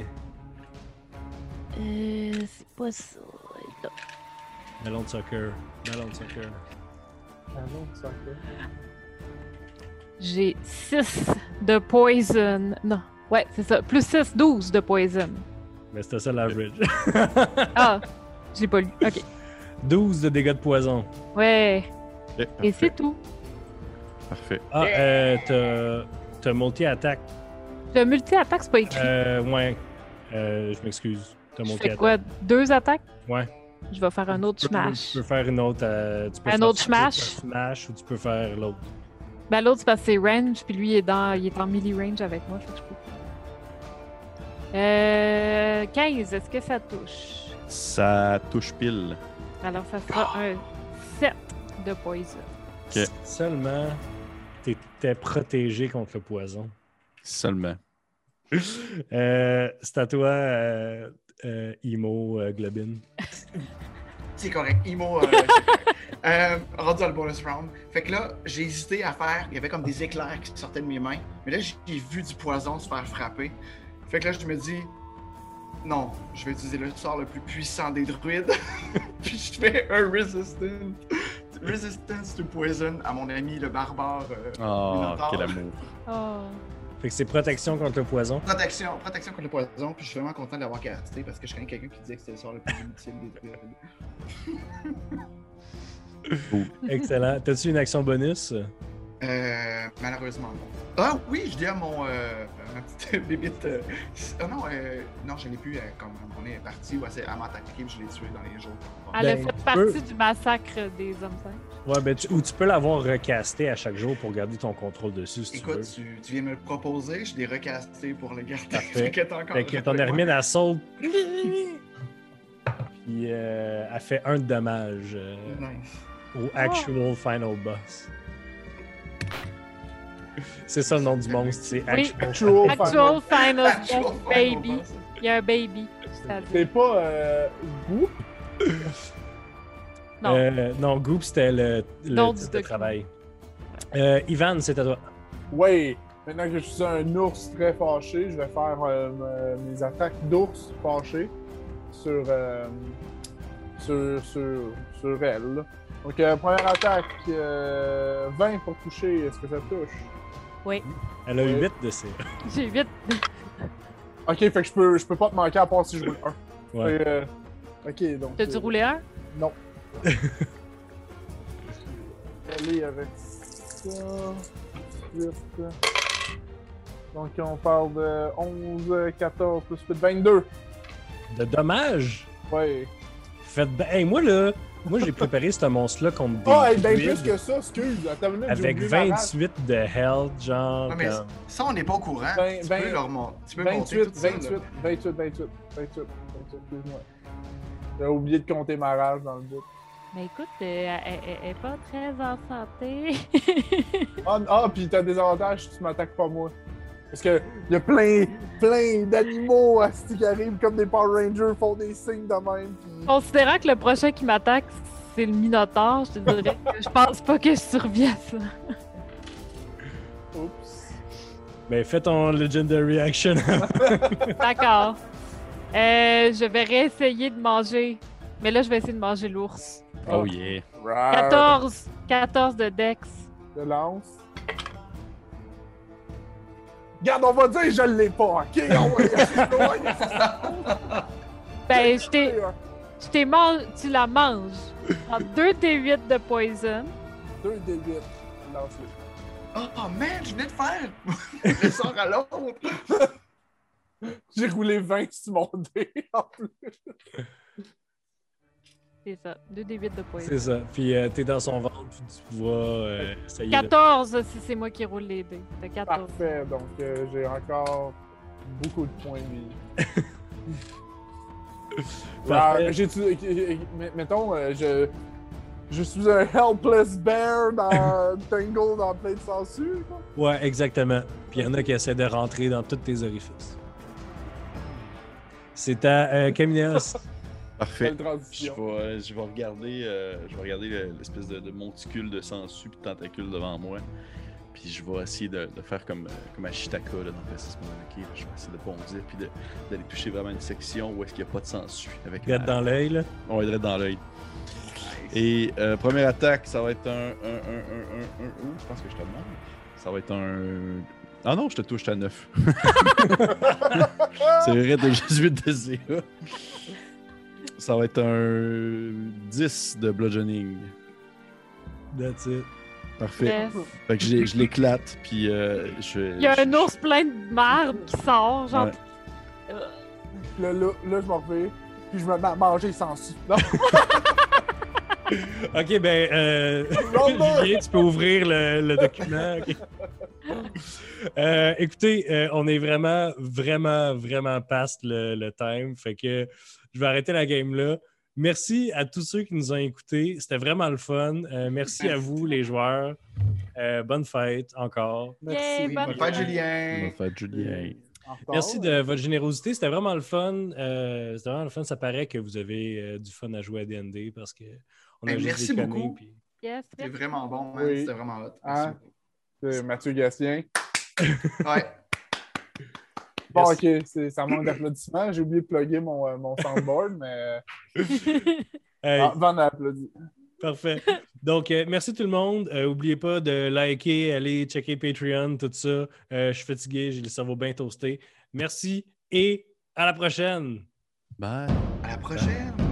[SPEAKER 3] Euh, c'est pas ça.
[SPEAKER 1] Ballon de soccer. Ballon de soccer.
[SPEAKER 2] Ah non, ça fait.
[SPEAKER 3] J'ai 6 de poison. Non. Ouais, c'est ça. Plus 6, 12 de poison.
[SPEAKER 1] Mais c'était ça l'average.
[SPEAKER 3] Ah, *laughs* j'ai pas lu. OK.
[SPEAKER 1] 12 de dégâts de poison.
[SPEAKER 3] Ouais.
[SPEAKER 5] Eh,
[SPEAKER 3] Et
[SPEAKER 5] parfait,
[SPEAKER 3] c'est tout.
[SPEAKER 5] parfait.
[SPEAKER 1] Ah, euh, t'as- t'as multi-attaque.
[SPEAKER 3] Le multi-attaque, c'est pas écrit.
[SPEAKER 1] Euh, ouais. Euh, je m'excuse. T'as
[SPEAKER 3] je
[SPEAKER 1] multi-attaque.
[SPEAKER 3] fais quoi? Deux attaques?
[SPEAKER 1] Ouais.
[SPEAKER 3] Je vais faire un autre
[SPEAKER 1] Tu peux-
[SPEAKER 3] smash.
[SPEAKER 1] Tu peux faire une autre. euh, tu peux
[SPEAKER 3] Un
[SPEAKER 1] faire-
[SPEAKER 3] autre
[SPEAKER 1] tu peux faire
[SPEAKER 3] smash?
[SPEAKER 1] smash ou tu peux faire l'autre.
[SPEAKER 3] Ben, l'autre, c'est parce que c'est range, puis lui, il est, dans, il est en melee range avec moi, fait que je peux. Euh, 15, est-ce que ça touche?
[SPEAKER 5] Ça touche pile.
[SPEAKER 3] Alors, ça sera
[SPEAKER 1] Ah!
[SPEAKER 3] un 7 de poison.
[SPEAKER 5] Ok.
[SPEAKER 1] Seulement, t'étais protégé contre le poison.
[SPEAKER 5] Seulement.
[SPEAKER 1] Euh, c'est à toi, euh, euh, Imo euh, Globin.
[SPEAKER 4] C'est correct. Imo, euh, c'est correct. Euh, rendu dans le bonus round. Fait que là, j'ai hésité à faire. Il y avait comme des éclairs qui sortaient de mes mains. Mais là, j'ai vu du poison se faire frapper. Fait que là, je me dis, non, je vais utiliser le sort le plus puissant des druides. *laughs* Puis je fais un resistance. Resistance to poison à mon ami le barbare. euh,
[SPEAKER 5] Oh,
[SPEAKER 4] Minotaur.
[SPEAKER 5] quel amour.
[SPEAKER 3] Oh.
[SPEAKER 1] Fait que c'est protection contre le
[SPEAKER 3] *laughs*
[SPEAKER 1] poison.
[SPEAKER 4] Protection, protection contre le poison. Puis je suis vraiment content de l'avoir casté parce que je connais quelqu'un qui disait que c'était le sort le plus inutile des druides.
[SPEAKER 1] Excellent. T'as-tu une action bonus?
[SPEAKER 4] Euh, malheureusement, non. Ah oui, je dis à mon euh, ma petite *laughs* bébite. euh, ah non, euh, non, je l'ai plus euh, quand on est parti ou elle s'est- elle m'a attaqué puis je l'ai tué dans les jours.
[SPEAKER 3] Elle
[SPEAKER 1] Ben,
[SPEAKER 3] a fait
[SPEAKER 1] tu
[SPEAKER 3] partie
[SPEAKER 1] peux.
[SPEAKER 3] du massacre des hommes saints.
[SPEAKER 1] Ouais, ben, tu- ou tu peux l'avoir recasté à chaque jour pour garder ton contrôle dessus si
[SPEAKER 4] Écoute,
[SPEAKER 1] tu
[SPEAKER 4] tu, tu viens me le proposer, je l'ai recasté pour le garder. *laughs*
[SPEAKER 1] Parfait.
[SPEAKER 4] Fait que t'as encore-
[SPEAKER 1] veux. Fait que ton hermine, elle
[SPEAKER 3] *laughs*
[SPEAKER 1] saute. Puis euh, elle fait un de dommage euh,
[SPEAKER 4] Nice.
[SPEAKER 1] au
[SPEAKER 3] Ah.
[SPEAKER 1] actual final boss. C'est ça le nom du monstre, c'est
[SPEAKER 3] Oui.
[SPEAKER 2] Actual
[SPEAKER 1] actual.
[SPEAKER 2] final.
[SPEAKER 3] Actual final
[SPEAKER 4] Actual
[SPEAKER 3] death,
[SPEAKER 4] final
[SPEAKER 3] baby.
[SPEAKER 4] boss.
[SPEAKER 3] Il y a un baby. ça veut dire.
[SPEAKER 2] C'est pas euh, goût.
[SPEAKER 3] Non.
[SPEAKER 1] Euh, non, Goop, c'était le, le
[SPEAKER 3] Nom du
[SPEAKER 1] titre de
[SPEAKER 3] document.
[SPEAKER 1] travail. Euh, Ivan, c'est à toi.
[SPEAKER 2] Ouais. Maintenant que je suis un ours très fâché, je vais faire euh, me- mes attaques d'ours fâché sur, euh, sur, sur, sur elle. là. Donc, euh, première attaque, euh, 20 pour toucher. Est-ce que ça touche?
[SPEAKER 1] Elle a
[SPEAKER 2] Oui.
[SPEAKER 1] 8 de ses.
[SPEAKER 3] J'ai 8.
[SPEAKER 2] Ok, fait que je peux, je peux pas te manquer à part si je roule un.
[SPEAKER 1] Ouais.
[SPEAKER 2] Fait, euh, Ok, donc.
[SPEAKER 3] T'as-tu
[SPEAKER 2] euh,
[SPEAKER 3] roulé un?
[SPEAKER 2] Non. Je vais aller avec ça. Huit. Donc on parle de 11, 14, plus plus 22.
[SPEAKER 1] De dommage!
[SPEAKER 2] Ouais.
[SPEAKER 1] Faites ben, hey, moi là, moi j'ai préparé ce monstre-là contre des
[SPEAKER 2] Ah, hey, ben
[SPEAKER 1] druides
[SPEAKER 2] plus que ça, excuse. Attends une minute, j'ai
[SPEAKER 1] avec
[SPEAKER 2] oublié ma Ah, rage.
[SPEAKER 1] 28 de health, genre.
[SPEAKER 4] Non, mais
[SPEAKER 1] comme-
[SPEAKER 4] Ça, on n'est pas au courant.
[SPEAKER 2] Vingt-
[SPEAKER 1] Ben,
[SPEAKER 4] tu,
[SPEAKER 2] vingt-
[SPEAKER 4] peux leur mon- tu peux monter
[SPEAKER 2] 28,
[SPEAKER 4] tout ça, là.
[SPEAKER 2] 28, 28, 28, 28, 28, excuse-moi. J'ai oublié de compter ma rage dans le bout.
[SPEAKER 3] Ben écoute, euh, elle- elle elle- elle est pas très en santé.
[SPEAKER 1] *laughs*
[SPEAKER 2] Ah, ah puis t'as des avantages si tu m'attaques pas moi. Parce que y a plein, plein d'animaux à qui arrivent comme des Power Rangers font des signes de même. puis-
[SPEAKER 3] Considérant que le prochain qui m'attaque, c'est le Minotaure, je te dirais que je pense pas que je survis à ça.
[SPEAKER 2] Oups.
[SPEAKER 1] Ben, fais ton Legendary Action.
[SPEAKER 3] D'accord. Euh, je vais réessayer de manger. Mais là, je vais essayer de manger l'ours.
[SPEAKER 5] Oh yeah.
[SPEAKER 2] Rar.
[SPEAKER 3] 14! 14 de Dex.
[SPEAKER 2] De lance. Garde, on va dire je l'ai pas, *laughs* ok? On va y aller loin,
[SPEAKER 3] Ben, je t'ai-
[SPEAKER 2] hein.
[SPEAKER 3] je t'ai man- tu la manges. En 2 T8 de poison.
[SPEAKER 2] Deux des huit. Lance-le.
[SPEAKER 4] Oh man, je venais de faire! *laughs* je le sors à l'autre!
[SPEAKER 2] J'ai roulé 20 sur mon dé *laughs* en plus.
[SPEAKER 3] C'est ça, 2 D8 de poison.
[SPEAKER 1] C'est ça. Puis euh, t'es dans son ventre, puis tu vois. euh, ça y est. là.
[SPEAKER 3] 14 si c'est moi qui roule les dés. T'as 14.
[SPEAKER 2] Parfait, donc euh, j'ai encore beaucoup de points de *laughs* vie.
[SPEAKER 1] Parfait.
[SPEAKER 2] Alors, j'ai-tu- euh, euh, euh, mettons, euh, je, je suis un helpless bear *laughs* dans Tangle dans plein de Sangsue. quoi.
[SPEAKER 1] Ouais, exactement. Puis il y en a qui essaient de rentrer dans tous tes orifices. C'est à euh, Caminos.
[SPEAKER 5] Parfait.
[SPEAKER 2] Quelle
[SPEAKER 5] Je
[SPEAKER 2] transition.
[SPEAKER 5] vais, je vais regarder, euh, je vais regarder le- l'espèce de, de monticule de sangsues et de tentacules devant moi. Puis je vais essayer de, de faire comme, euh, comme à Shitaka là, dans Princess Mononoke. là. Je vais essayer de bondir puis de- d'aller toucher vraiment une section où est-ce qu'il n'y a pas de sangsues. Avec
[SPEAKER 1] Regarde dans l'œil, là.
[SPEAKER 5] On va être dans l'œil. Et euh, première attaque, ça va être un. un, un, un, un, un- ouh, je pense que je te demande. Ça va être un. Ah non, je te touche, à 9. *laughs* C'est vrai, de 18 de CA. Ça va être un 10 de bludgeoning.
[SPEAKER 1] That's it.
[SPEAKER 5] Parfait.
[SPEAKER 3] Yes.
[SPEAKER 5] Fait que je, l'ai- je l'éclate, puis euh, je.
[SPEAKER 3] Il y a
[SPEAKER 5] je-
[SPEAKER 3] un ours plein de marbre qui sort, genre.
[SPEAKER 5] Ouais.
[SPEAKER 2] Là, là, là, je m'en vais, puis je me mets à manger Sangsue. Non,
[SPEAKER 1] Ok, ben, euh,
[SPEAKER 2] *laughs* non,
[SPEAKER 1] Julien, tu peux ouvrir le, le document. ok. Euh, écoutez, euh, on est vraiment, vraiment, vraiment past le, le time. Fait que je vais arrêter la game là. Merci à tous ceux qui nous ont écoutés. C'était vraiment le fun. Euh, merci à vous, les joueurs. Euh, bonne fête encore.
[SPEAKER 3] *laughs* Yay,
[SPEAKER 4] Oui,
[SPEAKER 3] bonne
[SPEAKER 4] bonne
[SPEAKER 3] fête.
[SPEAKER 4] fête, Julien!
[SPEAKER 5] Bonne fête, Julien.
[SPEAKER 2] en retard.
[SPEAKER 1] Merci de votre générosité. C'était vraiment le fun. Euh, C'était vraiment le fun. Ça paraît que vous avez euh, du fun à jouer à D&D parce que on a
[SPEAKER 4] Ben,
[SPEAKER 1] juste
[SPEAKER 4] merci
[SPEAKER 1] déconné,
[SPEAKER 4] beaucoup.
[SPEAKER 1] puis-
[SPEAKER 3] Yes,
[SPEAKER 4] C'était
[SPEAKER 3] yes.
[SPEAKER 4] vraiment bon, man.
[SPEAKER 2] Oui.
[SPEAKER 4] C'était vraiment hot.
[SPEAKER 2] Hein?
[SPEAKER 4] Merci
[SPEAKER 2] C'est Mathieu Gatien.
[SPEAKER 4] beaucoup. Ouais.
[SPEAKER 2] Bon,
[SPEAKER 1] Merci.
[SPEAKER 2] ok, c'est- ça manque d'applaudissements. J'ai oublié de plugger mon, euh, mon soundboard, mais euh,
[SPEAKER 1] Hey,
[SPEAKER 2] ah, Van a applaudi.
[SPEAKER 1] Parfait. Donc, euh, merci tout le monde. Euh, Oubliez pas de liker, aller checker Patreon, tout ça. Euh, je suis fatigué, j'ai le cerveau bien toasté. Merci et à la prochaine.
[SPEAKER 5] Bye.
[SPEAKER 4] À la prochaine!